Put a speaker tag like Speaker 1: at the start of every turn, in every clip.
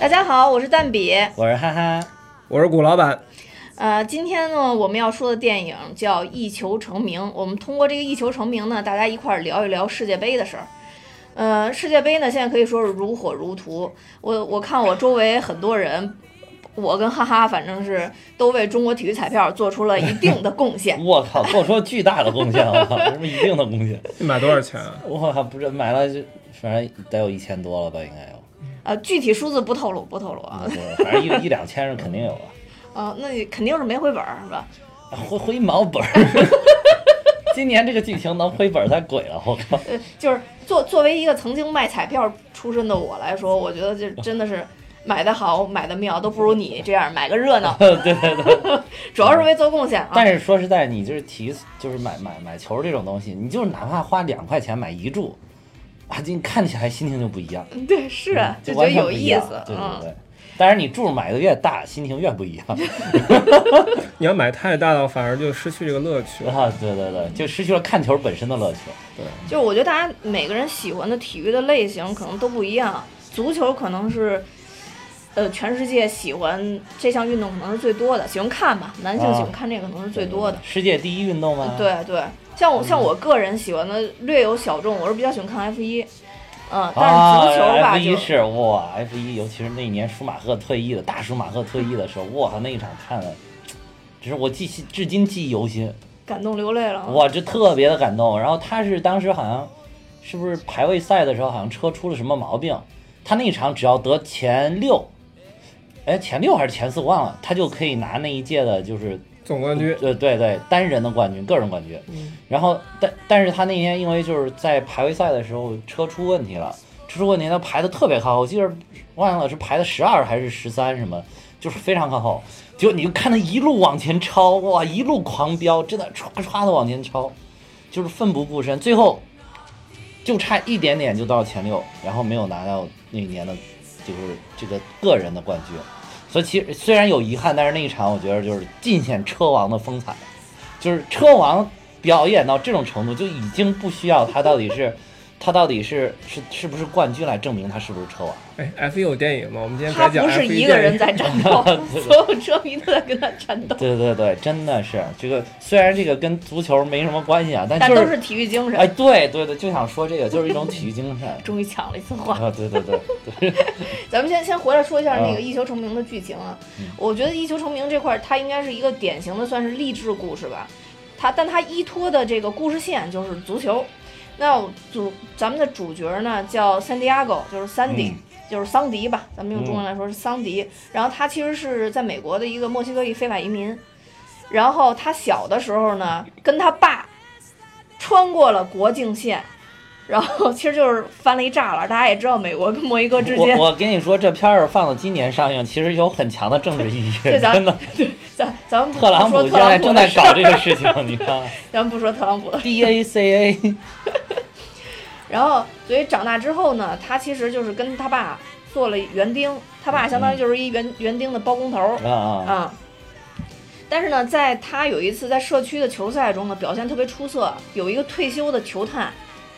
Speaker 1: 大家好，我是蛋比。
Speaker 2: 我是哈哈，
Speaker 3: 我是古老板，
Speaker 1: 呃，今天呢，我们要说的电影叫《一球成名》。我们通过这个《一球成名》呢，大家一块儿聊一聊世界杯的事儿。呃，世界杯呢，现在可以说是如火如荼。我我看我周围很多人，我跟哈哈，反正是都为中国体育彩票做出了一定的贡 献。
Speaker 2: 我靠，做出了巨大的贡献， 我靠，什么一定的贡献，
Speaker 3: 你买多少钱啊？
Speaker 2: 我靠，不是买了就反正得有一千多了吧，应该有，
Speaker 1: 呃，具体数字不透露，不透露啊。
Speaker 2: 我反正一一两千是肯定有啊，
Speaker 1: 啊、那你肯定是没回本儿是吧？
Speaker 2: 回回毛 本儿，今年这个剧情能回本儿才鬼了，我靠，
Speaker 1: 呃，就是作作为一个曾经卖彩票出身的我来说，我觉得 这真的是买的好、买的妙都不如你这样买个热 闹。对对对，主要是为做贡献啊。
Speaker 2: 但是说实在，你就是体育就是买买买球这种东西，你就是哪怕花两块钱买一注，啊，你看起来心情就不一样，
Speaker 1: 对，是啊
Speaker 2: 嗯
Speaker 1: 就觉
Speaker 2: 完
Speaker 1: 得
Speaker 2: 全
Speaker 1: 有
Speaker 2: 不一
Speaker 1: 意
Speaker 2: 样
Speaker 1: 思，
Speaker 2: 对对
Speaker 1: 嗯。
Speaker 2: 对。但是你注买的越大，心情越不一样
Speaker 3: 你要买太大了，反而就失去这个乐趣了。
Speaker 2: 啊！对对对，就失去了看球本身的乐趣。
Speaker 1: 就是我觉得大家每个人喜欢的体育的类型可能都不一样，足球可能是，呃，全世界喜欢这项运动可能是最多的，喜欢看吧，男性
Speaker 2: 啊
Speaker 1: 喜欢看这个可能是最多的。
Speaker 2: 世界第一运动吗？啊
Speaker 1: 对对，像我像我个人喜欢的略有小众，我是比较喜欢看 F 一，嗯，但是足球吧、
Speaker 2: 啊 F
Speaker 1: 就
Speaker 2: 一是哇，F 一尤其是那一年舒马赫退役的大舒马赫退役的时候，我靠那一场看的，只是我记至今记忆犹新，
Speaker 1: 感动流泪了。
Speaker 2: 哇，这特别的感动。然后他是当时好像是不是排位赛的时候，好像车出了什么毛病，他那一场只要得前六，哎前六还是前四我忘了，他就可以拿那一届的就是
Speaker 3: 总冠军，
Speaker 2: 呃对对对，单人的冠军，个人冠军。然后，但但是他那天因为就是在排位赛的时候车出问题了，车出问题他排的特别靠后，我记得忘了是排的十二还是十三什么，就是非常靠后。结果你就看他一路往前超，哇，一路狂飙，真的唰唰的往前超，就是奋不顾身，最后就差一点点就到前六，然后没有拿到那一年的，就是这个个人的冠军。所以其实虽然有遗憾，但是那一场我觉得就是尽显车王的风采，就是车王表演到这种程度，就已经不需要他到底是他到底是是是不是冠军来证明他是不是车王。
Speaker 3: 哎，F 一有电影吗？我们今天
Speaker 1: 他
Speaker 3: 改讲
Speaker 1: 不
Speaker 3: F
Speaker 1: 是
Speaker 3: 一
Speaker 1: 一个人在战斗
Speaker 2: 对，对
Speaker 1: 所有车迷都在跟他战斗，
Speaker 2: 对对对，真的是这个，虽然这个跟足球没什么关系啊，但
Speaker 1: 但
Speaker 2: 就
Speaker 1: 都
Speaker 2: 是
Speaker 1: 是体育精神。
Speaker 2: 哎，对对对，就想说这个就是一种体育精 神
Speaker 1: 终于抢了一次话，
Speaker 2: 啊，对对 对对，
Speaker 1: 咱们先先回来说一下那
Speaker 2: 啊
Speaker 1: 个《一球成名》的剧情啊。
Speaker 2: 嗯
Speaker 1: 我觉得《一球成名》这块儿，它应该是一个典型的算是励志故事吧。它，但它依托的这个故事线就是足球。那我主咱们的主角呢叫 San Diego，就是三迪、
Speaker 2: 嗯
Speaker 1: 就是桑迪吧，咱们用中文来说是桑迪。然后他其实是在美国的一个墨西哥裔非法移民。然后他小的时候呢，跟他爸穿过了国境线，然后其实就是翻了一栅栏。大家也知道，美国跟墨西哥之间
Speaker 2: 我我跟你说，这片儿放到今年上映，其实有很强的政治意义，
Speaker 1: 这咱
Speaker 2: 真的。
Speaker 1: 咱咱们不
Speaker 2: 特朗
Speaker 1: 说
Speaker 2: 普
Speaker 1: 特
Speaker 2: 现在
Speaker 1: 朗普
Speaker 2: 正
Speaker 1: 的
Speaker 2: 在
Speaker 1: 事
Speaker 2: 搞
Speaker 1: 儿，
Speaker 2: 这个事情，你看
Speaker 1: 咱们不说特朗普的事。
Speaker 2: D A C A，
Speaker 1: 然后，所以长大之后呢，他其实就是跟他爸做了园丁，他爸相当
Speaker 2: 嗯
Speaker 1: 于就是一园园丁的包工头儿
Speaker 2: 啊啊，
Speaker 1: 啊。但是呢，在他有一次在社区的球赛中呢，表现特别出色，有一个退休的球探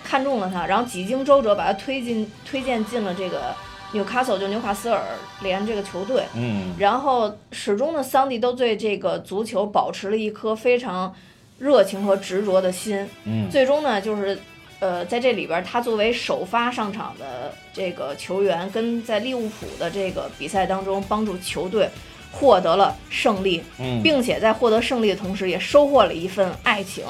Speaker 1: 看中了他，然后几经周折把他推进推荐进了这个纽卡索，就纽卡斯尔联这个球队。
Speaker 2: 嗯，
Speaker 1: 然后始终呢，桑迪都对这个足球保持了一颗非常热情和执着的心。
Speaker 2: 嗯
Speaker 1: 最终呢，就是呃，在这里边儿，他作为首发上场的这个球员，跟在利物浦的这个比赛当中，帮助球队获得了胜利，
Speaker 2: 嗯
Speaker 1: 并且在获得胜利的同时，也收获了一份爱情。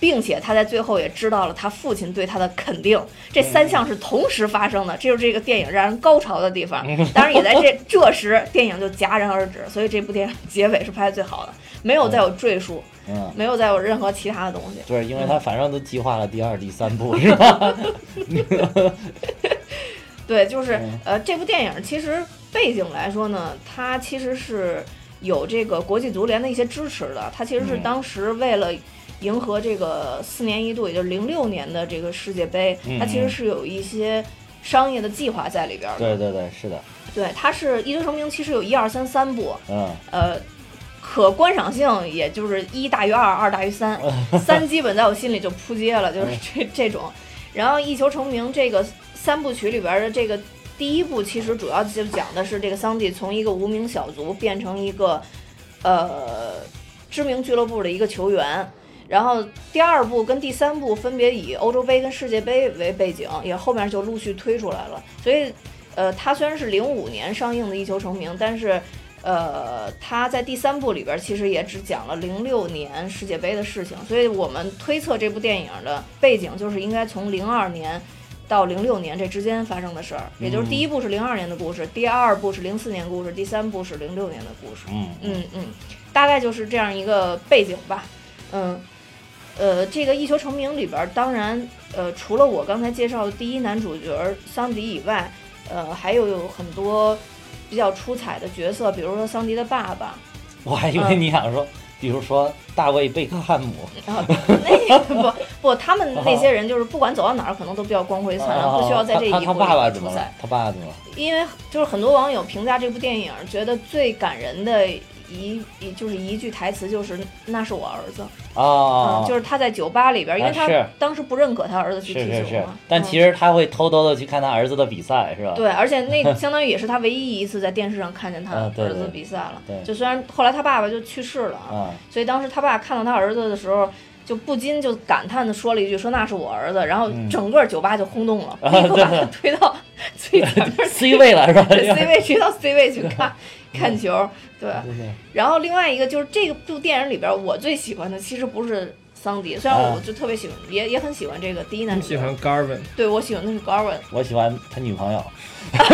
Speaker 1: 并且他在最后也知道了他父亲对他的肯定，这三项是同时发生的，这就是这个电影让人高潮的地方。当然，也在这这时电影就戛然而止，所以这部电影结尾是拍的最好的，没有再有赘述，
Speaker 2: 嗯，
Speaker 1: 没有再有任何其他的东西。
Speaker 2: 对，因为他反正都计划了第二、第三 部，是吧？
Speaker 1: 对，就是
Speaker 2: 嗯
Speaker 1: 呃，这部电影其实背景来说呢，它其实是有这个国际足联的一些支持的。它其实是
Speaker 2: 嗯
Speaker 1: 当时为了迎合这个四年一度，也就是零六年的这个世界杯，它其
Speaker 2: 嗯
Speaker 1: 实
Speaker 2: 嗯
Speaker 1: 是有一些商业的计划在里边儿的。
Speaker 2: 对对对，是的，
Speaker 1: 对，它是《一球成名》，其实有一二三三部，
Speaker 2: 嗯，
Speaker 1: 呃。可观赏性也就是一大于二，二大于三，三基本在我心里就 扑街了，就是这这种。然后《一球成名》这个三部曲里边的这个第一部其实主要就讲的是这个桑蒂从一个无名小卒变成一个呃知名俱乐部的一个球员。然后第二部跟第三部分别以欧洲杯跟世界杯为背景，也后面就陆续推出来了。所以，呃，它虽然是零五年上映的《一球成名》，但是，呃，它在第三部里边其实也只讲了零六年世界杯的事情。所以我们推测这部电影的背景就是应该从零二年。到零六年这之间发生的事儿，也就是第一部是零二年的故事，第二部是零四年故事，第三部是零六年的故事。
Speaker 2: 嗯
Speaker 1: 嗯嗯，大概就是这样一个背景吧。嗯，呃，这个《一球成名》里边儿，当然，呃，除了我刚才介绍的第一男主角儿桑迪以外，呃，还有有很多比较出彩的角色，比如说桑迪的爸爸，
Speaker 2: 我还以为你想说，比如说大卫贝克汉姆，
Speaker 1: 然后那不不，他们那些人就是不管走到哪儿，可能都比较光辉灿烂，不需要在这一
Speaker 2: 他啊他他
Speaker 1: 部
Speaker 2: 爸爸
Speaker 1: 里
Speaker 2: 怎
Speaker 1: 出
Speaker 2: 么
Speaker 1: 彩
Speaker 2: 了。？他爸爸怎么了？
Speaker 1: 因为就是很多网友评价这部电影，觉得最感人的一一就是一句台词就是“那是我儿子”，
Speaker 2: 啊，
Speaker 1: 嗯，就是他在酒吧里边，因为
Speaker 2: 啊
Speaker 1: 他
Speaker 2: 是
Speaker 1: 当时不认可他儿子去
Speaker 2: 是
Speaker 1: 踢
Speaker 2: 是
Speaker 1: 球
Speaker 2: 是
Speaker 1: 嘛。，
Speaker 2: 但其
Speaker 1: 实、
Speaker 2: 实他会偷偷的去看他儿子的比赛，是吧？
Speaker 1: 对，而且 那相当于也是他唯一一次在电视上看见他
Speaker 2: 啊
Speaker 1: 儿
Speaker 2: 对
Speaker 1: 子
Speaker 2: 对
Speaker 1: 比赛了。
Speaker 2: 对
Speaker 1: 就虽然后来他爸爸就去世了，啊，
Speaker 2: 啊，
Speaker 1: 所以当时他爸看到他儿子的时候。就不禁就感叹的说了一句：“说那是我儿子。”然后
Speaker 2: 嗯
Speaker 1: 整个酒吧就轰动了，
Speaker 2: 啊
Speaker 1: 立刻把
Speaker 2: 对
Speaker 1: 他推到最前 面
Speaker 2: C 位了是吧？
Speaker 1: 对 C 位去到 C 位去看看 球，对。
Speaker 2: 对对
Speaker 1: 然后另外一个就是这个部电影里边，我最喜欢的其实不是桑迪，虽然
Speaker 2: 啊
Speaker 1: 我就特别喜欢，也也很喜欢这个第一男
Speaker 3: 你
Speaker 1: 主角
Speaker 3: 喜，欢 Garvin，
Speaker 1: 对我喜欢的是 Garvin，
Speaker 2: 我喜欢他女 朋友。
Speaker 1: 他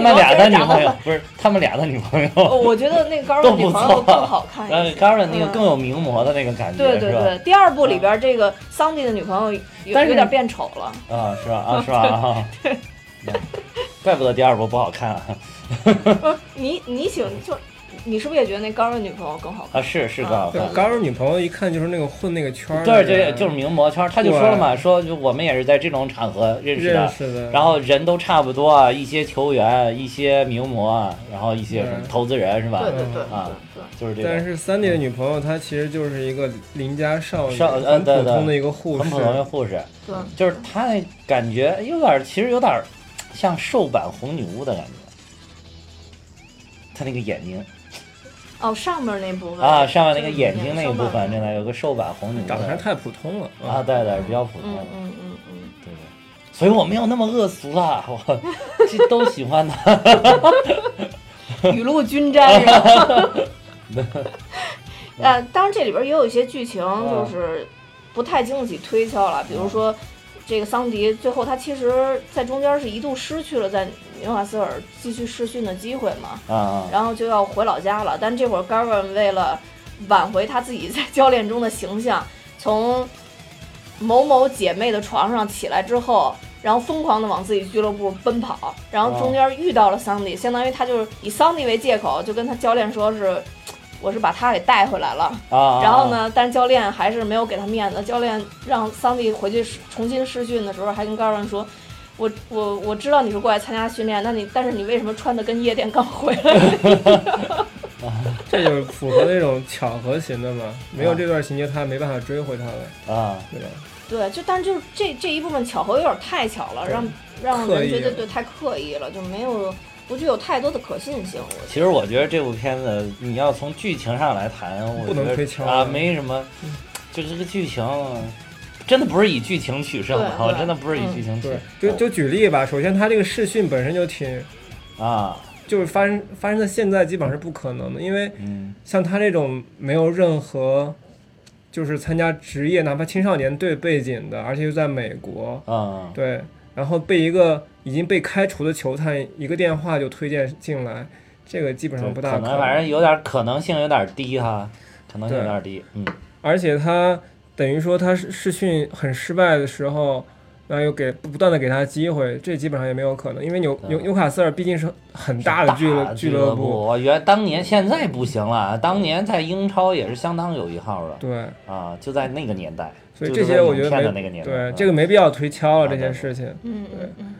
Speaker 2: 他
Speaker 1: 女朋
Speaker 2: 们
Speaker 1: 友
Speaker 2: 俩的女朋
Speaker 1: 真是打
Speaker 2: 友
Speaker 1: 扮
Speaker 2: 不是他们俩的女朋友，
Speaker 1: 哦我觉得那个 Garvin
Speaker 2: 都
Speaker 1: 女
Speaker 2: 不
Speaker 1: 朋友
Speaker 2: 错
Speaker 1: 更好看
Speaker 2: 呃
Speaker 1: 一些。
Speaker 2: ，Garvin 那个
Speaker 1: 嗯
Speaker 2: 更有名模的那个感觉，
Speaker 1: 对对
Speaker 2: 是吧？
Speaker 1: 对，第二部里边这个桑迪的女朋友有
Speaker 2: 但是
Speaker 1: 有点变丑了，
Speaker 2: 啊，是吧？啊，是吧？ 啊，对，怪不得第二部不好看啊！
Speaker 1: 你你喜欢就你是不是也觉得那 Garvin 女朋友更好看？
Speaker 2: 啊，是是不好
Speaker 3: 对
Speaker 2: 看。
Speaker 3: ，Garvin 女朋友一看就是那个混那个圈儿
Speaker 2: 对，
Speaker 3: 的人，
Speaker 2: 这就是名模圈，他就说了嘛，说就我们也是在这种场合认识
Speaker 3: 认
Speaker 2: 的，
Speaker 3: 识的。
Speaker 2: 然后人都差不多啊，一些球员，一些名模啊，然后一些什么
Speaker 3: 对
Speaker 2: 投资人是吧？
Speaker 1: 对对对
Speaker 2: 啊
Speaker 1: 对
Speaker 2: 就是这
Speaker 3: 嗯但
Speaker 2: 种
Speaker 3: 是 Sandy 的女朋友她其实就是一个邻家少女，
Speaker 2: 少呃
Speaker 3: 很
Speaker 2: 对
Speaker 3: 普通
Speaker 2: 对
Speaker 3: 的一个护
Speaker 2: 很
Speaker 3: 士
Speaker 2: 普，通的护士，
Speaker 1: 对
Speaker 2: 就是他那感觉有点儿，其实有点儿像瘦版红女巫的感觉。他那个眼睛
Speaker 1: 哦，上面那部分
Speaker 2: 啊，上面那个眼睛那一部
Speaker 1: 呃上半
Speaker 2: 分，真的有个瘦版红女巫
Speaker 3: 长得还
Speaker 2: 的
Speaker 3: 是太普通了
Speaker 2: 啊，对对，比较普通
Speaker 1: 嗯
Speaker 2: 的，
Speaker 1: 嗯嗯嗯，
Speaker 2: 对对。所以我没有那么恶俗啦， 我这都喜欢他。
Speaker 1: 雨露均沾是吧？ 啊呃，当然这里边也有一些剧情就是不太经得起推敲了，比如说这个桑迪最后他其实在中间是一度失去了在纽卡斯尔继续试训的机会嘛，
Speaker 2: 啊，
Speaker 1: 然后就要回老家了，但这会儿 Garvin 为了挽回他自己在教练中的形象，从某某姐妹的床上起来之后，然后疯狂的往自己俱乐部奔跑，然后中间遇到了桑迪，相当于他就是以桑迪为借口，就跟他教练说是。我是把他给带回来了，
Speaker 2: 啊，
Speaker 1: 然后？呢，但是教练还是没有给他面子。教练让桑迪回去试重新试训的时候，还跟高人说：“我我我知道你是过来参加训练，那你但是你为什么穿的跟夜店刚回来？”
Speaker 3: 这就是符合那种巧合型的嘛，没有这段情节，他没办法追回她了，
Speaker 2: 啊，
Speaker 3: 对吧？
Speaker 1: 对，就但是就是这这一部分巧合有点太巧了，
Speaker 3: 对
Speaker 1: 让让
Speaker 3: 刻
Speaker 1: 人
Speaker 3: 意
Speaker 1: 觉得
Speaker 3: 了
Speaker 1: 对太刻意了，就没有不具有太多的可信性。我
Speaker 2: 其实我觉得这部片子，你要从剧情上来谈，我觉
Speaker 3: 不能
Speaker 2: 得
Speaker 3: 推敲嗯
Speaker 2: 啊，没什么，就这个剧情，真的不是以剧情取胜的，
Speaker 1: 对
Speaker 2: 我
Speaker 1: 对
Speaker 2: 真的不是以
Speaker 1: 嗯
Speaker 2: 剧情取
Speaker 3: 对，就就举例吧，首先他这个试训本身就挺，
Speaker 2: 啊，
Speaker 3: 就是发生发生在现在基本上是不可能的，因为
Speaker 2: 嗯
Speaker 3: 像他这种没有任何。就是参加职业，哪怕青少年队背景的，而且又在美国，
Speaker 2: 啊，
Speaker 3: 对，然后被一个已经被开除的球探一个电话就推荐进来，这个基本上不大
Speaker 2: 可能，反正有点可能性有点低哈，可能性有点低，嗯
Speaker 3: 而且他等于说他试试训很失败的时候，然后又给不断的给他机会，这基本上也没有可能，因为纽
Speaker 2: 对
Speaker 3: 纽纽卡斯尔毕竟是很大的俱
Speaker 2: 大
Speaker 3: 乐
Speaker 2: 俱
Speaker 3: 乐
Speaker 2: 乐部，，我原当年现在不行了，当年在英超也是相当有一号的
Speaker 3: 对，
Speaker 2: 啊，就在那个年代，
Speaker 3: 所以
Speaker 2: 就
Speaker 3: 这
Speaker 2: 是
Speaker 3: 些
Speaker 2: 在
Speaker 3: 我觉
Speaker 2: 影
Speaker 3: 得
Speaker 2: 片
Speaker 3: 没
Speaker 2: 的那个年代，
Speaker 3: 对
Speaker 2: 嗯
Speaker 3: 这个没必要推
Speaker 2: 啊
Speaker 3: 敲了这
Speaker 2: 对
Speaker 3: 些事情，
Speaker 1: 嗯嗯嗯，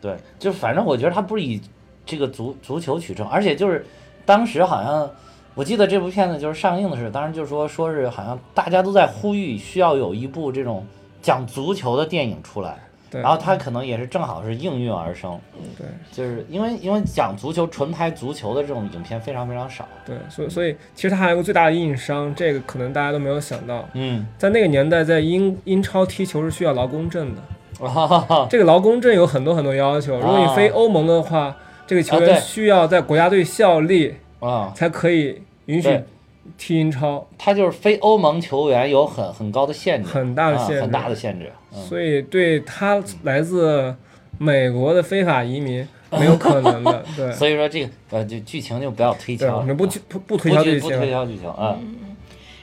Speaker 2: 对，就反正我觉得他不是以这个足足球取胜，而且就是当时好像我记得这部片子就是上映的时候，当时就说说是好像大家都在呼吁需要有一部这种讲足球的电影出来，
Speaker 3: 对
Speaker 2: 然后他可能也是正好是应运而生，
Speaker 3: 对
Speaker 2: 就是因为因为讲足球纯拍足球的这种影片非常非常少，
Speaker 3: 对，所以所以其实他还有个最大的硬伤，这个可能大家都没有想到，
Speaker 2: 嗯，
Speaker 3: 在那个年代，在英英超踢球是需要劳工证的，
Speaker 2: 哈哈哈，
Speaker 3: 这个劳工证有很多很多要求，如果你非欧盟的话，这个
Speaker 2: 啊
Speaker 3: 球
Speaker 2: 啊对
Speaker 3: 员需要在国家队效力
Speaker 2: 啊，
Speaker 3: 才可以允许
Speaker 2: 对
Speaker 3: 踢英超，
Speaker 2: 他就是非欧盟球员有很很高的限制，
Speaker 3: 很大的
Speaker 2: 啊
Speaker 3: 限
Speaker 2: 很
Speaker 3: 制。
Speaker 2: 大的限制，嗯，
Speaker 3: 所以对他来自美国的非法移民没有可 能的，对，
Speaker 2: 所以说这个呃就剧情就不要推
Speaker 3: 对，
Speaker 2: 敲
Speaker 3: 我
Speaker 2: 了，
Speaker 3: 们不
Speaker 2: 啊
Speaker 3: 去不不
Speaker 2: 不
Speaker 3: 推销这
Speaker 2: 剧不推
Speaker 3: 些，
Speaker 2: 敲剧情啊，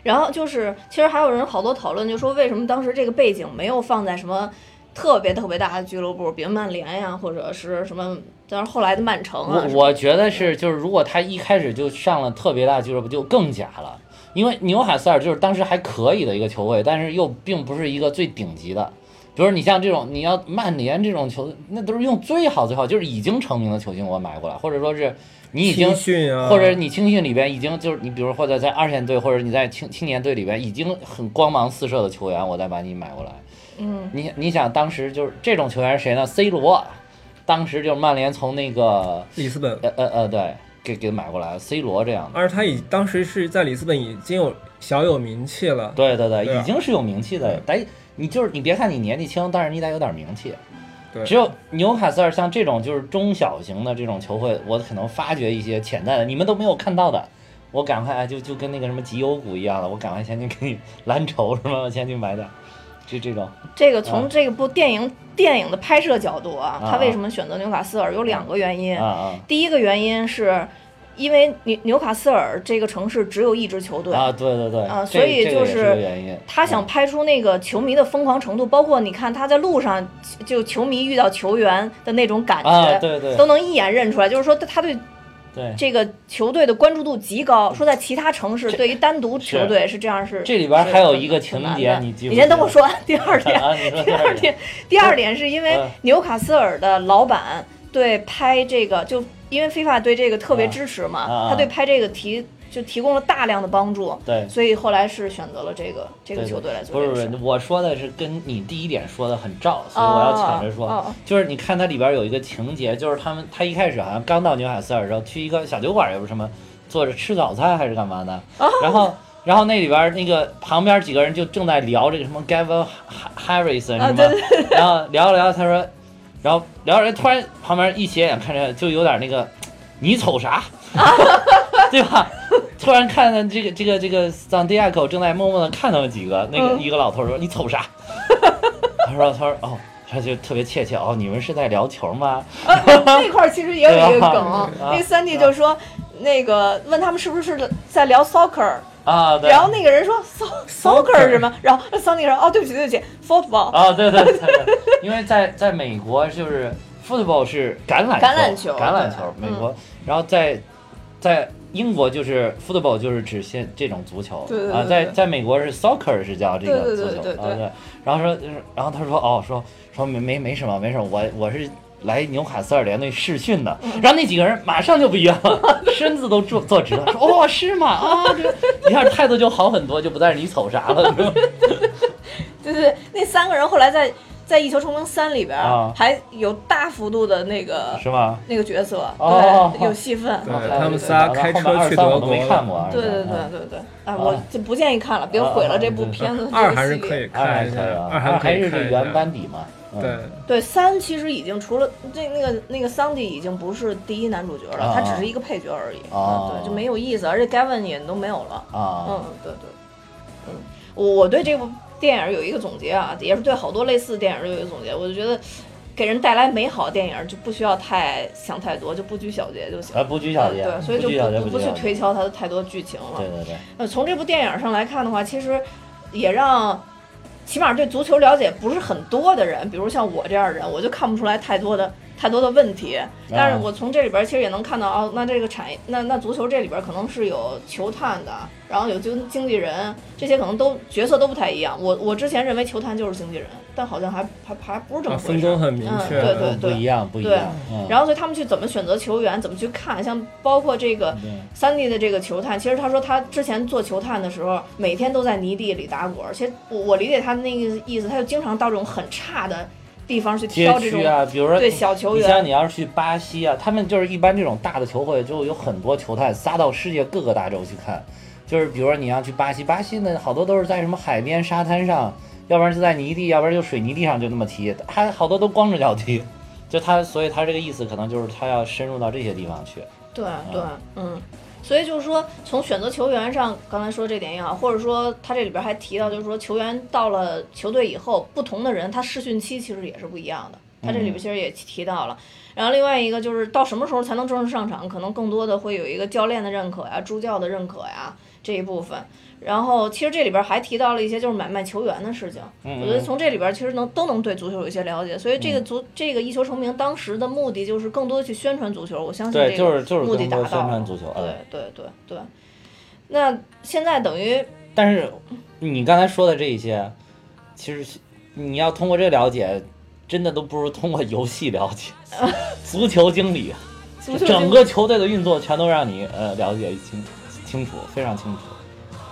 Speaker 1: 然后就是，其实还有人好多讨论，就说为什么当时这个背景没有放在什么特别特别大的俱乐部，比如曼联呀、或者是什么，但是后来的曼城啊
Speaker 2: 我，我觉得是，就是如果他一开始就上了特别大俱乐部，就更假了。因为纽卡斯尔就是当时还可以的一个球队，但是又并不是一个最顶级的。比如你像这种，你要曼联这种球队，那都是用最好最好，就是已经成名的球星我买过来，或者说是你已经
Speaker 3: 青训啊，
Speaker 2: 或者你青训里边已经就是你，比如或者在二线队，或者你在青青年队里边已经很光芒四射的球员，我再把你买过来。
Speaker 1: 嗯，
Speaker 2: 你你想当时就是这种球员是谁呢？C 罗，当时就是曼联从那个
Speaker 3: 里斯本，
Speaker 2: 呃呃呃，对，给给买过来了，C 罗这样的，
Speaker 3: 而他已当时是在里斯本已经有小有名气了，
Speaker 2: 对对对，
Speaker 3: 对啊
Speaker 2: 已经是有名气的。但你就是你别看你年纪轻，但是你得有点名气。
Speaker 3: 对
Speaker 2: 只有纽卡斯尔像这种就是中小型的这种球会，我可能发掘一些潜在的你们都没有看到的，我赶快哎就就跟那个什么吉欧股一样的，我赶快先去给你蓝筹什么，我 先去买点，就这种
Speaker 1: 这个从这部电影电影的拍摄角度啊，
Speaker 2: 啊
Speaker 1: 他为什么选择纽卡斯尔有两个原因，
Speaker 2: 啊啊
Speaker 1: 第一个原因是因为纽纽卡斯尔这个城市只有一支球队，
Speaker 2: 啊，对对对，
Speaker 1: 啊
Speaker 2: 这
Speaker 1: 所以
Speaker 2: 这个
Speaker 1: 就
Speaker 2: 也
Speaker 1: 是
Speaker 2: 个原因，
Speaker 1: 他想拍出那个球迷的疯狂程度，包括你看他在路上就球迷遇到球员的那种感觉，
Speaker 2: 啊，对对
Speaker 1: 都能一眼认出来。就是说他他对
Speaker 2: 对，
Speaker 1: 这个球队的关注度极高，说在其他城市对于单独球队是这样是。
Speaker 2: 嗯这里边还有一个
Speaker 1: 是
Speaker 2: 情
Speaker 1: 很难
Speaker 2: 节，
Speaker 1: 的
Speaker 2: 你记不
Speaker 1: 你
Speaker 2: 记
Speaker 1: 先等
Speaker 2: 得
Speaker 1: 我说完第 二点。
Speaker 2: 啊，你说
Speaker 1: 第二点，第二点是因为
Speaker 2: 嗯
Speaker 1: 纽卡斯尔的老板对拍这个，就因为 FIFA 对这个特别
Speaker 2: 啊
Speaker 1: 支持嘛，
Speaker 2: 啊啊
Speaker 1: 他对拍这个提就提供了大量的帮助，
Speaker 2: 对。
Speaker 1: 所以后来是选择了这个这个
Speaker 2: 对
Speaker 1: 球
Speaker 2: 对
Speaker 1: 队来做
Speaker 2: 不
Speaker 1: 这
Speaker 2: 是
Speaker 1: 个事
Speaker 2: 不
Speaker 1: 儿
Speaker 2: 是，。我说的是跟你第一点说的很照，所以我要抢着说，
Speaker 1: 哦哦哦
Speaker 2: 就是你看它里边有一个情节，就是他们他一开始好像刚到纽卡斯尔的时候，去一个小酒馆，也不是什么，坐着吃早餐还是干嘛的，
Speaker 1: 哦
Speaker 2: 然后。然后那里边那个旁边几个人就正在聊这个什么 Gavin Ha- Harrison 什么，
Speaker 1: 啊对
Speaker 2: 然后聊着聊着，他说，然后聊着聊着突然旁边一斜眼看着就有点那个，你瞅啥，对吧？突然看到这个这个这个桑迪亚狗正在默默的看他们几个，那个、
Speaker 1: 嗯
Speaker 2: 一个老头说你瞅啥？他说他说哦，他就特别怯怯哦，你们是在聊球吗？
Speaker 1: 啊，那块儿其实也有一个梗，
Speaker 2: 对啊
Speaker 1: 那三弟就说。那个问他们是不是在聊 soccer，
Speaker 2: 啊，对，
Speaker 1: 然后那个人说 so soccer 是吗？然后桑迪说哦，对不起对不起，football
Speaker 2: 啊，对对对对，因为在在美国就是 football 是橄榄
Speaker 1: 橄榄球
Speaker 2: 橄榄球，
Speaker 1: 对嗯
Speaker 2: 美国，然后在在英国就是 football 就是指现这种足球，
Speaker 1: 对对对
Speaker 2: 啊，
Speaker 1: 对
Speaker 2: 在
Speaker 1: 对
Speaker 2: 在美国是 soccer 是叫这个
Speaker 1: 对对
Speaker 2: 足
Speaker 1: 对
Speaker 2: 球
Speaker 1: 对对
Speaker 2: 啊对，然后说然后他说哦说说没没没什么没什么，我我是。来纽卡斯尔联队试训的，
Speaker 1: 嗯
Speaker 2: 然后那几个人马上就不一样了， 身子都坐坐直了，说哦是吗？啊，这一下态度就好很多，就不再是你瞅啥了， 对吧
Speaker 1: 对对对，那三个人后来在在《一球成名三》里边儿
Speaker 2: 啊
Speaker 1: 还有大幅度的那个
Speaker 2: 是吗？
Speaker 1: 那个角色，
Speaker 2: 哦
Speaker 1: 对，有戏份。
Speaker 3: 对他们仨开车去德
Speaker 2: 我都
Speaker 3: 国
Speaker 2: 没看过。
Speaker 1: 对对对对对，啊，我就不建议看了，别
Speaker 2: 啊
Speaker 1: 毁了这部片子。
Speaker 3: 二还是
Speaker 1: 啊这个系
Speaker 3: 可
Speaker 1: 列
Speaker 3: 以
Speaker 2: 二还
Speaker 3: 看
Speaker 2: 是
Speaker 3: 一
Speaker 2: 可
Speaker 3: 下，
Speaker 2: 以啊，
Speaker 3: 二还是可
Speaker 2: 还
Speaker 3: 以
Speaker 2: 是
Speaker 3: 看
Speaker 2: 这
Speaker 3: 一下
Speaker 2: 原班底嘛。嗯
Speaker 3: 对，
Speaker 1: 对三其实已经除了这那个那个桑迪已经不是第一男主角了，
Speaker 2: 啊
Speaker 1: 他只是一个配角而已。
Speaker 2: 啊
Speaker 1: 对，就没有意思，而且 Gavin 也都没有了。
Speaker 2: 啊
Speaker 1: 嗯，对对，嗯，我我对这部电影有一个总结啊，也是对好多类似的电影都有一个总结，我就觉得给人带来美好的电影就不需要太想太多，就不拘小节就行。
Speaker 2: 啊，不拘小节，
Speaker 1: 嗯对，所以就
Speaker 2: 不拘小节，
Speaker 1: 不不去
Speaker 2: 拘小节
Speaker 1: 推。敲它的太多剧情了。
Speaker 2: 对对对，
Speaker 1: 呃，从这部电影上来看的话，其实也让起码对足球了解不是很多的人，比如像我这样的人，我就看不出来太多的太多的问题。
Speaker 3: 啊
Speaker 1: 但是我从这里边其实也能看到，哦，那这个产业，那那足球这里边可能是有球探的，然后有经经纪人，这些可能都角色都不太一样。我我之前认为球探就是经纪人，但好像还还还不是这
Speaker 3: 啊
Speaker 1: 么回
Speaker 3: 分
Speaker 1: 事。
Speaker 3: 工很明
Speaker 1: 嗯
Speaker 3: 确，
Speaker 1: 对对
Speaker 2: 不一样，不一样。嗯，
Speaker 1: 然后所以他们去怎么选择球员，怎么去看，像包括这个
Speaker 2: 对
Speaker 1: 三弟的这个球探，其实他说他之前做球探的时候，每天都在泥地里打滚儿。其实我我理解他那个意思，他就经常到这种很差的地方去
Speaker 2: 街
Speaker 1: 挑这种
Speaker 2: 区啊，比如说
Speaker 1: 对小球
Speaker 2: 你
Speaker 1: 员
Speaker 2: 像你要是去巴西啊，他们就是一般这种大的球会就有很多球探撒到世界各个大洲去看，就是比如说你要去巴西，巴西呢好多都是在什么海边沙滩上，要不然就在泥地，要不然就水泥地上就那么踢，还好多都光着脚踢，就他所以他这个意思可能就是他要深入到这些地方去，
Speaker 1: 对对，嗯，所以就是说，从选择球员上，刚才说这点也好，或者说他这里边还提到，就是说球员到了球队以后，不同的人他试训期其实也是不一样的。他这
Speaker 2: 嗯
Speaker 1: 里边其实也提到了，然后另外一个就是到什么时候才能正式上场，可能更多的会有一个教练的认可呀、助教的认可呀这一部分。然后其实这里边还提到了一些就是买卖球员的事情，
Speaker 2: 嗯
Speaker 1: 我觉得从这里边其实能都能对足球有一些了解。所以这个足这个一球成名当时的目的就是更多的去宣传足球，我相信这个
Speaker 2: 对，就是就是
Speaker 1: 目的
Speaker 2: 更
Speaker 1: 达
Speaker 2: 多
Speaker 1: 到
Speaker 2: 宣
Speaker 1: 了
Speaker 2: 传足球，嗯
Speaker 1: 对对对对。那现在等于
Speaker 2: 但是你刚才说的这一些，其实你要通过这了解，真的都不如通过游戏了解。 足球经理，
Speaker 1: 足球
Speaker 2: 整个球队的运作全都让你呃了解清清楚，非常清楚。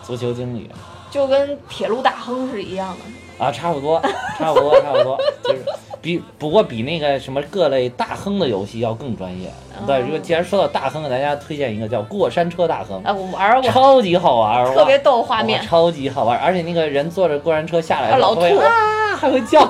Speaker 2: 足球经理
Speaker 1: 就跟铁路大亨是一样的，
Speaker 2: 啊，差不多，差不多，差 不多，就是比不过比那个什么各类大亨的游戏要更专业。
Speaker 1: 哦
Speaker 2: 对，如果既然说到大亨，给大家推荐一个叫过山车大亨，
Speaker 1: 啊，我玩过，
Speaker 2: 超级好玩，
Speaker 1: 特
Speaker 2: 哇
Speaker 1: 别逗画
Speaker 2: 哇
Speaker 1: 面，
Speaker 2: 超级好玩，而且那个人坐着过山车下来
Speaker 1: 啊
Speaker 2: 的时
Speaker 1: 老
Speaker 2: 候，
Speaker 1: 吐
Speaker 2: 会啊，还会叫，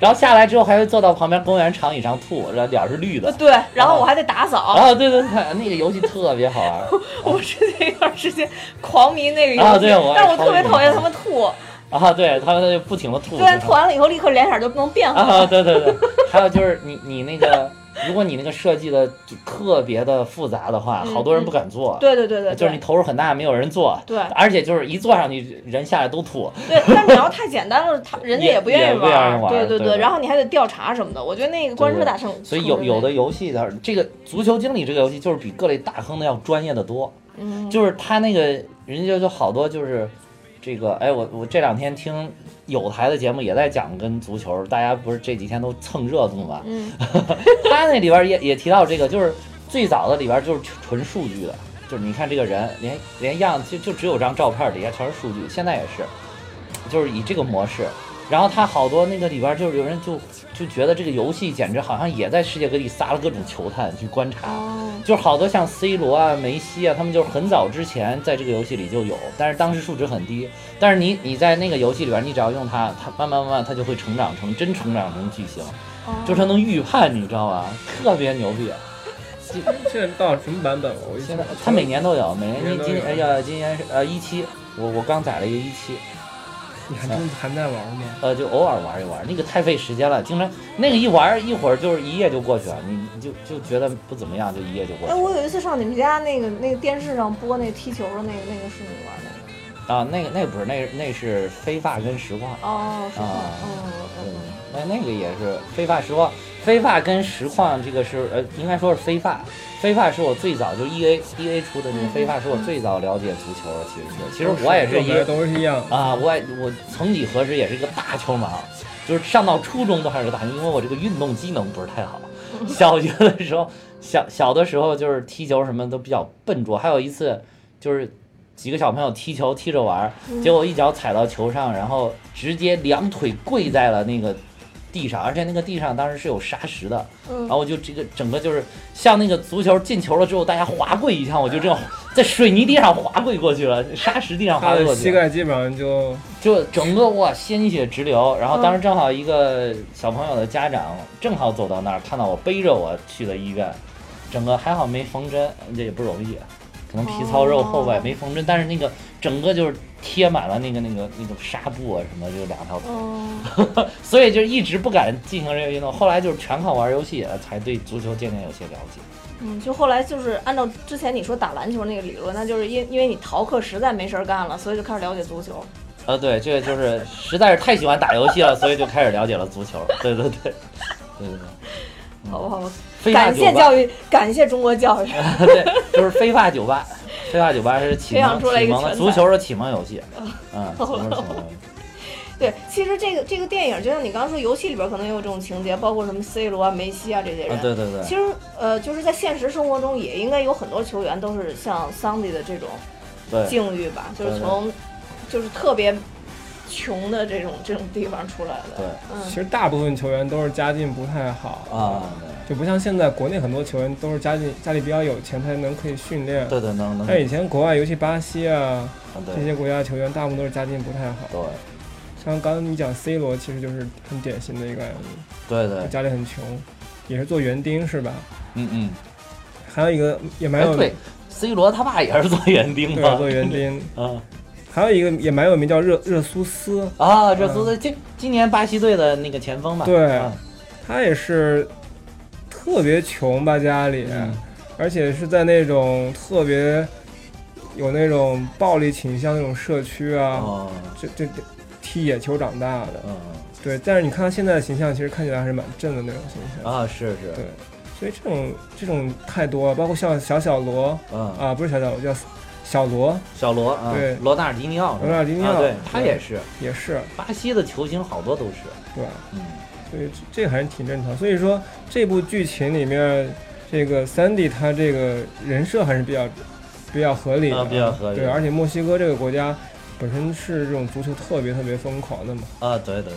Speaker 2: 然后下来之后还会坐到旁边公园长椅上吐，然后脸是绿的。
Speaker 1: 对，然后我还得打扫，
Speaker 2: 啊，对对对，那个游戏特别好玩。
Speaker 1: 我是那段时间狂迷那个游戏，
Speaker 2: 啊对我也
Speaker 1: 但我特别
Speaker 2: 超迷
Speaker 1: 讨厌他们吐，
Speaker 2: 啊，对，他们就不停的吐。
Speaker 1: 对，吐完了以后立刻脸色就不能变化，
Speaker 2: 啊，对对对，还有就是你你那个，如果你那个设计的就特别的复杂的话，好多人不敢做。
Speaker 1: 对嗯对对对，
Speaker 2: 就是你投入很大，没有人做。
Speaker 1: 对
Speaker 2: 而且就是一坐上去，人下来都吐。
Speaker 1: 对，对但你要太简单了，他人家
Speaker 2: 也
Speaker 1: 不愿
Speaker 2: 也
Speaker 1: 意
Speaker 2: 不愿意玩
Speaker 1: 对
Speaker 2: 对
Speaker 1: 对，
Speaker 2: 对
Speaker 1: 然后你还得调查什么的，我觉得那个关车大圣，
Speaker 2: 所以有有的游戏的这个足球经理这个游戏就是比各类大亨的要专业的多，
Speaker 1: 嗯
Speaker 2: 就是他那个人家就好多就是这个哎，我我这两天听有台的节目也在讲跟足球，大家不是这几天都蹭热度嘛，
Speaker 1: 嗯
Speaker 2: 他那里边也也提到这个，就是最早的里边就是纯数据的，就是你看这个人连连样就就只有张照片，底下全是数据，现在也是，就是以这个模式。然后他好多那个里边就是有人就就觉得这个游戏简直好像也在世界各地撒了各种球探去观察，
Speaker 1: 哦
Speaker 2: 就是好多像 C 罗啊、梅西啊，他们就是很早之前在这个游戏里就有，但是当时数值很低。但是你你在那个游戏里边，你只要用它，它慢慢慢慢它就会成长成真成长成巨星。
Speaker 1: 哦
Speaker 2: 就是他能预判，你知道吧？特别牛逼。
Speaker 3: 现在到什么版本了？我一
Speaker 2: 现在他每年都有，每年
Speaker 3: 每年
Speaker 2: 今
Speaker 3: 都
Speaker 2: 今
Speaker 3: 有
Speaker 2: 哎呀，今年是呃一期，我我刚载了一个一期，
Speaker 3: 你还真还在玩吗？
Speaker 2: 呃就偶尔玩一玩，那个太费时间了，经常那个一玩一会儿就是一夜就过去了，你你就就觉得不怎么样，就一夜就过
Speaker 1: 哎，
Speaker 2: 去
Speaker 1: 我有一次上你们家那个那个电视上播那踢球的那个那个是你玩的吗？
Speaker 2: 了啊。那个那个不是，那那是飞发跟实况，
Speaker 1: 哦，是吗？
Speaker 2: 啊
Speaker 1: 嗯
Speaker 2: 嗯
Speaker 1: 嗯，
Speaker 2: 那那个也是飞发实况，飞发跟实况这个是呃应该说是飞发，飞发是我最早就 E A E A 出的那个飞发是我最早了解足球了，其实是，其实我也是
Speaker 3: 都
Speaker 2: 一
Speaker 3: 是都是一样。
Speaker 2: 啊，我也我曾几何时也是一个大球盲，就是上到初中都还是个大球，因为我这个运动机能不是太好。小学的时候，小小的时候就是踢球什么都比较笨拙，还有一次就是几个小朋友踢球踢着玩儿，嗯
Speaker 1: 嗯
Speaker 2: 结果一脚踩到球上，然后直接两腿跪在了那个地上，而且那个地上当时是有沙石的，
Speaker 1: 嗯
Speaker 2: 然后我就这个整个就是像那个足球进球了之后大家滑跪一样，我就这样在水泥地上滑跪过去了，沙石地上
Speaker 3: 他
Speaker 2: 滑跪
Speaker 3: 的
Speaker 2: 过去
Speaker 3: 膝
Speaker 2: 了。
Speaker 3: 盖基本上
Speaker 1: 嗯
Speaker 3: 就
Speaker 2: 就整个哇鲜血直流，然后当时正好一个小朋友的家长正好走到那儿，看到我背着我去的医院，整个还好没缝针，这也不容易，可能皮糙肉厚吧，
Speaker 1: 哦
Speaker 2: 也没缝针，但是那个整个就是贴满了那个那个那个纱布啊什么，就两条腿，
Speaker 1: 哦，
Speaker 2: 所以就一直不敢进行这个运动，后来就是全靠玩游戏呃才对足球渐渐有些了解。
Speaker 1: 嗯，就后来就是按照之前你说打篮球那个理论，那就是因因为你逃课实在没事儿干了，所以就开始了解足球。
Speaker 2: 呃，对，这个就是实在是太喜欢打游戏了，所以就开始了解了足球。对对对，对对对。
Speaker 1: 好不好？
Speaker 2: 嗯非法
Speaker 1: 感
Speaker 2: 酒
Speaker 1: 谢
Speaker 2: 吧
Speaker 1: 教育，感谢中国教育。
Speaker 2: 对，就是非法酒吧，非法酒吧是启
Speaker 1: 培养
Speaker 2: 蒙
Speaker 1: 出来一
Speaker 2: 启
Speaker 1: 个
Speaker 2: 蒙的
Speaker 1: 全
Speaker 2: 足
Speaker 1: 才哦
Speaker 2: 球的启蒙游戏， 嗯，足球的启蒙游戏。
Speaker 1: 对，其实这个这个电影，就像你刚刚说，游戏里边可能也有这种情节，包括什么 C 罗啊、梅西啊这些人。
Speaker 2: 啊，对对对
Speaker 1: 其，实，呃，就是在现实生活中，也应该有很多球员都是像桑迪的这种
Speaker 2: 对
Speaker 1: 境遇吧，就是
Speaker 2: 对对
Speaker 1: 从就是特别穷的这种这种地方出来的。
Speaker 2: 对，
Speaker 3: 其
Speaker 1: 嗯，
Speaker 3: 实大部分球员都是家境不太好，
Speaker 2: 啊，
Speaker 3: 就不像现在国内很多球员都是家境家里比较有钱才能可以训练。
Speaker 2: 对对能能，
Speaker 3: 但以前国外，尤其巴西啊
Speaker 2: 对
Speaker 3: 这些国家的球员，大部分都是家境不太好。
Speaker 2: 对
Speaker 3: 像刚刚你讲 C 罗，其实就是很典型的一个案例，
Speaker 2: 对对
Speaker 3: 就，家里很穷，也是做园丁是吧？
Speaker 2: 嗯嗯，
Speaker 3: 还有一个也蛮
Speaker 2: 哎
Speaker 3: 有
Speaker 2: 对，C 罗他爸也是做园丁
Speaker 3: 对
Speaker 2: 嘛，
Speaker 3: 做园丁，
Speaker 2: 嗯
Speaker 3: 还有一个也蛮有名叫热热苏斯，
Speaker 2: 啊，热苏斯今今年巴西队的那个前锋嘛，
Speaker 3: 嗯对
Speaker 2: 嗯
Speaker 3: 他也是特别穷吧家里，
Speaker 2: 嗯
Speaker 3: 而且是在那种特别有那种暴力倾向那种社区啊，
Speaker 2: 哦
Speaker 3: 这这这踢野球长大的，
Speaker 2: 嗯
Speaker 3: 对。但是你看他现在的形象，其实看起来还是蛮正的那种形象，
Speaker 2: 啊是是
Speaker 3: 对。所以这种这种太多了，包括像小小罗
Speaker 2: 嗯
Speaker 3: 啊，不是小小罗，叫小罗
Speaker 2: 小罗啊
Speaker 3: 对
Speaker 2: 罗纳尔迪尼奥是吧
Speaker 3: 罗纳尔迪尼奥
Speaker 2: 啊对
Speaker 3: 对
Speaker 2: 他也是
Speaker 3: 也是，
Speaker 2: 巴西的球星好多都是
Speaker 3: 对吧？
Speaker 2: 嗯
Speaker 3: 所以这这还是挺正常。所以说这部剧情里面，这个 Sandy 他这个人设还是比较比较合理的、
Speaker 2: 啊比较合理
Speaker 3: 对，而且墨西哥这个国家本身是这种足球特别特别疯狂的嘛。
Speaker 2: 啊对对对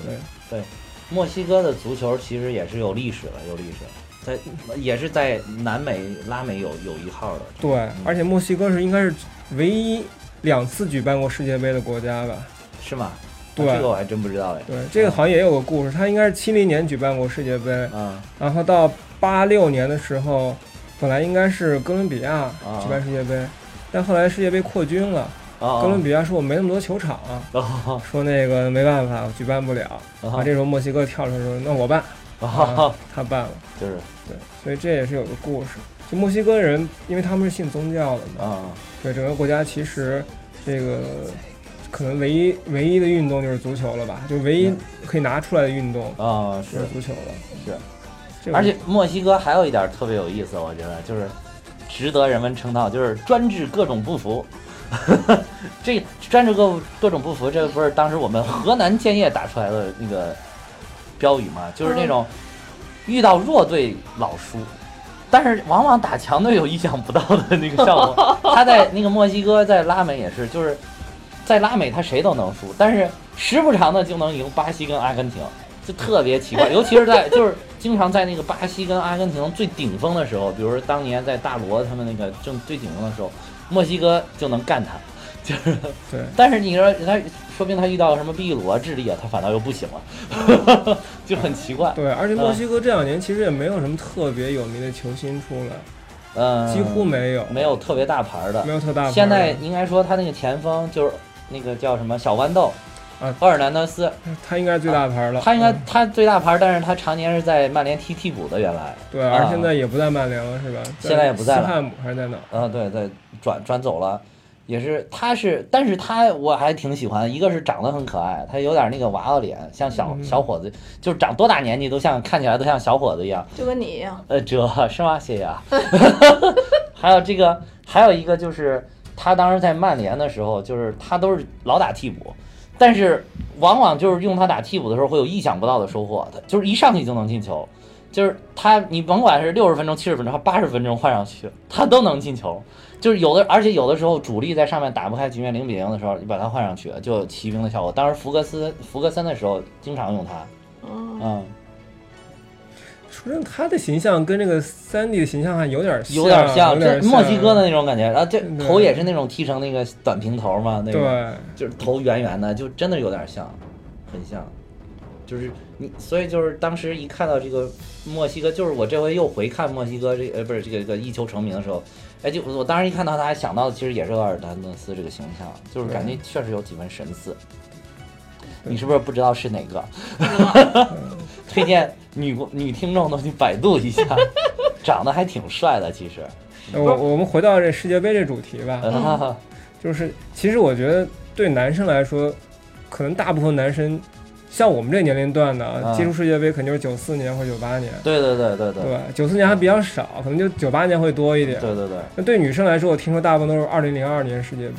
Speaker 3: 对
Speaker 2: 对，墨西哥的足球其实也是有历史的有历史。在
Speaker 3: 嗯
Speaker 2: 也是在南美、拉美有有一号的，
Speaker 3: 对，而且墨西哥是应该是唯一两次举办过世界杯的国家吧？
Speaker 2: 是吗？啊
Speaker 3: 对
Speaker 2: 这个我还真不知道哎。
Speaker 3: 对，这个好像也有个故事，他应该是七零年举办过世界杯，
Speaker 2: 嗯，
Speaker 3: 然后到八六年的时候，本来应该是哥伦比亚
Speaker 2: 啊
Speaker 3: 举办世界杯，但后来世界杯扩军了。
Speaker 2: 哦，
Speaker 3: 哥伦比亚说我没那么多球场、
Speaker 2: 哦
Speaker 3: 说那个没办法，我举办不了。啊，这时候墨西哥跳出来说：“那我办。
Speaker 2: 哦
Speaker 3: 啊”他办了，
Speaker 2: 就是
Speaker 3: 对，所以这也是有个故事。就墨西哥人，因为他们是信宗教的嘛，
Speaker 2: 啊，
Speaker 3: 对整个国家其实这个可能唯一唯一的运动就是足球了吧，就唯一可以拿出来的运动
Speaker 2: 啊
Speaker 3: 就是是足球了。
Speaker 2: 是
Speaker 3: 这个
Speaker 2: 而且墨西哥还有一点特别有意思，我觉得就是值得人们称道，就是专治各种不服。这专治各各种不服，这不是当时我们河南建业打出来的那个标语吗？就是那种遇到弱队老输，但是往往打强队有意想不到的那个效果。他在那个墨西哥，在拉美也是，就是在拉美他谁都能输，但是时不常的就能赢巴西跟阿根廷，就特别奇怪。尤其是在就是经常在那个巴西跟阿根廷最顶峰的时候，比如说当年在大罗他们那个正最顶峰的时候，墨西哥就能干他。就是，
Speaker 3: 对，
Speaker 2: 但是你说他，说不定他遇到什么秘鲁啊、智利啊，他反倒又不行了， 就很奇怪。
Speaker 3: 对，而且墨西哥这两年其实也没有什么特别有名的球星出来，
Speaker 2: 嗯，
Speaker 3: 几乎没有，
Speaker 2: 没有特别大牌的
Speaker 3: 没。有特大牌的。
Speaker 2: 嗯现在应该说他那个前锋就是那个叫什么小豌豆，
Speaker 3: 啊
Speaker 2: 厄尔南德斯，
Speaker 3: 他应该是最大牌了，
Speaker 2: 啊他应该
Speaker 3: 嗯
Speaker 2: 他最大牌，但是他常年是在曼联踢替补的，原来
Speaker 3: 对，
Speaker 2: 啊
Speaker 3: 而现在也不在曼联了，是吧？
Speaker 2: 现在也不在了
Speaker 3: 斯汉姆还是在哪儿？
Speaker 2: 啊，对对，转转走了。也是，他是，但是他我还挺喜欢，一个是长得很可爱，他有点那个娃娃脸，像小
Speaker 3: 嗯
Speaker 2: 小伙子，就是长多大年纪都像看起来都像小伙子一样。
Speaker 1: 就跟你一样，
Speaker 2: 呃，这 是吗？谢谢啊。还有这个，还有一个就是他当时在曼联的时候，就是他都是老打替补，但是往往就是用他打替补的时候会有意想不到的收获，他就是一上去就能进球。就是他，你甭管是六十分钟、七十分钟、八十分钟换上去，他都能进球。就是有的，而且有的时候主力在上面打不开局面，零比零的时候，你把他换上去，就有骑兵的效果。当时福格斯、福格森的时候，经常用他。
Speaker 1: 嗯，
Speaker 2: 嗯，
Speaker 3: 说真的，他的形象跟这个三 D 的形象还有点
Speaker 2: 有点
Speaker 3: 像，有
Speaker 2: 这
Speaker 3: 点
Speaker 2: 墨西哥的那种感觉，然后这
Speaker 3: 嗯
Speaker 2: 头也是那种剃成那个短平头嘛，那个嗯就
Speaker 3: 对，
Speaker 2: 是头圆圆的，就真的有点像，很像，就是你，所以就是当时一看到这个墨西哥，就是我这回又回看墨西哥这呃不是这个这个一球成名的时候，哎就我当时一看到他，想到的其实也是厄尔南德斯这个形象，就是感觉确实有几分神似。
Speaker 3: 对
Speaker 2: 你是不是不知道是哪个？推荐女女听众都去百度一下，长得还挺帅的，其实。
Speaker 3: 那我我们回到这世界杯这主题吧，
Speaker 2: 啊，
Speaker 3: 就是其实我觉得对男生来说，可能大部分男生像我们这个年龄段的啊
Speaker 2: 啊
Speaker 3: 接触世界杯，肯定是九四年或者九八年，
Speaker 2: 对对对对对
Speaker 3: 对吧？九四年还比较少，可能就九八年会多一点。
Speaker 2: 对对对
Speaker 3: 那对女生来说，我听说大部分都是二零零二年世界杯，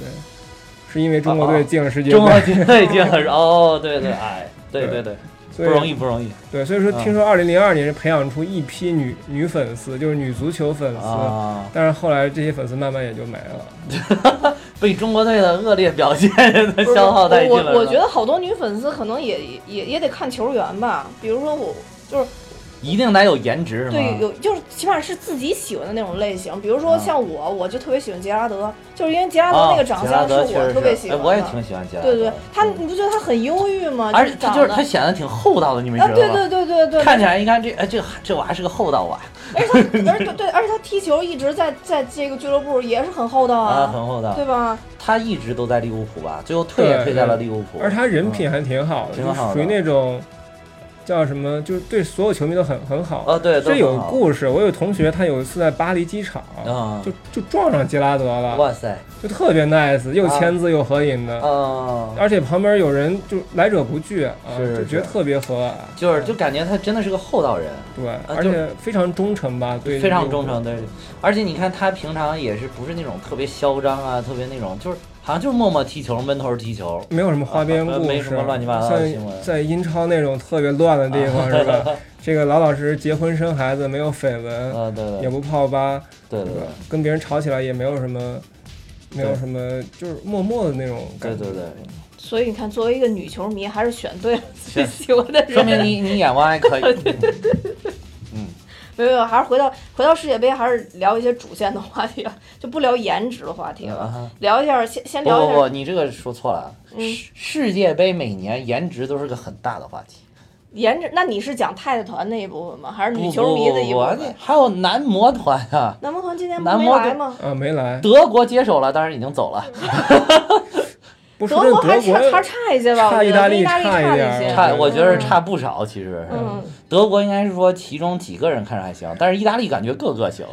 Speaker 3: 是因为中国
Speaker 2: 啊啊
Speaker 3: 队进了世界
Speaker 2: 中
Speaker 3: 杯
Speaker 2: 国，队队进了，哦，对对，哎，对对
Speaker 3: 对
Speaker 2: 对，不
Speaker 3: 所以
Speaker 2: 容易不容易
Speaker 3: 对，所以说
Speaker 2: 嗯
Speaker 3: 听说二零零二年是培养出一批女女粉丝，就是女足球粉丝，
Speaker 2: 啊！
Speaker 3: 但是后来这些粉丝慢慢也就没了。
Speaker 2: 被中国队的恶劣表现
Speaker 1: 不是
Speaker 2: 消耗殆尽
Speaker 1: 我
Speaker 2: 了。
Speaker 1: 我我
Speaker 2: 是吧
Speaker 1: 觉得好多女粉丝可能也也也得看球员吧，比如说我就是
Speaker 2: 一定得有颜值，是吗？
Speaker 1: 对有就是起码是自己喜欢的那种类型，比如说
Speaker 2: 啊
Speaker 1: 像我，我就特别喜欢杰拉德，就是因为杰拉德
Speaker 2: 啊
Speaker 1: 那个长
Speaker 2: 杰拉
Speaker 1: 相
Speaker 2: 德确
Speaker 1: 我
Speaker 2: 实
Speaker 1: 特别喜欢
Speaker 2: 哎
Speaker 1: 的，
Speaker 2: 我也挺喜欢杰拉德
Speaker 1: 对
Speaker 2: 的。嗯
Speaker 1: 对，他你不觉得他很忧郁吗？
Speaker 2: 而且
Speaker 1: 长
Speaker 2: 他就是
Speaker 1: 得
Speaker 2: 他显得挺厚道的，你没觉
Speaker 1: 啊，
Speaker 2: 得吗？
Speaker 1: 对对对对对，
Speaker 2: 看起来一看这，哎，这这我还是个厚道啊娃
Speaker 1: 而且他，而且对，而且他踢球一直在在这个俱乐部也是很厚道
Speaker 2: 啊，
Speaker 1: 啊，
Speaker 2: 很厚道
Speaker 1: 对。吧？
Speaker 2: 他一直都在利物浦吧，最后退也
Speaker 3: 对
Speaker 2: 退在了利物浦。
Speaker 3: 而他人品还挺好
Speaker 2: 啊
Speaker 3: 的，
Speaker 2: 挺
Speaker 3: 就
Speaker 2: 好的
Speaker 3: 是属于那种叫什么，就是对所有球迷都很很好。
Speaker 2: 啊，对，都
Speaker 3: 这有
Speaker 2: 很好
Speaker 3: 故事，我有同学他有一次在巴黎机场，
Speaker 2: 啊
Speaker 3: 就，就撞上杰拉德了，
Speaker 2: 哇塞，
Speaker 3: 就特别 nice，又
Speaker 2: 啊
Speaker 3: 签字又合影的，
Speaker 2: 啊，
Speaker 3: 而且旁边有人就来者不拒啊，
Speaker 2: 是
Speaker 3: 就觉得
Speaker 2: 是
Speaker 3: 特别和蔼，
Speaker 2: 就是就感觉他真的是个厚道人，
Speaker 3: 对，而
Speaker 2: 呃就
Speaker 3: 且非常忠诚吧，对，
Speaker 2: 非常忠。诚。对，而且你看他平常也是不是那种特别嚣张啊，特别那种就是好像就是默默踢球，闷头踢球。
Speaker 3: 没有什么花边
Speaker 2: 啊
Speaker 3: 故
Speaker 2: 呃
Speaker 3: 事，
Speaker 2: 没什么乱七八糟的新闻啊
Speaker 3: 像在英超那种特别乱的地方 是吧？这个老老实实结婚生孩子，没有绯闻，
Speaker 2: 啊，对对
Speaker 3: 也不泡吧，
Speaker 2: 对对
Speaker 3: 对吧
Speaker 2: 对。？
Speaker 3: 跟别人吵起来也没有什么，没有什么，就是默默的那种感
Speaker 2: 对
Speaker 3: 觉。
Speaker 2: 对对，
Speaker 1: 所以你看，作为一个女球迷，还是选对了自己
Speaker 2: 是
Speaker 1: 喜欢的人。
Speaker 2: 说明你你眼光还可以。
Speaker 1: 没有，没有，还是回到回到世界杯，还是聊一些主线的话题啊，就不聊颜值的话题了，
Speaker 2: 啊
Speaker 1: 聊一下先先
Speaker 2: 不
Speaker 1: 聊
Speaker 2: 不
Speaker 1: 一
Speaker 2: 不，
Speaker 1: 下
Speaker 2: 你这个说错了。
Speaker 1: 嗯
Speaker 2: 世世界杯每年颜值都是个很大的话题。
Speaker 1: 颜值。那你是讲太太团那一部分吗？还是
Speaker 2: 不
Speaker 1: 女球迷的一部
Speaker 2: 不不不
Speaker 1: 分？
Speaker 2: 还有男模团啊，
Speaker 1: 男模团今天不
Speaker 2: 男
Speaker 1: 没
Speaker 2: 模
Speaker 1: 来
Speaker 2: 队
Speaker 1: 吗？
Speaker 3: 啊，没来，
Speaker 2: 德国接手了，当然已经走了，
Speaker 3: 不
Speaker 1: 德
Speaker 3: 说这
Speaker 1: 国还
Speaker 3: 德
Speaker 1: 差还
Speaker 3: 国，
Speaker 1: 差一些吧，
Speaker 3: 差
Speaker 1: 我觉
Speaker 3: 意
Speaker 1: 得
Speaker 3: 大
Speaker 1: 跟
Speaker 3: 利
Speaker 1: 意大利
Speaker 3: 差一
Speaker 1: 差
Speaker 3: 点
Speaker 1: 一些，
Speaker 2: 差，
Speaker 3: 嗯
Speaker 2: 我觉得是差不少。其实
Speaker 1: 嗯。
Speaker 2: 德国应该是说其中几个人看着还行，但是意大利感觉个个行。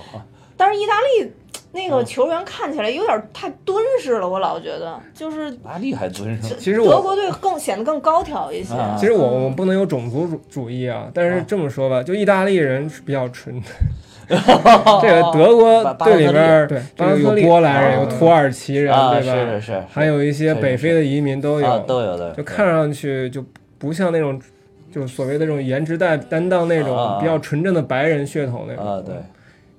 Speaker 1: 但是意大利那
Speaker 2: 嗯
Speaker 1: 个球员看起来有点太敦实了，我老觉得就是
Speaker 2: 意大利还尊重，
Speaker 3: 其实
Speaker 1: 德
Speaker 3: 我
Speaker 1: 国队更显得更高挑一些。
Speaker 2: 啊
Speaker 3: 其实我我们不能有种族主主义啊，但是
Speaker 2: 啊
Speaker 3: 这么说吧，就意大利人是比较纯，
Speaker 2: 哦
Speaker 3: 这个德国队里边儿对这
Speaker 4: 巴
Speaker 3: 个
Speaker 4: 巴
Speaker 3: 有
Speaker 4: 特利
Speaker 3: 波兰人，
Speaker 2: 啊
Speaker 3: 有土耳其人，
Speaker 2: 啊，
Speaker 3: 对
Speaker 2: 是
Speaker 3: 吧？
Speaker 2: 是是，
Speaker 3: 还有一些北非的移民都有，
Speaker 2: 啊都有的，
Speaker 3: 就看上去就不像那种，就是所谓的这种颜值担担当那
Speaker 2: 啊
Speaker 3: 种比较纯正的白人血统那种。
Speaker 2: 啊对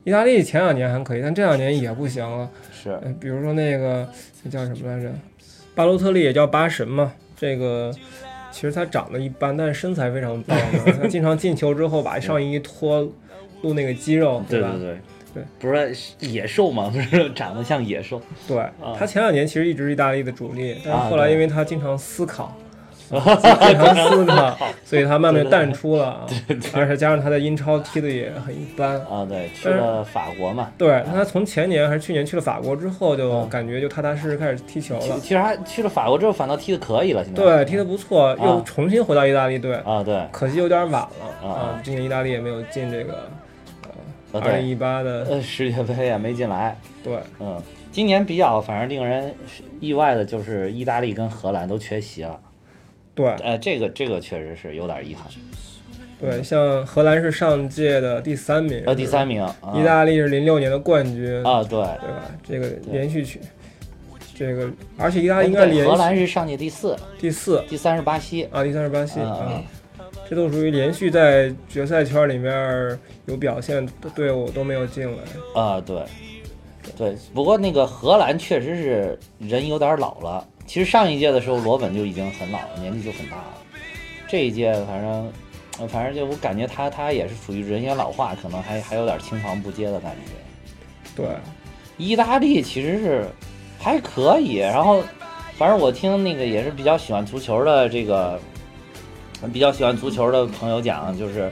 Speaker 3: 意大利前两年还可以，但这两年也不行了。
Speaker 2: 是
Speaker 3: 呃比如说那个那叫什么来着，巴洛特利也叫巴神嘛，这个。其实他长得一般，但是身材非常棒的。他经常进球之后把上衣一脱，露那个肌肉，吧？
Speaker 2: 对
Speaker 3: 对，
Speaker 2: 不是野兽嘛， 不是长得像野兽，
Speaker 3: 对
Speaker 2: 啊
Speaker 3: 他前两年其实一直是意大利的主力，但是后来因为他经常 思考，经常思考，所以他慢慢淡出了啊。而且加上他在英超踢的也很一般。
Speaker 2: 啊对，去了法国嘛。
Speaker 3: 对他从前年还是去年去了法国之后，
Speaker 2: 嗯
Speaker 3: 就感觉就踏踏实实开始踢球
Speaker 2: 其
Speaker 3: 了。
Speaker 2: 其实还去了法国之后，反倒踢得可以了。现在
Speaker 3: 对，踢得不错，又
Speaker 2: 啊
Speaker 3: 重新回到意大利队，
Speaker 2: 啊，对，
Speaker 3: 可惜有点晚了
Speaker 2: 啊
Speaker 3: 啊。今年意大利也没有进这个
Speaker 2: 啊
Speaker 3: 二零
Speaker 2: 对，
Speaker 3: 一八的，
Speaker 2: 呃，世界杯也没进来。
Speaker 3: 对，
Speaker 2: 嗯，今年比较反正令人意外的就是意大利跟荷兰都缺席了。
Speaker 3: 对
Speaker 2: 呃，这个这个确实是有点遗憾。
Speaker 3: 对，像荷兰是上届的第三名，
Speaker 2: 呃，第三名，啊
Speaker 3: 意大利是零六年的冠军
Speaker 2: 啊，对，
Speaker 3: 对吧？这个连续去，这个而且意大利应该
Speaker 2: 哎对
Speaker 3: 连
Speaker 2: 荷
Speaker 3: 续
Speaker 2: 兰是上届第四，
Speaker 3: 第四
Speaker 2: 第三是巴西。
Speaker 3: 啊，第三是巴西啊
Speaker 2: 啊，，
Speaker 3: 这都属于连续在决赛圈里面有表现的队伍都没有进来。
Speaker 2: 啊，对，对。不过那个荷兰确实是人有点老了。其实上一届的时候，罗本就已经很老了，年纪就很大了。这一届反正，呃反正就我感觉他他也是属于人也老化，可能还还有点青黄不接的感觉。
Speaker 3: 对，
Speaker 2: 意大利其实是还可以，然后反正我听那个也是比较喜欢足球的这个比较喜欢足球的朋友讲，就是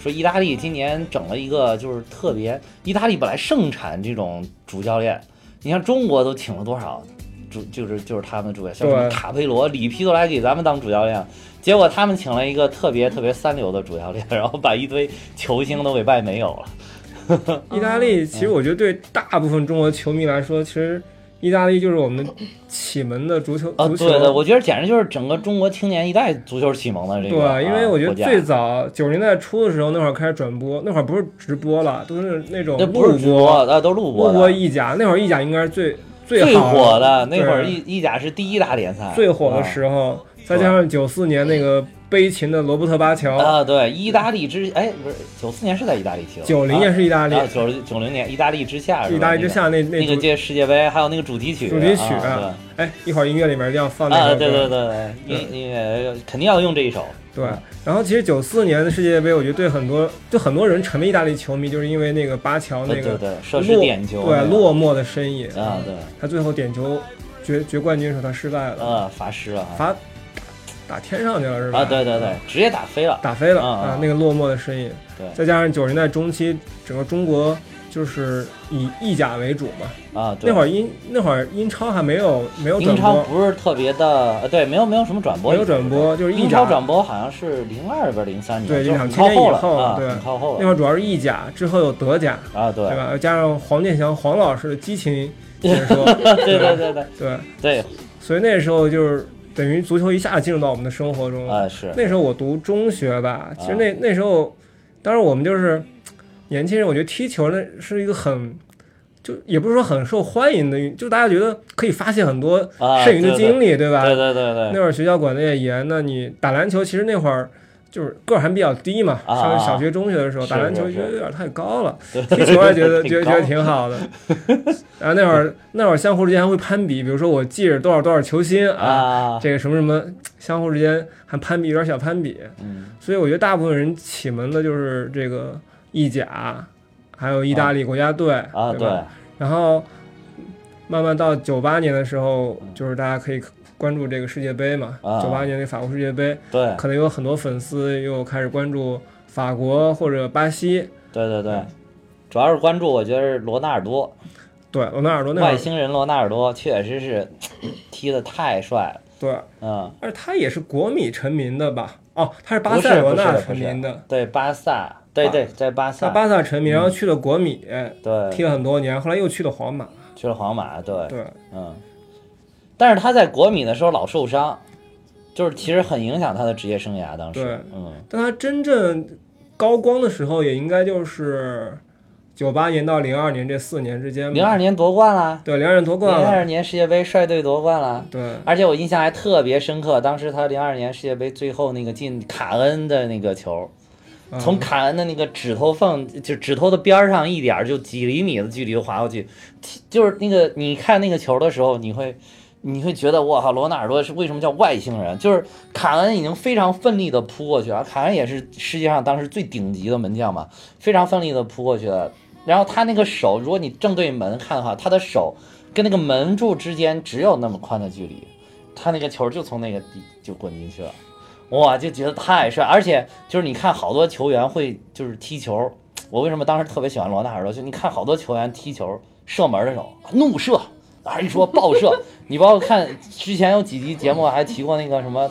Speaker 2: 说意大利今年整了一个就是特别，意大利本来盛产这种主教练，你像中国都请了多少主，就是就是他们主教练，像什么
Speaker 3: 对
Speaker 2: 卡佩罗、里皮都来给咱们当主教练。结果他们请了一个特别特别三流的主教练，然后把一堆球星都给败没有了。
Speaker 3: 意大
Speaker 2: 嗯
Speaker 3: 利其实我觉得对大部分中国球迷来说，其实意大利就是我们启蒙的足球
Speaker 2: 啊，
Speaker 3: 足
Speaker 2: 对
Speaker 3: 球。
Speaker 2: 的，我觉得简直就是整个中国青年一代足球启蒙的这个啊，
Speaker 3: 对，因为我觉得
Speaker 2: 国家
Speaker 3: 最早九十年代初的时候，那会儿开始转播，那会儿不是直播了，都是那种
Speaker 2: 那不
Speaker 3: 录
Speaker 2: 是直播，
Speaker 3: 播，
Speaker 2: 啊，都录播
Speaker 3: 录
Speaker 2: 的
Speaker 3: 播意甲，那会儿意甲应该是最
Speaker 2: 最
Speaker 3: 好
Speaker 2: 火的那会儿
Speaker 3: 对
Speaker 2: 意意甲是第一大联赛，
Speaker 3: 最火的
Speaker 2: 啊
Speaker 3: 时候，再加上九四年那个悲情的罗伯特巴乔。
Speaker 2: 啊，对，意大利之哎，不是九四年是在意大利踢的，
Speaker 3: 九零年是意大利
Speaker 2: 啊，九九零年意大利之下，是吧
Speaker 3: 意大利之下那
Speaker 2: 那个
Speaker 3: 那
Speaker 2: 那个
Speaker 3: 主
Speaker 2: 届世界杯，还有那个主题曲，
Speaker 3: 主题曲
Speaker 2: 啊，，
Speaker 3: 哎，一会儿音乐里面一定要放
Speaker 2: 对
Speaker 3: 那
Speaker 2: 啊，
Speaker 3: 首
Speaker 2: 对
Speaker 3: 歌
Speaker 2: 对。对，音音乐肯定要用这一首，
Speaker 3: 对，然后其实九四年的世界杯，我觉得对很多就很多人成为意大利球迷，就是因为那个巴乔那
Speaker 2: 对对
Speaker 3: 个
Speaker 2: 对，射失
Speaker 3: 落
Speaker 2: 点球，
Speaker 3: 对落寞的身影
Speaker 2: 啊，对，
Speaker 3: 他最后点球决决冠军的时候他失败了，
Speaker 2: 呃，法师啊，
Speaker 3: 罚打天上去了是吧？
Speaker 2: 啊，对对对，直接打飞了，
Speaker 3: 打飞了
Speaker 2: 啊啊
Speaker 3: 啊，那个落寞的身影。
Speaker 2: 对
Speaker 3: 再加上九十年代中期，整个中国就是以意甲为主嘛，
Speaker 2: 啊，对，
Speaker 3: 那会儿英那会儿英超还没有没有
Speaker 2: 英
Speaker 3: 转
Speaker 2: 超
Speaker 3: 播，
Speaker 2: 不是特别的，呃，对，没有没有什么转播，
Speaker 3: 没有转播，就是意
Speaker 2: 英超
Speaker 3: 甲。
Speaker 2: 转播好像是零二边零三年，
Speaker 3: 对
Speaker 2: 就是
Speaker 3: 两
Speaker 2: 很
Speaker 3: 千
Speaker 2: 靠
Speaker 3: 年
Speaker 2: 后
Speaker 3: 以
Speaker 2: 了
Speaker 3: 后
Speaker 2: 啊，
Speaker 3: 对
Speaker 2: 很靠后
Speaker 3: 那
Speaker 2: 了
Speaker 3: 会儿主要是意甲，之后有德甲，
Speaker 2: 啊，对
Speaker 3: 对，吧？又加上黄健翔黄老师的激情解 说，
Speaker 2: 对对对对
Speaker 3: 对，
Speaker 2: 对，
Speaker 3: 所以那时候就是等于足球一下进入到我们的生活中。
Speaker 2: 啊是
Speaker 3: 那时候我读中学
Speaker 2: 啊
Speaker 3: 吧，其实那那时候，当然我们就是年轻人，我觉得踢球呢是一个很。就也不是说很受欢迎的运，就大家觉得可以发泄很多
Speaker 2: 啊，
Speaker 3: 剩余的精
Speaker 2: 力，
Speaker 3: 力，对吧？
Speaker 2: 对对对对
Speaker 3: 那会儿学校管得也严，那你打篮球，其实那会儿就是个儿还比较低嘛，
Speaker 2: 啊
Speaker 3: 上小学、中学的时候
Speaker 2: 是
Speaker 3: 打篮球
Speaker 2: 是
Speaker 3: 觉得有点太高了，
Speaker 2: 对，
Speaker 3: 踢球还觉得觉
Speaker 2: 挺
Speaker 3: 得
Speaker 2: 高
Speaker 3: 觉得挺 好的。然后那会儿那会儿相互之间还会攀比，比如说我记着多少多少球星啊，
Speaker 2: 啊，
Speaker 3: 这个什么什么，相互之间还攀比，有点小攀比。
Speaker 2: 嗯
Speaker 3: 所以我觉得大部分人启蒙的就是这个意甲，还有意大利国家队
Speaker 2: 啊
Speaker 3: 对
Speaker 2: 对
Speaker 3: 吧？然后慢慢到九八年的时候，就是大家可以关注这个世界杯嘛。
Speaker 2: 嗯啊嗯
Speaker 3: 九八年那法国世界杯，
Speaker 2: 对
Speaker 3: 可能有很多粉丝又开始关注法国或者巴西。
Speaker 2: 对对对，主要是关注我觉得是罗纳尔多，
Speaker 3: 对，罗纳尔多那会
Speaker 2: 外
Speaker 3: 儿，
Speaker 2: 星人罗纳尔多确实是 踢的太帅了，
Speaker 3: 对，
Speaker 2: 嗯，
Speaker 3: 而他也是国米成名的吧？哦，他是巴
Speaker 2: 不是
Speaker 3: 塞罗
Speaker 2: 不
Speaker 3: 那
Speaker 2: 是不
Speaker 3: 成
Speaker 2: 是
Speaker 3: 名的，
Speaker 2: 对巴嗯萨，对
Speaker 3: 巴
Speaker 2: 对，在巴
Speaker 3: 他
Speaker 2: 萨，
Speaker 3: 巴萨成名，然后去了国米，踢
Speaker 2: 对，
Speaker 3: 了很多年，后来又去了皇马。
Speaker 2: 去了皇马，对，
Speaker 3: 对，
Speaker 2: 嗯，但是他在国米的时候老受伤，就是其实很影响他的职业生涯。当
Speaker 3: 对
Speaker 2: 时，嗯，
Speaker 3: 但他真正高光的时候，也应该就是九八年到零二年这四年之间吧。
Speaker 2: 零二年夺冠啦，
Speaker 3: 对，零二年夺
Speaker 2: 嗯零
Speaker 3: 冠了。
Speaker 2: 二年世界杯率队夺冠啦。
Speaker 3: 对
Speaker 2: 而且我印象还特别深刻，当时他零二年世界杯最后那个进卡恩的那个球，
Speaker 3: 啊
Speaker 2: 从卡恩的那个指头缝，就指头的边儿上一点儿，就几厘米的距离就滑过去，踢就是那个你看那个球的时候，你会你会觉得我靠，罗纳尔多是为什么叫外星人？就是卡恩已经非常奋力的扑过去了，卡恩也是世界上当时最顶级的门将嘛，非常奋力的扑过去了。然后他那个手，如果你正对门看的话，他的手跟那个门柱之间只有那么宽的距离，他那个球就从那个底就滚进去了。哇，就觉得太帅，而且就是你看好多球员会就是踢球，我为什么当时特别喜欢罗纳尔多？就你看好多球员踢球射门的时候，怒射啊，一说爆 射，你包括看之前有几集节目还提过那个什么。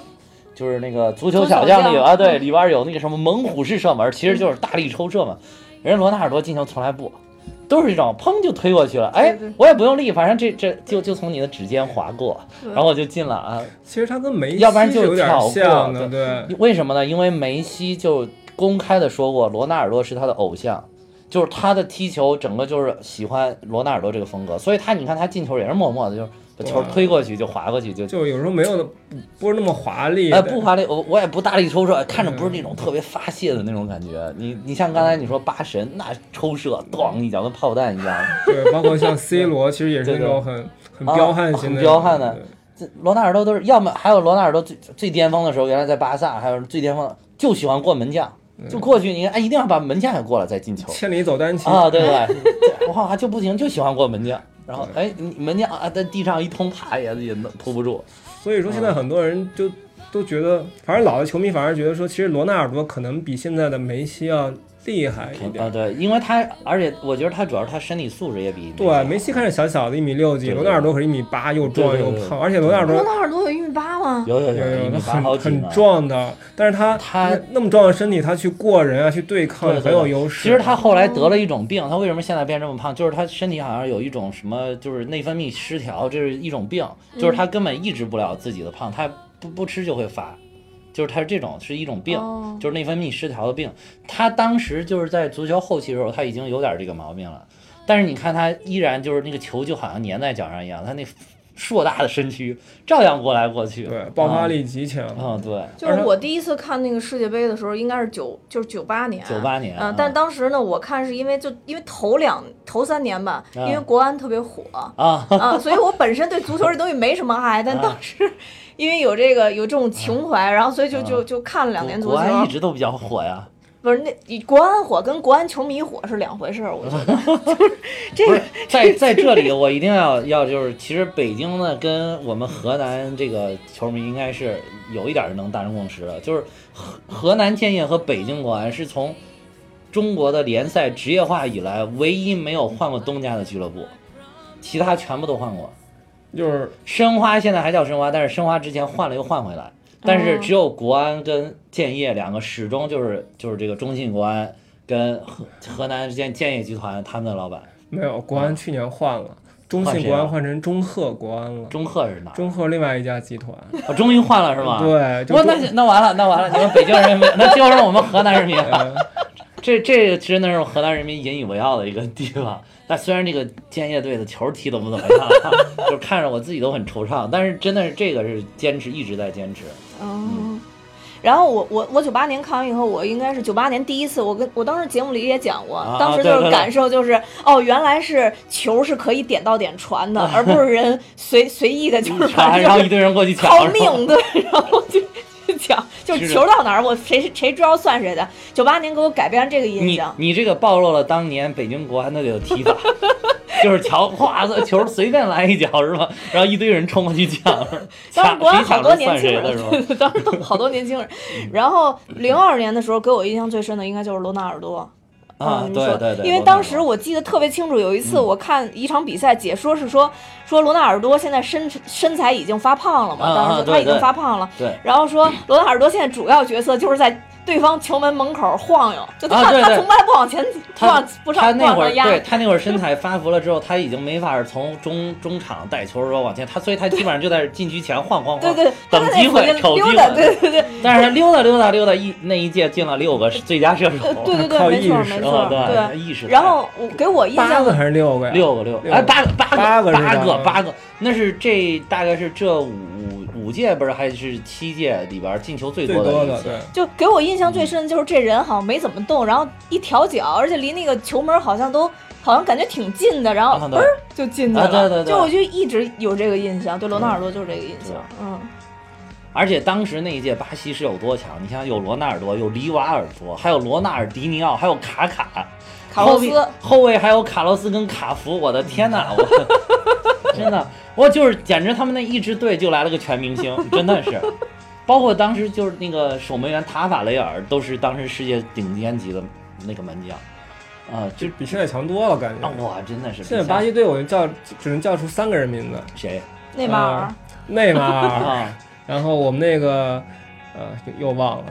Speaker 2: 就是那个足球小将
Speaker 1: 足球小
Speaker 2: 里
Speaker 1: 将
Speaker 2: 啊，对，里边有那个什么猛虎式射门，其实就是大力抽射嘛。人家罗纳尔多进球从来不，都是这种砰就推过去了，哎
Speaker 1: 对对，
Speaker 2: 我也不用力，反正这这就就从你的指尖划过，
Speaker 1: 对
Speaker 2: 然后我就进了啊。
Speaker 3: 其实他跟梅西
Speaker 2: 要不然就是
Speaker 3: 有点
Speaker 2: 跳过
Speaker 3: 像的，对
Speaker 2: 为什么呢？因为梅西就公开的说过，罗纳尔多是他的偶像，就是他的踢球整个就是喜欢罗纳尔多这个风格，所以他你看他进球也是默默的，就是把球
Speaker 3: 哇
Speaker 2: 推过去就划过去就。
Speaker 3: 就有时候没有那不是那么华丽。
Speaker 2: 哎，不华丽，我我也不嗯大力抽射，看着不是那种特别发泄的那种感觉。你你像刚才你说八神那抽射，咣一脚跟炮弹一样。
Speaker 3: 对，包括像 C 罗，其实也是
Speaker 2: 对
Speaker 3: 那
Speaker 2: 对
Speaker 3: 种很很
Speaker 2: 啊
Speaker 3: 彪悍型的，
Speaker 2: 很彪悍的
Speaker 3: 对。
Speaker 2: 这罗纳尔多都是要么还有罗纳尔多最最巅峰的时候，原来在巴萨，还有最巅峰就喜欢过门将，
Speaker 3: 嗯
Speaker 2: 就过去你看，哎，一定要把门将也过了再进 球。
Speaker 3: 千里走单骑
Speaker 2: 啊，对吧？对我好像就不行，就喜欢过门将。然后哎，你门将啊，在地上一通爬也也弄扑不住。
Speaker 3: 所以说现在很多人就都觉得，反正老的球迷反而觉得说，其实罗纳尔多可能比现在的梅西要厉害一
Speaker 2: 啊，
Speaker 3: 点。
Speaker 2: 对，因为他，而且我觉得他主要是他身体素质也比
Speaker 3: 对，梅西看着小小的，一米六几，
Speaker 2: 对对
Speaker 3: 罗纳尔多可是一米八，又壮
Speaker 2: 对对
Speaker 3: 又
Speaker 2: 对
Speaker 3: 胖，而且罗纳尔
Speaker 1: 罗
Speaker 3: 多
Speaker 1: 纳尔多有一米八吗？
Speaker 2: 有有
Speaker 3: 有
Speaker 2: 有一
Speaker 3: 有
Speaker 2: 米八好
Speaker 3: 很
Speaker 2: 几呢
Speaker 3: 很。壮的，但是他
Speaker 2: 他
Speaker 3: 那那么壮的身体，他去过人啊，去对抗
Speaker 2: 对对
Speaker 3: 很有优势。
Speaker 2: 其实他后来得了一种病，他为什么现在变这么胖？就是他身体好像有一种什么，就是内分泌失调，这是一种病，就是
Speaker 1: 嗯
Speaker 2: 他根本抑制不了自己的胖，他不不吃就会发，就是他是这种是一种病。
Speaker 1: 哦
Speaker 2: 就是内分泌失调的病。他当时就是在足球后期的时候，他已经有点这个毛病了，但是你看他依然就是那个球就好像粘在脚上一样，他那硕大的身躯，照样过来过去。
Speaker 3: 对，爆发力极强。
Speaker 2: 啊，对，
Speaker 1: 就是我第一次看那个世界杯的时候，应该是九，就是九八年，
Speaker 2: 98年
Speaker 1: 嗯
Speaker 2: 啊，
Speaker 1: 但当时呢，我看是因为就因为头两头三年吧，因为国安特别火
Speaker 2: 啊
Speaker 1: 啊，所以我本身对足球这东西没什么爱，但当时因为有这个有这种情怀，然后所以就就就看了两年足
Speaker 2: 啊国安一
Speaker 1: 球。
Speaker 2: 直都比较火呀，
Speaker 1: 不是那国安火跟国安球迷火是两回事儿，我觉 得就是这
Speaker 2: 不
Speaker 1: 个
Speaker 2: 是在在这里，我一定要要就是，其实北京呢跟我们河南这个球迷应该是有一点是能达成共识的，就是河河南建业和北京国安是从中国的联赛职业化以来唯一没有换过东家的俱乐部，其他全部都换过。
Speaker 3: 就是
Speaker 2: 申花现在还叫申花，但是申花之前换了又换回来，但是
Speaker 1: 哦
Speaker 2: 只有国安跟建业两个始终就是就是这个中信国安跟河河南之间建业集团他们的老板
Speaker 3: 没有国安去年换了，中
Speaker 2: 换
Speaker 3: 信
Speaker 2: 谁啊
Speaker 3: 国安
Speaker 2: 了
Speaker 3: 换成中赫国安了，
Speaker 2: 中赫是哪儿？
Speaker 3: 中赫另外一家集团。
Speaker 2: 我终于换了是吗？
Speaker 3: 对，就
Speaker 2: 啊哇，
Speaker 3: 中
Speaker 2: 那那完了，那完了，你们北京人民，那就是我们河南人民了。
Speaker 3: 呃
Speaker 2: 这这真的是河南人民引以为傲的一个地方。但虽然这个建业队的球踢得不怎么样啊， 就是看着我自己都很惆怅，但是真的是这个是坚持，一直在 坚持。
Speaker 1: 嗯，然后我我我九八年看完以后，我应该是九八年第一次，我跟我当时节目里也讲过，
Speaker 2: 啊
Speaker 1: 当时
Speaker 2: 对
Speaker 1: 就
Speaker 2: 对
Speaker 1: 是
Speaker 2: 对
Speaker 1: 感受就是哦，原来是球是可以点到点传的，而不是人随 随意的就是
Speaker 2: 然后
Speaker 1: 反
Speaker 2: 然后 啊
Speaker 1: 正
Speaker 2: 一堆人过去抢，
Speaker 1: 靠
Speaker 2: 是吧
Speaker 1: 命对，然后就。就讲就是
Speaker 2: 是
Speaker 1: 球到哪儿，我谁谁知道算谁的。九八年给我改变这个印
Speaker 2: 你
Speaker 1: 象，
Speaker 2: 你这个暴露了当年北京国安队的踢法， 就是乔哗球随便来一脚是吧？然后一堆人冲过去抢，
Speaker 1: 当时
Speaker 2: 抢
Speaker 1: 国安
Speaker 2: 谁
Speaker 1: 好
Speaker 2: 抢
Speaker 1: 多
Speaker 2: 着
Speaker 1: 年
Speaker 2: 算
Speaker 1: 轻
Speaker 2: 谁
Speaker 1: 人
Speaker 2: 的是嗯吧？，
Speaker 1: 当时都好多年轻人。然后零二年的时候，给我印象最深的应该就是罗纳尔多。
Speaker 2: 啊，
Speaker 1: 嗯，你
Speaker 2: 对
Speaker 1: 说
Speaker 2: 对对，
Speaker 1: 因为
Speaker 2: 罗纳
Speaker 1: 当
Speaker 2: 尔
Speaker 1: 时
Speaker 2: 多嗯
Speaker 1: 我记得特别清楚，有一次我看一场比赛，解说是说说罗纳尔多现在身身材已经发胖了
Speaker 2: 啊
Speaker 1: 嘛，当
Speaker 2: 啊
Speaker 1: 时
Speaker 2: 对
Speaker 1: 他已经
Speaker 2: 对
Speaker 1: 发胖了，
Speaker 2: 对。
Speaker 1: 然后说罗纳尔多现在主要角色就是在对方球门门口晃悠，就他
Speaker 2: 啊对
Speaker 1: 他
Speaker 2: 对
Speaker 1: 从来不往前不
Speaker 2: 他
Speaker 1: 往不
Speaker 2: 他
Speaker 1: 上不
Speaker 2: 那
Speaker 1: 往
Speaker 2: 会儿
Speaker 1: 上压，
Speaker 2: 对他那会儿身材发福了之后，他已经没法儿从中中场带球的时候往前，他所以他基本上就在禁区前晃晃
Speaker 1: 对
Speaker 2: 晃，
Speaker 1: 对，他
Speaker 2: 哦等
Speaker 1: 在
Speaker 2: 机
Speaker 1: 附
Speaker 2: 会
Speaker 1: 近
Speaker 2: 瞅机
Speaker 1: 溜
Speaker 2: 会
Speaker 1: 达，对对对
Speaker 2: 但是他溜达溜达溜达一那一届进了六个最佳射手，
Speaker 1: 对对对，
Speaker 3: 靠
Speaker 1: 没
Speaker 3: 意
Speaker 1: 错
Speaker 3: 识
Speaker 1: 没错，
Speaker 2: 啊对
Speaker 1: 对。
Speaker 2: 意识太
Speaker 1: 然后我给我印
Speaker 3: 八
Speaker 1: 象
Speaker 3: 个还是六个呀？
Speaker 2: 六个六
Speaker 3: 六
Speaker 2: 个，
Speaker 3: 个
Speaker 2: 哎，八个八个
Speaker 3: 八
Speaker 2: 八
Speaker 3: 个
Speaker 2: 个
Speaker 3: 是
Speaker 2: 八
Speaker 3: 吧
Speaker 2: 个八个，那是这大概是这五五届不是还是七届里边进球最
Speaker 3: 最
Speaker 2: 多的
Speaker 3: 多
Speaker 2: 一
Speaker 3: 的，
Speaker 2: 次。
Speaker 3: 对，
Speaker 1: 就给我印象最深的就是这人好像没怎么动，然后一调脚，而且离那个球门好像都好像感觉挺近的，然后
Speaker 2: 啊
Speaker 1: 嘣
Speaker 2: 对
Speaker 1: 儿就进去了。
Speaker 2: 啊对对对
Speaker 1: 就我就一直有这个印象，对罗纳尔多就是这个印象。嗯，
Speaker 2: 而且当时那一届巴西是有多强？你想有罗纳尔多，有里瓦尔多，还有罗纳尔迪尼奥，还有卡卡，
Speaker 1: 卡洛
Speaker 2: 后卫
Speaker 1: 斯，
Speaker 2: 后卫还有卡洛斯跟卡福，我的天 呐，我真的，我就是简直他们那一支队就来了个全明星，真的是。包括当时就是那个守门员塔法雷尔，都是当时世界顶尖级的那个门将，啊、就
Speaker 3: 就比现在强多了，感
Speaker 2: 啊
Speaker 3: 觉。
Speaker 2: 哇，真的是
Speaker 3: 现在巴西队我就叫只能叫出三个人 名字：
Speaker 2: 谁
Speaker 1: 内马
Speaker 2: 嗯
Speaker 1: 尔，
Speaker 3: 内马尔，
Speaker 2: 啊？
Speaker 3: 然后我们那个呃又又忘了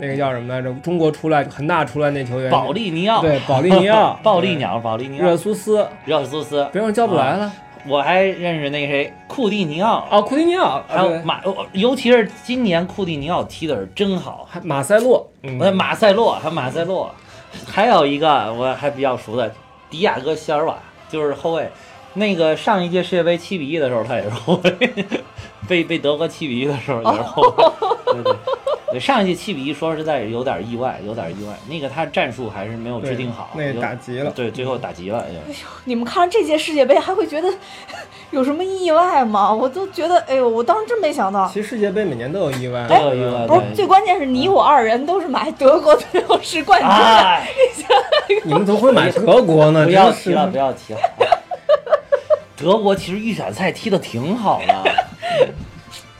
Speaker 3: 那个叫什么来着？中国出来恒大出来那球员，
Speaker 2: 保利尼奥，，
Speaker 3: 对保利尼奥
Speaker 2: 暴力鸟， 保利
Speaker 3: 对，
Speaker 2: 尼
Speaker 3: 热
Speaker 2: 奥，
Speaker 3: 苏斯，
Speaker 2: 热苏斯，
Speaker 3: 别人叫不来了。
Speaker 2: 我还认识那个谁，库蒂尼奥，
Speaker 3: 哦，库蒂尼奥，
Speaker 2: 还
Speaker 3: 啊
Speaker 2: 有
Speaker 3: 对
Speaker 2: 马，哦尤其是今年库蒂尼奥踢的是真好，
Speaker 3: 还马塞洛，嗯
Speaker 2: 我马塞洛，还有马塞洛，还有一个我还比较熟的迪亚哥席尔瓦，就是后卫。那个上一届世界杯七比一的时候，他也是后卫，被被德国七比一的时候也是后卫。对对对，上一届七比一，说实在有点意外，有点意外。那个他战术还是没有制定好，
Speaker 3: 对那
Speaker 2: 有
Speaker 3: 个打急了。
Speaker 2: 对，最后打急了。也
Speaker 1: 你们看这届世界杯还会觉得有什么意外吗？我都觉得，哎呦，我当时真没想到。
Speaker 3: 嗯其实世界杯每年都有意外，
Speaker 2: 都有意外
Speaker 3: 嗯
Speaker 1: 不是
Speaker 2: 对，
Speaker 1: 最关键是你我二人都是买德国最后是冠军的，
Speaker 2: 哎，
Speaker 3: 你们怎么会买德国呢？
Speaker 2: 不要
Speaker 3: 真是
Speaker 2: 提了，不要提了。 哎德国其实预选赛踢得挺好的，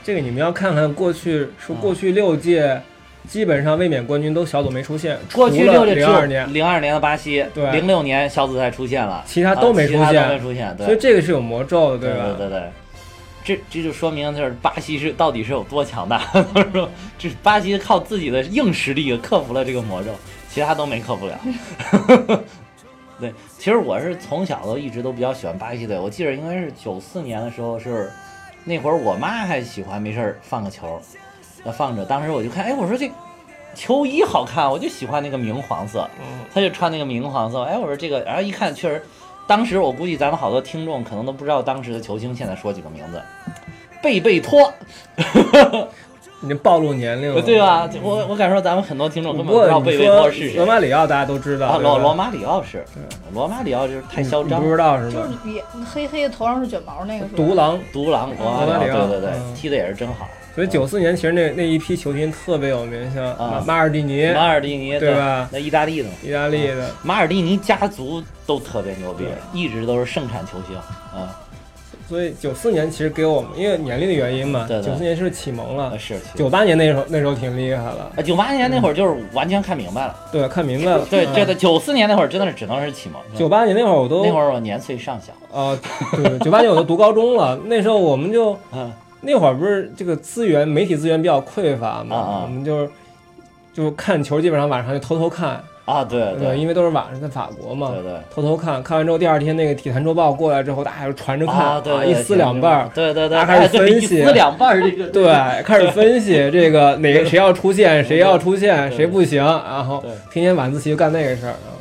Speaker 3: 这个你们要看看过去，说过去六届基本上卫冕冠军都小组没出现，
Speaker 2: 过去六届只
Speaker 3: 零
Speaker 2: 有
Speaker 3: 二年，
Speaker 2: 零二年的巴西，
Speaker 3: 对
Speaker 2: 零六年小组赛出现了，
Speaker 3: 其他都没
Speaker 2: 啊
Speaker 3: 出
Speaker 2: 其
Speaker 3: 现
Speaker 2: 他都没出现，
Speaker 3: 所以
Speaker 2: 对，
Speaker 3: 这个是有魔咒的，
Speaker 2: 对
Speaker 3: 吧？
Speaker 2: 对对对，这这就说明就是巴西是到底是有多强大， 就是说这巴西靠自己的硬实力克服了这个魔咒，其他都没克服了。 对，其实我是从小都一直都比较喜欢巴西队，我记得应该是九四年的时候是那会儿我妈还喜欢没事儿放个球，那放着，当时我就看，哎，我说这球衣好看，我就喜欢那个明黄色，
Speaker 3: 嗯
Speaker 2: 他就穿那个明黄色，哎，我说这个，然后一看确实当时我估计咱们好多听众可能都不知道当时的球星，现在说几个名字，贝贝托，
Speaker 3: 你这暴露年龄了，
Speaker 2: 对？吧？我我敢说咱们很多听众
Speaker 3: 不
Speaker 2: 根本不
Speaker 3: 过
Speaker 2: 知道
Speaker 3: 嗯你
Speaker 2: 贝贝
Speaker 3: 说
Speaker 2: 托是谁
Speaker 3: 罗。马里奥大家都知
Speaker 2: 啊，罗
Speaker 3: 道，对吧嗯
Speaker 2: 罗马里奥是，罗马里奥就是太嚣张
Speaker 3: 你不，知道是
Speaker 4: 就
Speaker 3: 吧？
Speaker 4: 是也黑黑的，头上是卷毛那个是吧？
Speaker 3: 独狼，
Speaker 2: 独狼，罗马
Speaker 3: 嗯罗马
Speaker 2: 里
Speaker 3: 里奥
Speaker 2: 奥，对对对，
Speaker 3: 嗯
Speaker 2: 踢的也是真好。
Speaker 3: 所以九四年其实那那一批球星特别有名，像
Speaker 2: 啊
Speaker 3: 马马尔蒂尼，
Speaker 2: 马尔蒂尼啊
Speaker 3: 对吧
Speaker 2: 那意大利的嘛，
Speaker 3: 意大利的，
Speaker 2: 马尔蒂尼家族都特别牛逼
Speaker 3: 对，
Speaker 2: 一直都是盛产球星啊，
Speaker 3: 所以九四年其实给我们因为年龄的原因嘛，
Speaker 2: 对对
Speaker 3: 九四年是启蒙了
Speaker 2: 呃，是。是
Speaker 3: 九八年那时候那时候挺厉害了，
Speaker 2: 啊，九八年
Speaker 3: 嗯
Speaker 2: 那会儿就是完全看明白了，
Speaker 3: 对，看明白了，
Speaker 2: 对，这
Speaker 3: 的。
Speaker 2: 个九四年那会儿真的是只能是启蒙。
Speaker 3: 九八年那会儿我都
Speaker 2: 那会儿我年岁尚小，
Speaker 3: 呃，对，九八年我都读高中了，那时候我们就
Speaker 2: 嗯，
Speaker 3: 那会儿不是这个资源媒体资源比较匮乏嘛，
Speaker 2: 啊啊
Speaker 3: 我们就是就看球，基本上晚上就偷偷看，
Speaker 2: 啊，对对
Speaker 3: 呃嗯因为都是晚上在法国嘛，
Speaker 2: 对对，
Speaker 3: 偷偷看，看完之后第二天那个《体坛周报》过来之后，大家就传着看，
Speaker 2: 啊对对，
Speaker 3: 一撕两半儿，
Speaker 2: 对对对，
Speaker 3: 大家开始
Speaker 2: 哎对
Speaker 3: 分
Speaker 2: 一
Speaker 3: 析
Speaker 2: 撕两半儿这 个，
Speaker 3: 对，开始分析这个哪个谁要出现，谁要出现，
Speaker 2: 对
Speaker 3: 谁不行，然后
Speaker 2: 对
Speaker 3: 天天晚自习就干那个事儿啊，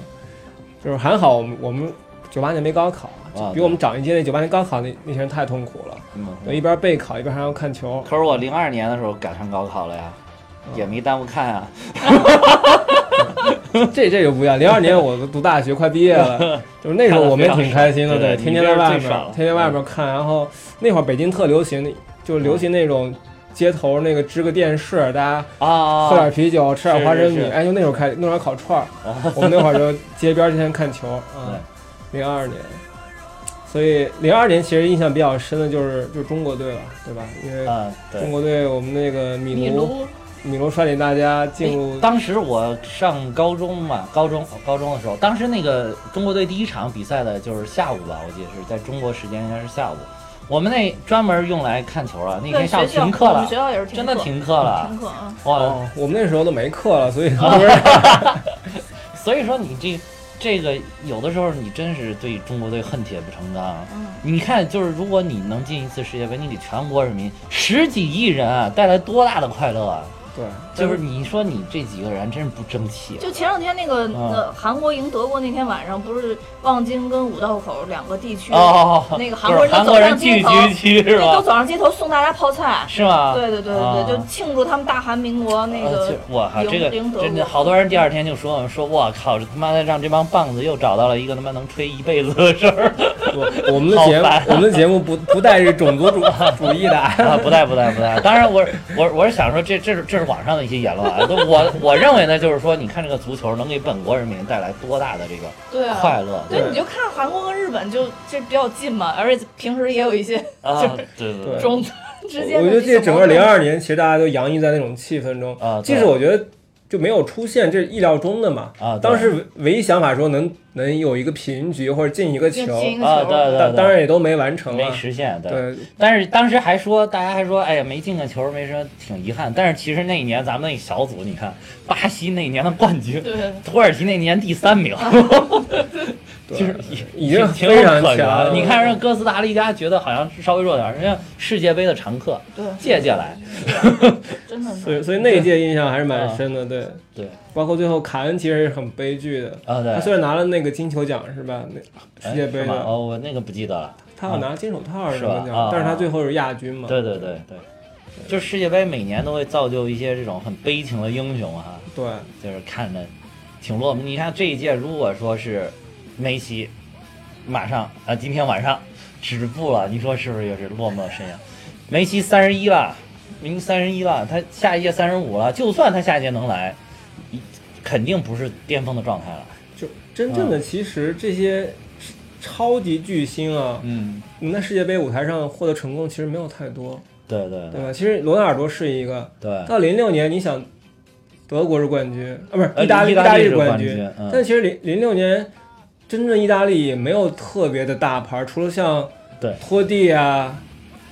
Speaker 3: 就是还好我们我们九八年没高考，
Speaker 2: 啊
Speaker 3: 就比我们长一届那九八年高考那那些人太痛苦了，
Speaker 2: 嗯
Speaker 3: 对，一边备考一边还要看球，
Speaker 2: 可是我零二年的时候赶上高考了呀，
Speaker 3: 嗯
Speaker 2: 也没耽误看啊，
Speaker 3: 这这就不一样。零二年我读大学快毕业 了，就是那时候我们也挺开心的，
Speaker 2: 看得非常爽
Speaker 3: 天天在外
Speaker 2: 对你这是最
Speaker 3: 面
Speaker 2: 爽了，
Speaker 3: 天天外面看。然后那会儿北京特流行，就是流行那种街头那个支个电视，大家
Speaker 2: 啊，
Speaker 3: 嗯喝点啤酒，吃点花生
Speaker 2: 是
Speaker 3: 米
Speaker 2: 是，哦
Speaker 3: 哎，就那会儿开弄点烤串儿，我们那会儿就街边儿天天看球。啊，零二年，所以零二年其实印象比较深的就是就是中国队了，对吧？因为
Speaker 2: 嗯，对
Speaker 3: 中。国队我们那个米
Speaker 4: 米
Speaker 3: 卢
Speaker 4: 卢
Speaker 3: 米卢率领大家进
Speaker 2: 哎
Speaker 3: 入
Speaker 2: 当时我上高中嘛，高中高中的时候，当时那个中国队第一场比赛的就是下午吧，我记得是在中国时间应该是下午。我们那专门用来看球啊，那
Speaker 4: 对
Speaker 2: 天下午
Speaker 4: 学校
Speaker 2: 停课
Speaker 4: 我们
Speaker 2: 了
Speaker 4: 学，校也是停
Speaker 2: 真
Speaker 4: 课
Speaker 2: 的停课了
Speaker 4: 停，课啊，
Speaker 2: 哇！
Speaker 3: 哦，我们那时候都没课了，所以
Speaker 2: 啊
Speaker 3: 都是
Speaker 2: 所以说你这这个有的时候你真是对中国队恨铁不成钢。啊
Speaker 4: 嗯，
Speaker 2: 你看，就是如果你能进一次世界杯，你给全国人民十几亿人啊带来多大的快乐啊！
Speaker 3: 对，
Speaker 2: 就是你说你这几个人真是不争气啊、
Speaker 4: 就前两天那个
Speaker 2: 啊
Speaker 4: 呃韩国赢德国那天晚上，不是望京跟五道口两个地区，
Speaker 2: 哦，
Speaker 4: 那个 韩
Speaker 2: 就
Speaker 4: 国
Speaker 2: 是韩
Speaker 4: 人都走
Speaker 2: 国人
Speaker 4: 上
Speaker 2: 聚
Speaker 4: 街头，
Speaker 2: 集区是
Speaker 4: 对都
Speaker 2: 吧？
Speaker 4: 走上街头送大家泡菜。
Speaker 2: 是吗？
Speaker 4: 对对对
Speaker 2: 啊
Speaker 4: 对对，就庆祝他们大韩民国那
Speaker 2: 呃
Speaker 4: 个
Speaker 2: 就我靠，
Speaker 4: 赢
Speaker 2: 这个
Speaker 4: 赢德
Speaker 2: 真的
Speaker 4: 国
Speaker 2: 好多人第二天就说说，我靠，这他妈的让这帮棒子又找到了一个他妈能吹一辈子的事儿
Speaker 3: 我我们的节
Speaker 2: 好
Speaker 3: 目
Speaker 2: 烦啊，
Speaker 3: 我们的节目不不带这种族主 主义的啊，
Speaker 2: 啊！不带不带不带，当然我我我是想说这，这是这是网上的一些言论啊，都我我认为呢，就是说，你看这个足球能给本国人民带来多大的这个
Speaker 4: 对啊
Speaker 2: 快乐，
Speaker 4: 对，
Speaker 3: 对
Speaker 4: 你就看韩国跟日本就这比较近嘛，而且平时也有一些
Speaker 2: 啊，对
Speaker 3: 对
Speaker 4: 中之间的
Speaker 3: 我就
Speaker 4: 这
Speaker 3: 记得
Speaker 4: 种
Speaker 3: 整
Speaker 4: 矛
Speaker 3: 个
Speaker 4: 盾
Speaker 3: 零二年，其实大家都洋溢在那种气氛中
Speaker 2: 啊对
Speaker 3: 即使我觉得就没有出现，这是意料中的嘛。
Speaker 2: 啊对
Speaker 3: 当时唯一想法说能能有一个平局或者进一个球，
Speaker 4: 进一个
Speaker 2: 啊，对对
Speaker 3: 但
Speaker 2: 对，
Speaker 3: 当然也都没完成
Speaker 2: 没
Speaker 3: 啊。
Speaker 2: 实现，对。
Speaker 3: 对，
Speaker 2: 但是当时还说，大家还说，哎呀，没进个球，没说挺遗憾。但是其实那一年咱们那小组，你看巴西那年的冠军，
Speaker 4: 对
Speaker 2: 土耳其那年第三 名， 就是
Speaker 3: 已经
Speaker 2: 挺
Speaker 3: 非
Speaker 2: 有
Speaker 3: 常
Speaker 2: 可
Speaker 3: 强
Speaker 2: 原
Speaker 3: 了
Speaker 2: 了。你看，让哥斯达黎加觉得好像是稍微弱点儿，人家世界杯的常客，
Speaker 4: 对，
Speaker 2: 借借来，
Speaker 4: 真的是
Speaker 3: 所以所以那一届印象还是蛮深的。对，
Speaker 2: 啊对，
Speaker 3: 包括最后卡恩其实是很悲剧的。
Speaker 2: 啊对
Speaker 3: 他，虽然拿了那个金球奖是吧？那
Speaker 2: 哎
Speaker 3: 世界杯
Speaker 2: 是吗
Speaker 3: 的，
Speaker 2: 哦，我那个不记得了。
Speaker 3: 他好像拿金手套
Speaker 2: 啊是
Speaker 3: 什
Speaker 2: 吧
Speaker 3: 么
Speaker 2: 啊
Speaker 3: 奖，但是他最后是亚军嘛。
Speaker 2: 对对对对，就世界杯每年都会造就一些这种很悲情的英雄哈、
Speaker 3: 对，
Speaker 2: 就是看着挺落寞。你看这一届，如果说是梅西，马上啊、呃今天晚上止步了，你说是不是也是落寞身影？梅西三十一了，明三十一了，他下一届三十五了，就算他下一届能来，一肯定不是巅峰的状态了。
Speaker 3: 就真正
Speaker 2: 啊
Speaker 3: 的其实这些超级巨星啊，
Speaker 2: 嗯，
Speaker 3: 你在世界杯舞台上获得成功其实没有太多，
Speaker 2: 对对
Speaker 3: 对吧？其实罗纳尔多是一个，
Speaker 2: 对
Speaker 3: 到零六年你想德国是冠军啊，不是
Speaker 2: 呃
Speaker 3: 意大利，
Speaker 2: 意大利
Speaker 3: 大利
Speaker 2: 是
Speaker 3: 是
Speaker 2: 冠
Speaker 3: 军
Speaker 2: 军嗯，
Speaker 3: 但其实零零六年真正意大利也没有特别的大牌，除了像
Speaker 2: 对
Speaker 3: 托蒂啊，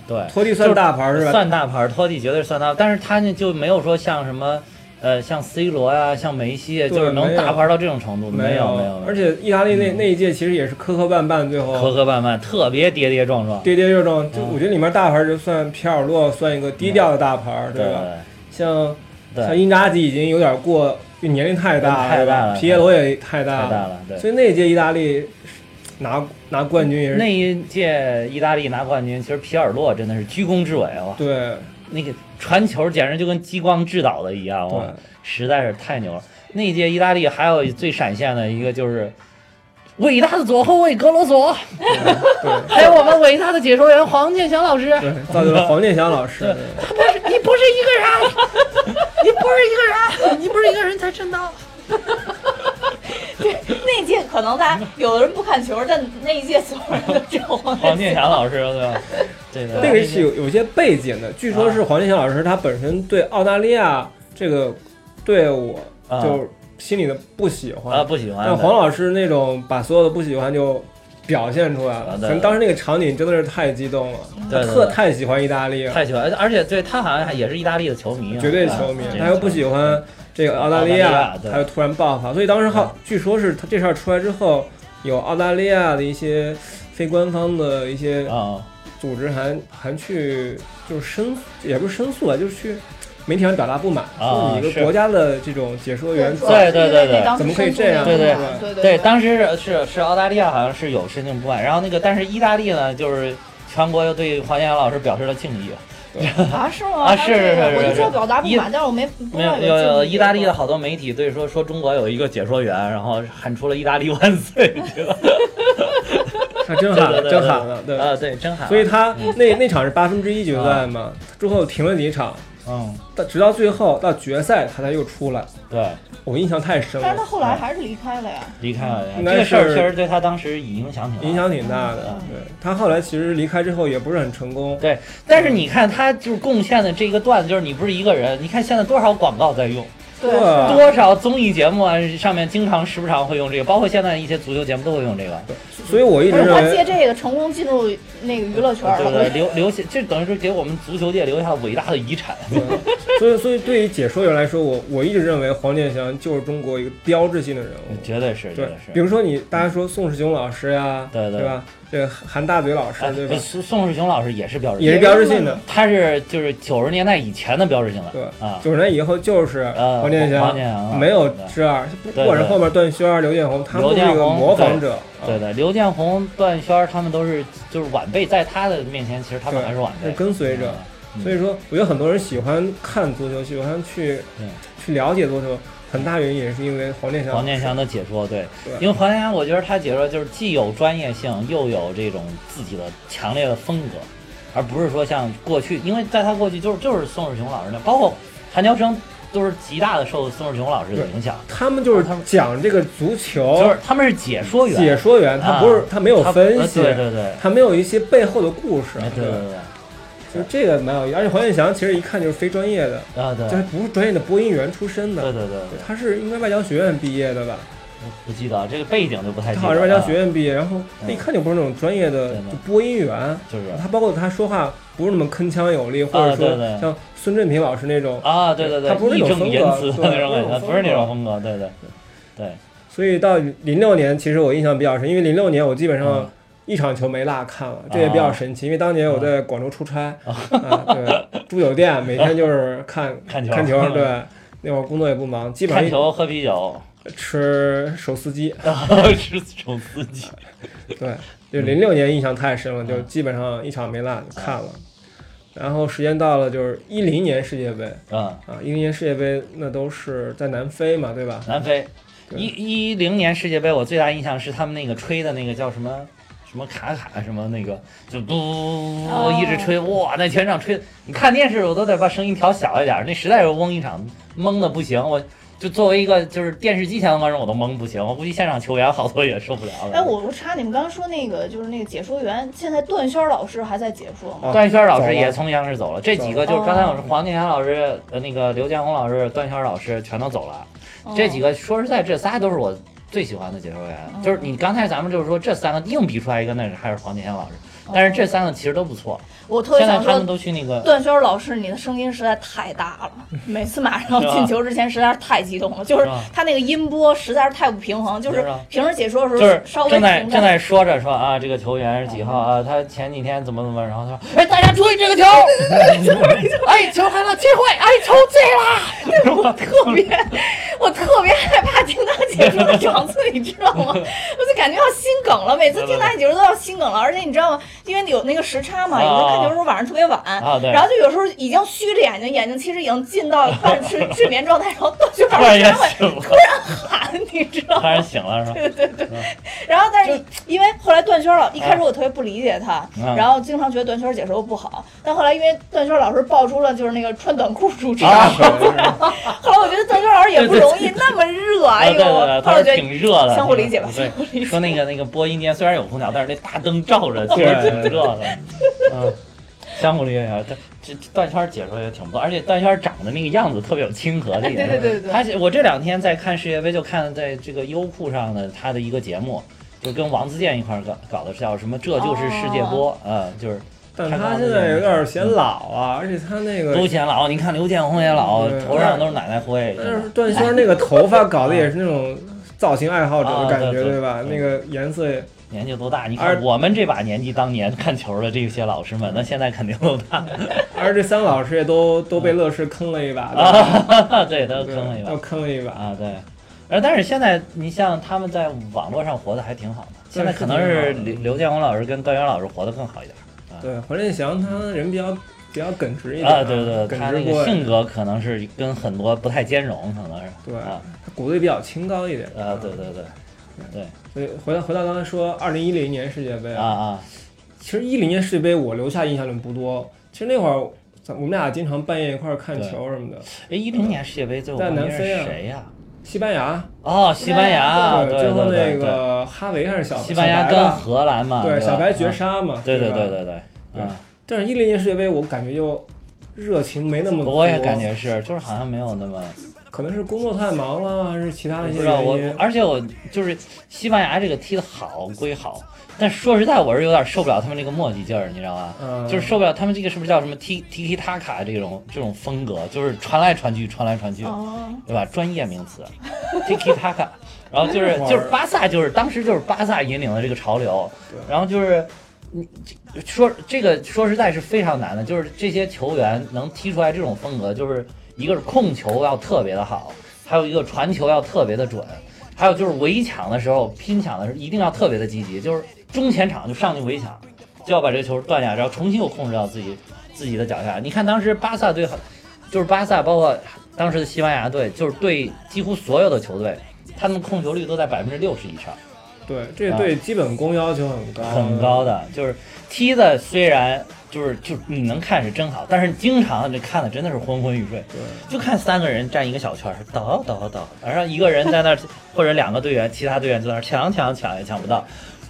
Speaker 2: 对，
Speaker 3: 托蒂算大牌是吧？
Speaker 2: 哎算大牌儿，托蒂绝对是算大牌儿，但是他呢就没有说像什么。呃，像 C 罗呀、像梅西啊，
Speaker 3: 对
Speaker 2: 就是能
Speaker 3: 没有
Speaker 2: 大牌到这种程度，没
Speaker 3: 有
Speaker 2: 没有，嗯
Speaker 3: 而且意大利那那一届其实也是磕磕绊绊，最
Speaker 2: 磕
Speaker 3: 后
Speaker 2: 磕绊绊，特别跌跌撞撞。
Speaker 3: 跌跌撞撞。就
Speaker 2: 嗯
Speaker 3: 我觉得里面大牌就算皮尔洛算一个低调的大牌，对吧？像
Speaker 2: 对
Speaker 3: 像因扎吉已经有点过，年龄太大
Speaker 2: 太大
Speaker 3: 对吧
Speaker 2: 了？
Speaker 3: 皮耶罗也太
Speaker 2: 太
Speaker 3: 大
Speaker 2: 大了对
Speaker 3: 所以那届意大利拿拿冠军也是
Speaker 2: 那一届意大利拿冠军，其实皮尔洛真的是居功至伟啊！
Speaker 3: 对
Speaker 2: 那个传球简直就跟激光制导的一样，哇
Speaker 3: 对，
Speaker 2: 实在是太牛了。那一届意大利还有最闪现的一个就是伟大的左后卫格罗索，
Speaker 3: 对
Speaker 2: 还有我们伟大的解说员黄健翔老师，
Speaker 3: 对，造就了黄健翔老师。
Speaker 2: 对
Speaker 3: 对
Speaker 2: 不是 你不是一个人， 你不是一个人，你不是一个人才真的。
Speaker 1: 那届可能大家有的人不看球，但那一届所有人
Speaker 2: 哦
Speaker 1: 都知道黄健
Speaker 3: 哦
Speaker 2: 黄健翔老师对吧？ 对的，
Speaker 3: 那个是有有些背景的，据说是
Speaker 2: 啊
Speaker 3: 黄健翔老师他本身对澳大利亚这个队伍
Speaker 2: 啊
Speaker 3: 就心里的不喜
Speaker 2: 啊
Speaker 3: 欢，
Speaker 2: 不喜欢
Speaker 3: 但
Speaker 2: 的。
Speaker 3: 黄老师那种把所有的不喜欢就表现出来了
Speaker 2: 啊。对
Speaker 3: 可能当时那个场景真的是太激动了，
Speaker 2: 对
Speaker 3: 他
Speaker 2: 对
Speaker 3: 特
Speaker 2: 对
Speaker 3: 太喜欢意大利了，
Speaker 2: 太喜欢，而且对他好像还也是意大利的球迷啊，
Speaker 3: 绝对球迷
Speaker 2: 啊，
Speaker 3: 他又不喜欢这个澳
Speaker 2: 澳
Speaker 3: 大利
Speaker 2: 大利
Speaker 3: 亚
Speaker 2: 亚，对嗯
Speaker 3: 他又突然爆发，所以当时好，据说是他这事儿出来之后，有澳大利亚的一些非官方的一些
Speaker 2: 啊，
Speaker 3: 组织还还去就是申，也不是申诉吧，啊就是去媒体上表达不满，
Speaker 2: 啊
Speaker 3: 说你一
Speaker 2: 是
Speaker 3: 个国家的这种解说员
Speaker 2: 对对对对
Speaker 3: 怎么可以这样
Speaker 2: 对对
Speaker 4: 对
Speaker 2: 对，当时是是是澳大利亚好像是有申请不满，然后那个但是意大利呢就是。全国又对黄健翔老师表示了敬意，
Speaker 4: 啊是吗？
Speaker 2: 啊是是是是
Speaker 4: 我就知道表达不
Speaker 2: 一
Speaker 4: 满，但是我没不
Speaker 2: 没
Speaker 4: 知道
Speaker 2: 有有
Speaker 4: 这
Speaker 2: 有
Speaker 4: 么一个
Speaker 2: 意大利的好多媒体对说说中国有一个解说员，然后喊出了“意大利万岁
Speaker 3: 他啊真喊
Speaker 2: 对
Speaker 3: 了，
Speaker 2: 对对
Speaker 3: 真喊了，”，对。
Speaker 2: 啊嗯对，真喊。
Speaker 3: 所以他那那场是八分之一决赛嘛，之后停了几场，
Speaker 2: 嗯，
Speaker 3: 但直到最后到决赛他才又出来，
Speaker 2: 对，
Speaker 3: 我印象太深
Speaker 4: 但是他
Speaker 3: 了，
Speaker 4: 后来还是离开了呀。
Speaker 2: 离开了
Speaker 3: 应
Speaker 2: 这
Speaker 3: 该
Speaker 2: 个事儿，
Speaker 3: 是
Speaker 2: 确实对他当时影响挺大
Speaker 3: 影。响挺大的。
Speaker 4: 嗯
Speaker 3: 对他后来其实离开之后也不是很成功，
Speaker 2: 对，但是你看他就是贡献的这个段子，就是你不是一个人，你看现在多少广告在用，
Speaker 3: 对啊吧
Speaker 2: 多少综艺节目啊上面经常时不常会用这个，包括现在一些足球节目都会用这个。
Speaker 3: 所以我一直
Speaker 4: 而且
Speaker 3: 认
Speaker 4: 他借
Speaker 3: 为，
Speaker 4: 这个成功进入那个娱乐圈
Speaker 2: 对
Speaker 4: 了，
Speaker 2: 对，呃留留下，这等于说给我们足球界留下了伟大的遗产。
Speaker 3: 对嗯所以所以对于解说员来说，我我一直认为黄健翔就是中国一个标志性的人物，
Speaker 2: 绝对是，绝
Speaker 3: 对
Speaker 2: 对，
Speaker 3: 比
Speaker 2: 是。
Speaker 3: 如说你大家说宋世雄老师呀，
Speaker 2: 对对
Speaker 3: 对吧？这个韩大嘴老师
Speaker 2: 哎，
Speaker 3: 对吧？
Speaker 2: 宋宋世雄老师也是标志性
Speaker 3: 也是标志性的，
Speaker 2: 他是就是九十年代以前的标志性的，
Speaker 3: 对
Speaker 2: 啊，
Speaker 3: 九十年以后就是
Speaker 2: 呃，
Speaker 3: 黄健
Speaker 2: 黄
Speaker 3: 翔，
Speaker 2: 健翔啊
Speaker 3: 没有
Speaker 2: 对
Speaker 3: 之二，
Speaker 2: 对
Speaker 3: 不管是后面段暄儿、刘建宏，他们
Speaker 2: 刘
Speaker 3: 都是
Speaker 2: 建
Speaker 3: 一
Speaker 2: 宏
Speaker 3: 个模仿者，啊
Speaker 2: 对，的，刘建宏、段暄儿他们都是就是晚辈，在他的面前，其实他们
Speaker 3: 对
Speaker 2: 还是晚辈
Speaker 3: 是，跟随着。
Speaker 2: 嗯
Speaker 3: 所以说，我觉得很多人喜欢看足球，喜欢去
Speaker 2: 对
Speaker 3: 去了解足球，很大原因也是因为黄健翔。
Speaker 2: 嗯黄健翔的解说，对，
Speaker 3: 对
Speaker 2: 因为黄健翔，我觉得他解说就是既有专业性，又有这种自己的强烈的风格，而不是说像过去，因为在他过去就是就是宋世雄老师那，包括韩乔生都是极大的受宋世雄老师的影响，
Speaker 3: 他们就是
Speaker 2: 他们
Speaker 3: 讲这个足
Speaker 2: 就
Speaker 3: 球
Speaker 2: 是，他们是解说员，
Speaker 3: 解说员，他不是
Speaker 2: 啊
Speaker 3: 他没有
Speaker 2: 他
Speaker 3: 分析，
Speaker 2: 对对对，
Speaker 3: 他没有一些背后的故事
Speaker 2: 哎，对对对，
Speaker 3: 就是这个蛮有意思，而且黄健翔其实一看就是非专业的，
Speaker 2: 对啊对，
Speaker 3: 就是不是专业的播音员出身
Speaker 2: 对
Speaker 3: 的，
Speaker 2: 对对对，
Speaker 3: 他是应该外交学院毕业的吧？
Speaker 2: 不记得啊这个背景就不太
Speaker 3: 他
Speaker 2: 记
Speaker 3: 好
Speaker 2: 得了，
Speaker 3: 像是外交学院毕业，然后他一
Speaker 2: 哎嗯
Speaker 3: 看就不是那种专业的
Speaker 2: 对的
Speaker 3: 就播音员，
Speaker 2: 就是
Speaker 3: 他包括他说话不是那么铿锵有力，或者
Speaker 2: 啊对对
Speaker 3: 说像孙振平老师那种，
Speaker 2: 啊，对对对，
Speaker 3: 他不是
Speaker 2: 义
Speaker 3: 那种
Speaker 2: 正
Speaker 3: 风格
Speaker 2: 言辞的那种
Speaker 3: 对
Speaker 2: 感觉，
Speaker 3: 不是那种
Speaker 2: 不是那种风
Speaker 3: 风
Speaker 2: 格，对对对，
Speaker 3: 所以到零六年，其实我印象比较深，因为零六年我基本
Speaker 2: 嗯啊嗯
Speaker 3: 上一场球没落看了，这也比较神奇，因为当年我在广州出差，啊，对，住酒店，每天就是看
Speaker 2: 看球嗯
Speaker 3: 看球，对，那会儿工作也不忙，基本
Speaker 2: 看
Speaker 3: 上
Speaker 2: 球喝啤酒，
Speaker 3: 一吃手撕鸡，
Speaker 2: 然后是手撕鸡，
Speaker 3: 对，就
Speaker 2: 嗯
Speaker 3: 零六年印象太深了，就基本上一场没落就看了。然后时间到了，就是一零年世界杯
Speaker 2: 嗯，
Speaker 3: 啊，一零年世界杯那都是在南非嘛，对吧？
Speaker 2: 南非
Speaker 3: 对
Speaker 2: 一一零年世界杯，我最大印象是他们那个吹的那个叫什么？什么卡卡什么那个就不
Speaker 4: 哦
Speaker 2: 一直吹哇，那全场吹，你看电视我都得把声音调小一点，那实在是嗡一场，懵的不行。我就作为一个就是电视机前的观众，我都懵不行。我估计现场球员好多也受不了了。
Speaker 4: 哎，我我插你们刚刚说那个就是那个解说员，现在段暄老师还在解说吗？
Speaker 3: 啊
Speaker 2: 段暄老
Speaker 3: 走
Speaker 2: 师
Speaker 3: 了
Speaker 2: 也从央视走了，这几个
Speaker 4: 走了
Speaker 2: 就是刚才我说黄健翔老师、呃那个刘建宏老师、段暄老师全都走了，
Speaker 1: 哦
Speaker 2: 这几
Speaker 4: 个
Speaker 2: 个说实在，这仨都是我最喜欢的解说员。就是你刚才咱们就是说这三个硬比出来一个，那是还是黄健翔老师，
Speaker 1: 哦
Speaker 2: 但是这三个其实都不错。
Speaker 4: 嗯我特别
Speaker 2: 现在
Speaker 4: 想
Speaker 2: 他们
Speaker 4: 说，
Speaker 2: 都去那个，
Speaker 4: 段暄老师你的声音实在太大了，每次马上
Speaker 2: 是吧
Speaker 4: 进球之前实在是太激动了，就是
Speaker 2: 是吧
Speaker 4: 他那个音波实在是太不平衡，就是
Speaker 2: 是吧
Speaker 4: 平时解说的
Speaker 2: 就
Speaker 4: 时候
Speaker 2: 是
Speaker 4: 稍微
Speaker 2: 正在
Speaker 4: 停
Speaker 2: 正
Speaker 4: 在
Speaker 2: 在说着说啊，这个球员是几号啊？他前几天怎么怎么，然后他说，哎，大家注意这个球，哎，球 来了，机会，哎，球进了，
Speaker 4: 我特别，我特别害怕听他
Speaker 1: 解说的场次，你知道吗？我就感觉要心梗了，每次听他解说都要心梗了。而且你知道吗？因为有那个时差嘛，有的看球时候晚上特别晚，
Speaker 2: 啊对
Speaker 1: 嗯然后就有时候已经虚着眼睛，眼睛其实已经进到半 睡睡眠状态，然后到就
Speaker 2: 突然
Speaker 1: 晚
Speaker 2: 间
Speaker 1: 上会
Speaker 2: 醒了，
Speaker 1: 喊，你知道
Speaker 2: 突
Speaker 1: 吗？
Speaker 2: 然醒了是吧？
Speaker 1: 然后但是因为后来段轩老一
Speaker 2: 啊
Speaker 1: 开始我特别不理解他，
Speaker 2: 嗯
Speaker 1: 然后经常觉得段轩解说不好，但后来因为段轩老师爆出了就是那个穿短裤主持，
Speaker 2: 啊，
Speaker 1: 后来我觉得段轩老师也不容易，那么热，哎
Speaker 2: 啊
Speaker 1: 呦，
Speaker 2: 对对对，
Speaker 1: 后
Speaker 2: 他
Speaker 1: 来我觉
Speaker 2: 说
Speaker 1: 得
Speaker 2: 挺热的，
Speaker 1: 相互理解吧
Speaker 2: 对，说那个那个播音间虽然有空调，但是那大灯照着，其实挺热的。嗯，相互理解啊，他这这段圈解说也挺不错，而且段圈长得那个样子特别有亲和力。
Speaker 1: 哎对对对对
Speaker 2: 他我这两天在看世界杯，就看在这个优酷上的他的一个节目，就跟王自健一块儿搞搞的，叫什么“这就是世界波”
Speaker 1: 哦
Speaker 2: 啊、就是
Speaker 3: 但他现在有点显老啊，而且他那个
Speaker 2: 嗯都显老。你看刘建宏也老，
Speaker 3: 对
Speaker 2: 头上都是奶奶灰。
Speaker 3: 但是段轩那个头发搞的也是那种造型爱好者的
Speaker 2: 嗯
Speaker 3: 感
Speaker 2: 啊
Speaker 3: 觉，
Speaker 2: 对对
Speaker 3: 对吧？
Speaker 2: 嗯
Speaker 3: 那个颜色也
Speaker 2: 年纪多大？你
Speaker 3: 而嗯
Speaker 2: 看我们这把年纪，当年看球的这些老师们，那现在肯定都大了
Speaker 3: 而这三个老师也都都被乐视坑了一把，对吧
Speaker 2: 嗯 啊！对，都坑了一
Speaker 3: 都
Speaker 2: 把
Speaker 3: 坑了一把。
Speaker 2: 啊！对，而但是现在你像他们在网络上活得还挺好的，现在可能是
Speaker 3: 是挺好的
Speaker 2: 刘
Speaker 3: 嗯
Speaker 2: 刘建宏老师跟段源老师活得更好一点
Speaker 3: 对，黄振祥他人比较比较耿直一点
Speaker 2: 啊！对对，对他那
Speaker 3: 耿直
Speaker 2: 个
Speaker 3: 嗯过，
Speaker 2: 性格可能是跟很多不太兼容，可能是
Speaker 3: 对
Speaker 2: 啊
Speaker 3: 他骨子里比较清高一点
Speaker 2: 啊！对对对
Speaker 3: 所以回到回到刚才说，二零一零年世界杯
Speaker 2: 啊，啊！
Speaker 3: 其实一零年世界杯我留下印象就不多。其实那会儿咱我们俩经常半夜一块儿看球什么的。
Speaker 2: 哎，一零年世界杯最后
Speaker 3: 在
Speaker 2: 冠
Speaker 3: 南
Speaker 2: 军是
Speaker 3: 非啊
Speaker 2: 谁呀？
Speaker 3: 西班牙，
Speaker 2: 哦，西班牙，对
Speaker 3: 最后
Speaker 2: 对
Speaker 3: 那
Speaker 2: 对对，
Speaker 3: 个哈维还是小
Speaker 2: 西班
Speaker 3: 小
Speaker 2: 牙
Speaker 3: 白
Speaker 2: 跟
Speaker 3: 吧
Speaker 2: 荷兰嘛，
Speaker 3: 对
Speaker 2: 吧
Speaker 3: 小白绝
Speaker 2: 啊
Speaker 3: 杀嘛，
Speaker 2: 对对
Speaker 3: 吧
Speaker 2: 对。对对，
Speaker 3: 对
Speaker 2: 嗯，
Speaker 3: 但是一零年世界杯我感觉就热情没那么多，
Speaker 2: 我也感觉是，就是好像没有那么，
Speaker 3: 可能是工作太忙了，啊还是其他的一
Speaker 2: 不
Speaker 3: 些
Speaker 2: 知道我
Speaker 3: 原因，。
Speaker 2: 而且我就是西班牙这个踢的好归好，但说实在我是有点受不了他们这个磨叽劲儿，你知道吧？
Speaker 3: 嗯，
Speaker 2: 就是受不了他们这个是不是叫什么踢踢踢塔卡这种这种风格，就是传来传去，传来传去，
Speaker 1: 哦，
Speaker 2: 对吧？专业名词，T K Taka，然后就是
Speaker 3: 玩儿
Speaker 2: 就是巴萨，就是当时就是巴萨引领了这个潮流，然后就是你这说这个说实在是非常难的，就是这些球员能踢出来这种风格，就是一个是控球要特别的好，还有一个传球要特别的准，还有就是围抢的时候拼抢的时候一定要特别的积极，就是中前场就上去围抢，就要把这个球断下，然后重新又控制到自己自己的脚下。你看当时巴萨队很，就是巴萨包括当时的西班牙队，就是对几乎所有的球队，他们控球率都在百分之六十以上，
Speaker 3: 对这对基本功要求很高，
Speaker 2: 啊很。高的。就是踢的虽然就是就你能看是真好，但是经常这看的真的是昏昏欲睡，
Speaker 3: 对，
Speaker 2: 就看三个人站一个小圈儿，倒倒倒，然后一个人在那儿或者两个队员，其他队员在那儿抢抢抢也抢不到，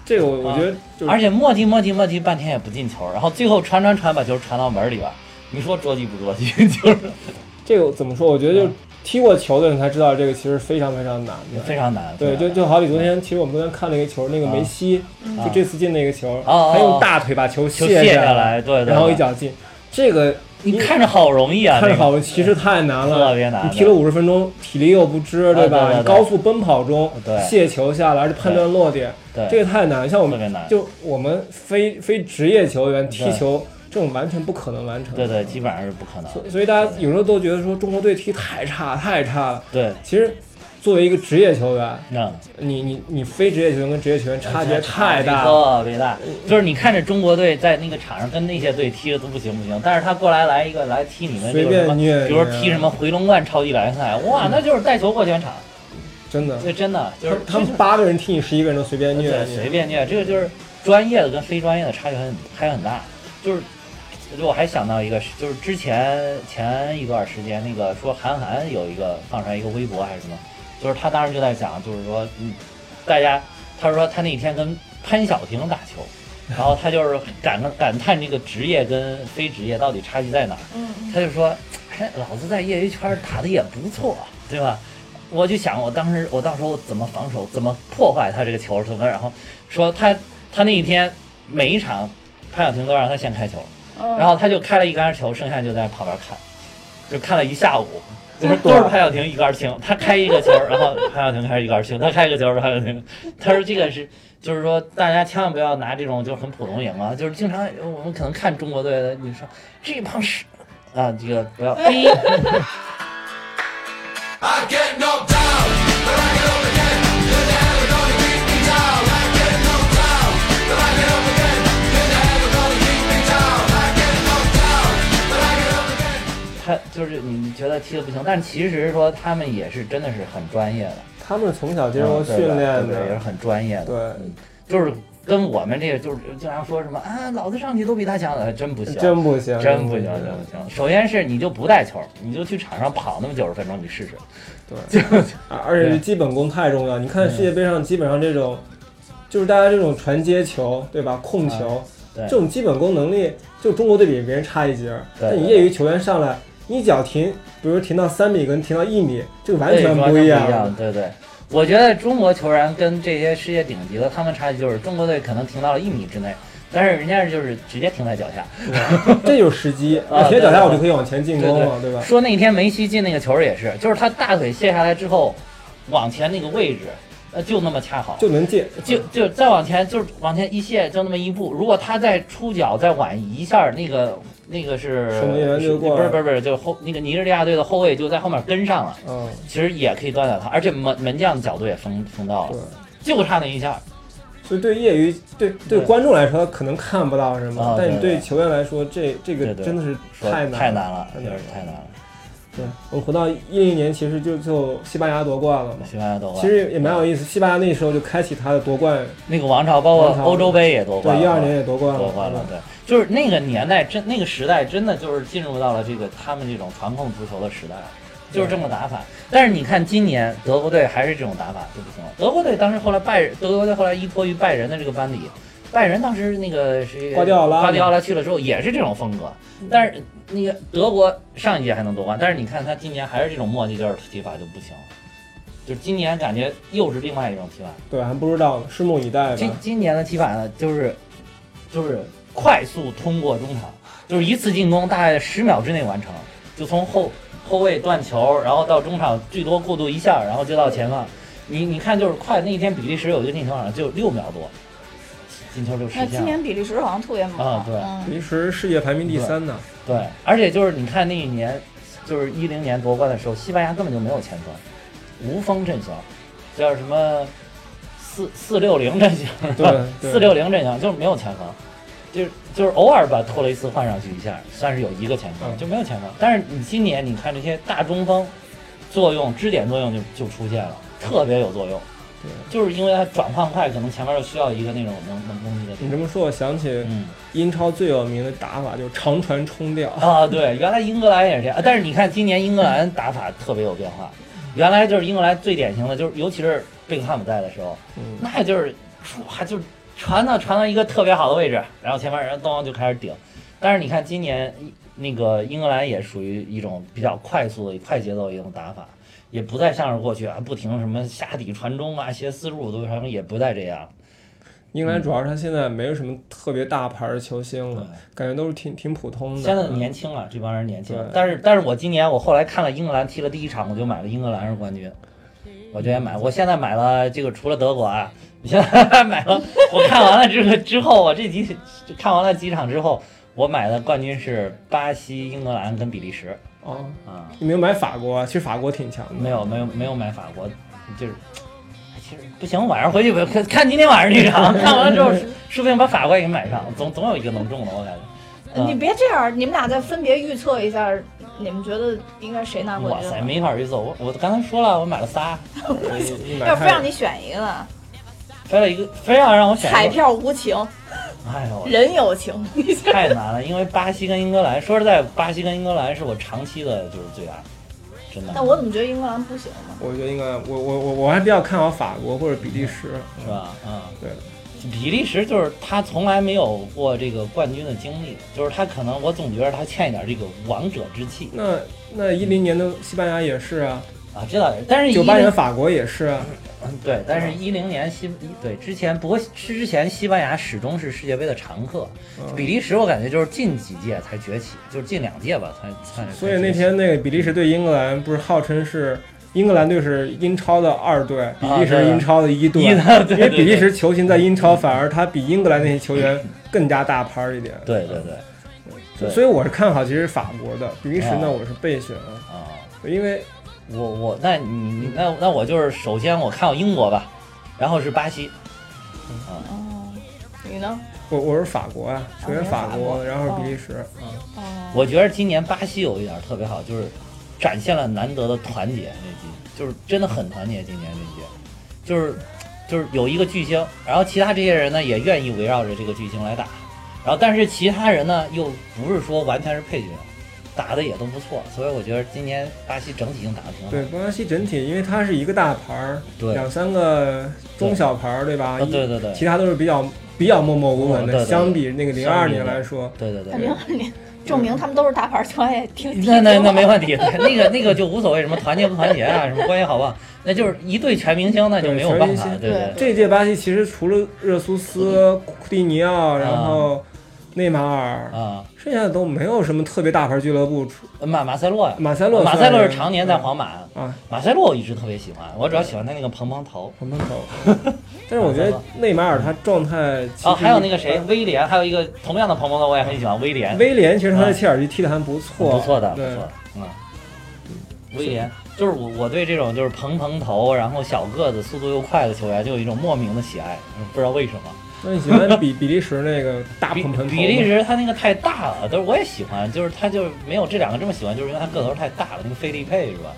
Speaker 3: 这个我
Speaker 2: 啊
Speaker 3: 我觉得就是
Speaker 2: 而且磨叽磨叽磨叽半天也不进球，然后最后传传传把球传到门里边儿，你说捉急不捉急？ 就是
Speaker 3: 这个怎么说？我觉得
Speaker 2: 嗯
Speaker 3: 就是踢过球的人才知道，这个其实非常非常难的。
Speaker 2: 非常难。
Speaker 3: 对，就就好比昨天，其实我们昨天看了一个球，那个梅西，就这次进那个球，
Speaker 2: 啊哦
Speaker 3: 他用大腿把球
Speaker 2: 球卸
Speaker 3: 下
Speaker 2: 下，来，对对对，
Speaker 3: 然后一脚进。这个
Speaker 2: 你看着好容易啊，
Speaker 3: 看着
Speaker 2: 那
Speaker 3: 好
Speaker 2: 个，
Speaker 3: 其实太难了，
Speaker 2: 特别难
Speaker 3: 你踢了五十分钟，体力又不支，
Speaker 2: 对
Speaker 3: 吧？
Speaker 2: 对对啊
Speaker 3: 你高速奔跑中
Speaker 2: 对
Speaker 3: 卸球下来，而且判断落点，
Speaker 2: 对，
Speaker 3: 这个太难。像我
Speaker 2: 特别难
Speaker 3: 们就我们非非职业球员踢
Speaker 2: 对
Speaker 3: 球，这种完全不可能完成。
Speaker 2: 对对，基本上是不可能。
Speaker 3: 所以大家有时候都觉得说中国队踢太差太差了。
Speaker 2: 对，
Speaker 3: 其实作为一个职业球员，
Speaker 2: 那
Speaker 3: 你你你非职业球员跟职业球员差别太大了。
Speaker 2: 特呃别大。就是你看着中国队在那个场上跟那些队踢的都不行不行，但是他过来来一个来踢你们这
Speaker 3: 随
Speaker 2: 个什
Speaker 3: 便
Speaker 2: 么，
Speaker 3: 虐，啊嗯
Speaker 2: 比如说踢什么回龙观超级联赛，哇，那就是带球过全场，
Speaker 3: 真的，
Speaker 2: 这真的就是
Speaker 3: 他们八个人踢你十一个人都随便虐
Speaker 2: 对，
Speaker 3: 你，
Speaker 2: 随便虐，这个就是专业的跟非专业的差距很还很大。就是我还想到一个，就是之前前一段时间那个说韩寒有一个放出来一个微博还是什么，就是他当时就在讲，就是说嗯，大家他说他那天跟潘晓婷打球。然后他就是感感叹这个职业跟非职业到底差距在哪儿，
Speaker 1: 嗯，
Speaker 2: 他就说，哎，老子在业余圈打的也不错，对吧？我就想，我当时我到时候怎么防守，怎么破坏他这个球什么，然后说他他那一天每一场潘晓婷都让他先开球，
Speaker 1: 嗯
Speaker 2: 然后他就开了一杆球，剩下就在旁边看，就看了一下午。就是都是潘晓婷一杆清，他开一个球，然后潘晓婷开一杆清，他开一个球，潘晓婷。他说这个是，就是说大家千万不要拿这种就很普通赢啊，就是经常我们可能看中国队的，你说这帮是啊，这个不 要逼。
Speaker 5: I get knocked down, but I get up again.
Speaker 2: 就你觉得踢的不行，但其实说他们也是真的是很专业的，
Speaker 3: 他们是从小接
Speaker 2: 嗯
Speaker 3: 受
Speaker 2: 对
Speaker 3: 训
Speaker 2: 吧
Speaker 3: 练
Speaker 2: 对对也是
Speaker 3: 的，
Speaker 2: 很专业的，
Speaker 3: 对，
Speaker 2: 就是跟我们这个就是经常说什么啊，老子上去都比他强，呃真不行，
Speaker 3: 真不行，
Speaker 2: 真不行，真不行。首先是你就不带球，你就去场上跑那么九十分钟，你试试。
Speaker 3: 对，而而且基本功太重要。你
Speaker 2: 嗯
Speaker 3: 看世界杯上，基本上这种，就是大家这种传接球，对吧？控球，
Speaker 2: 对
Speaker 3: 这种基本功能力，就中国队比别人差一截儿。
Speaker 2: 对
Speaker 3: 但你
Speaker 2: 对
Speaker 3: 业余球员上来，你一脚停，比如停到三米跟停到一米，这个完全
Speaker 2: 不
Speaker 3: 不一
Speaker 2: 样。
Speaker 3: 样。
Speaker 2: 对对，我觉得中国球员跟这些世界顶级的，他们差距就是中国队可能停到了一米之内，但是人家就是直接停在脚下。
Speaker 3: 这就是时机，
Speaker 2: 啊
Speaker 3: 我停脚
Speaker 2: 对
Speaker 3: 下
Speaker 2: 对
Speaker 3: 我就可以往前进攻了，对吧？
Speaker 2: 说那天梅西进那个球也是，就是他大腿卸下来之后，往前那个位置，呃，就那么恰好。
Speaker 3: 就能进，
Speaker 2: 就就再往前，就是往前一卸，就那么一步。如果他再出脚再晚一下，那个那个是
Speaker 3: 守门员就过
Speaker 2: 不
Speaker 3: 来
Speaker 2: 是不是不是，就后那个尼日利亚队的后卫就在后面跟上了，
Speaker 3: 嗯，
Speaker 2: 其实也可以断掉他，而且门门将的角度也封封到
Speaker 3: 对
Speaker 2: 了，。就差那一下。
Speaker 3: 所以对业余对对
Speaker 2: 对
Speaker 3: 观众来说，他可能看不到什么
Speaker 2: 啊，
Speaker 3: 但你
Speaker 2: 对对
Speaker 3: 对球员来说，这这个
Speaker 2: 对对
Speaker 3: 真的是
Speaker 2: 说
Speaker 3: 太
Speaker 2: 太
Speaker 3: 难
Speaker 2: 难了，
Speaker 3: 太
Speaker 2: 就
Speaker 3: 难
Speaker 2: 是
Speaker 3: 了
Speaker 2: 太难了。
Speaker 3: 对，我们回到一零年，其实就就西班牙夺冠了嘛。
Speaker 2: 西班牙夺冠，
Speaker 3: 其实也蛮有意思，西班牙那时候就开启他的夺冠，
Speaker 2: 那个王朝，包括
Speaker 3: 王朝
Speaker 2: 欧洲杯也夺冠了，
Speaker 3: 对，一二年也夺冠了，
Speaker 2: 夺冠了，对，就是那个年代，真那个时代，真的就是进入到了这个他们这种传控足球的时代，就是这么打法。但是你看今年德国队还是这种打法就不行了。德国队当时后来拜德国队后来依托于拜仁的这个班底，拜仁当时那个谁
Speaker 3: 瓜迪奥拉嗯
Speaker 2: 瓜迪奥拉去了之后也是这种风格，但是那个德国上一届还能夺冠，但是你看他今年还是这种磨叽劲儿踢法就不行了。就是今年感觉又是另外一种踢法，
Speaker 3: 对，还不知道呢，拭目以待
Speaker 2: 今
Speaker 3: 吧。
Speaker 2: 今年的踢法呢，就是就是快速通过中场，就是一次进攻大概十秒之内完成，就从后后卫断球，然后到中场最多过渡一下，然后就到前方。你你看就是快，那一天比利时有一个进球好像就六秒多，进球就实
Speaker 1: 那
Speaker 2: 现
Speaker 1: 今
Speaker 2: 了。
Speaker 1: 年比利时好像特别猛
Speaker 2: 啊对
Speaker 1: 嗯
Speaker 3: 比利时世界排名第三呢，
Speaker 2: 对，而且就是你看那一年，就是一零年夺冠的时候，西班牙根本就没有前锋，无锋阵型，叫什么四四六零阵型，
Speaker 3: 对 对
Speaker 2: 四六零阵型就是没有前锋，就是就是偶尔把托雷斯换上去一下，算是有一个前锋，
Speaker 3: 嗯
Speaker 2: 就没有前锋。但是你今年你看这些大中锋作用、支点作用就就出现了，特别有作用。
Speaker 3: 对
Speaker 2: 就是因为它转换快，可能前面就需要一个那种能能攻击的
Speaker 3: 你
Speaker 2: 点。
Speaker 3: 这么说，我想起
Speaker 2: 嗯
Speaker 3: 英超最有名的打法就是长传冲吊，
Speaker 2: 啊，对，原来英格兰也是这样，啊但是你看今年英格兰打法特别有变化。原来就是英格兰最典型的，就是尤其是贝克汉姆在的时候，
Speaker 3: 嗯，
Speaker 2: 那就是唰就传到传到一个特别好的位置，然后前面人咚就开始顶。但是你看今年那个英格兰也属于一种比较快速的、快节奏的一种打法，也不再像是过去啊不停什么下底传中啊、斜四十五度传中，也不再这样。
Speaker 3: 英格兰主要是他现在没有什么特别大牌的球星了，感觉都是挺挺普通的。
Speaker 2: 现在年轻了，这帮人年轻了
Speaker 3: 嗯对。
Speaker 2: 但是但是我今年我后来看了英格兰踢了第一场，我就买了英格兰是冠军。我就也买，我现在买了这个，除了德国啊，我现在 买了。我看完了这个之后，我这几看完了几场之后，我买的冠军是巴西、英格兰跟比利时
Speaker 3: 哦，
Speaker 2: 啊、
Speaker 3: 你没有买法国啊，其实法国挺强的。
Speaker 2: 没有没有没有买法国，就是哎其实不行，晚上回去吧，看看今天晚上这场， 看完了之后，说不定把法国也给买上，总总有一个能中的，我感觉。
Speaker 1: 呃
Speaker 2: 啊
Speaker 4: 你别这样，你们俩再分别预测一下，你们觉得应该谁拿冠
Speaker 2: 哇
Speaker 4: 军？
Speaker 2: 塞，没法预测。我我刚才说了，我买了仨，
Speaker 3: 你买
Speaker 4: 要不
Speaker 3: 太
Speaker 4: 让你选一个呢？
Speaker 2: 非了一个，非要让我选
Speaker 4: 彩
Speaker 2: 一个。
Speaker 4: 票无情，
Speaker 2: 哎呦，我
Speaker 4: 人有情。
Speaker 2: 太难了，因为巴西跟英格兰，说实在，巴西跟英格兰是我长期的就是最爱，真的
Speaker 4: 但我怎么觉得英格兰不行呢？
Speaker 3: 我觉得应该，我我我我还比较看好法国或者比利时，
Speaker 2: 是吧？嗯，
Speaker 3: 对。
Speaker 2: 比利时就是他从来没有过这个冠军的经历，就是他可能我总觉得他欠一点这个王者之气
Speaker 3: 那那一零年的西班牙也是啊，
Speaker 2: 啊，这倒是。但是
Speaker 3: 九八
Speaker 2: 10
Speaker 3: 年法国也是啊，
Speaker 2: 对，但是一零年西对之前，不过之前西班牙始终是世界杯的常客，
Speaker 3: 嗯
Speaker 2: 比利时我感觉就是近几届才崛起，就是近两届吧才才。
Speaker 3: 所以
Speaker 2: 才
Speaker 3: 那
Speaker 2: 崛起
Speaker 3: 天那个比利时对英格兰不是号称是英格兰队是英超的二队，比利时是英超的一 队，
Speaker 2: 一呢，对
Speaker 3: 因为比利。
Speaker 2: 对对
Speaker 3: 时球星在英超反而他比英格兰那些球员更加大牌儿一点，
Speaker 2: 对对对对
Speaker 3: 所以我是看好其实法国的，比利时
Speaker 2: 啊
Speaker 3: 呢我是备选啊，
Speaker 2: 啊，
Speaker 3: 因为
Speaker 2: 我我那你你那那我就是首先我看我英国吧，然后是巴西，
Speaker 4: 哦，
Speaker 1: 你呢？
Speaker 3: 我我是法国啊，首先法
Speaker 1: 你是法国
Speaker 3: 然后
Speaker 1: 哦
Speaker 3: 是比利时，啊，
Speaker 1: 哦，
Speaker 2: 我觉得今年巴西有一点特别好，就是展现了难得的团结。那季就是真的很团结，今年这届就是就是有一个巨星，然后其他这些人呢也愿意围绕着这个巨星来打，然后但是其他人呢又不是说完全是配角，打的也都不错，所以我觉得今年巴西整体性打的挺好
Speaker 3: 对，
Speaker 2: 的。
Speaker 3: 巴西整体，因为它是一个大牌儿，
Speaker 2: 对
Speaker 3: 两三个中小牌儿，对吧？
Speaker 2: 啊
Speaker 3: 一
Speaker 2: 对对对
Speaker 3: 其他都是比较比较默默无闻
Speaker 2: 哦对
Speaker 3: 的，
Speaker 2: 对对
Speaker 3: 相比那个零
Speaker 2: 相
Speaker 3: 二
Speaker 2: 比
Speaker 3: 年来说，
Speaker 2: 对对对。
Speaker 1: 零二年证明他们都是大牌儿，就 爱挺
Speaker 2: 那那那没问题，那个那个就无所谓，什么团结不团结啊，什么关系好不好，那就是一对全明星，那就没有办法，对对嗯
Speaker 3: 这届巴西其实除了热苏斯、库蒂尼奥，然后内马尔，
Speaker 2: 啊，
Speaker 3: 剩下的都没有什么特别大牌俱乐部。除
Speaker 2: 呃马马塞洛呀，
Speaker 3: 马塞洛
Speaker 2: 马
Speaker 3: 算
Speaker 2: 塞
Speaker 3: 是，
Speaker 2: 洛是常年在皇马，
Speaker 3: 啊，
Speaker 2: 马塞洛我一直特别喜欢，我主要喜欢他那个蓬蓬头。
Speaker 3: 旁边走。 但是我觉得内马尔他状态其实
Speaker 2: 哦，还有那个谁，威廉，还有一个同样的蓬蓬头，我也很喜欢威廉，
Speaker 3: 呃
Speaker 2: 嗯
Speaker 3: 威廉，其实他在切尔西踢得还不错，
Speaker 2: 不错的，不
Speaker 3: 对
Speaker 2: 错的，嗯，威廉就是我我对这种就是蓬蓬头，然后小个子、速度又快的球员，就有一种莫名的喜爱，嗯不知道为什么。
Speaker 3: 那你喜欢比比利时那个大
Speaker 2: 比
Speaker 3: 蓬蓬头吗
Speaker 2: 比利时他那个太大了，但是我也喜欢，就是他就没有这两个这么喜欢，就是因为他个头太大了。那个菲利佩是吧？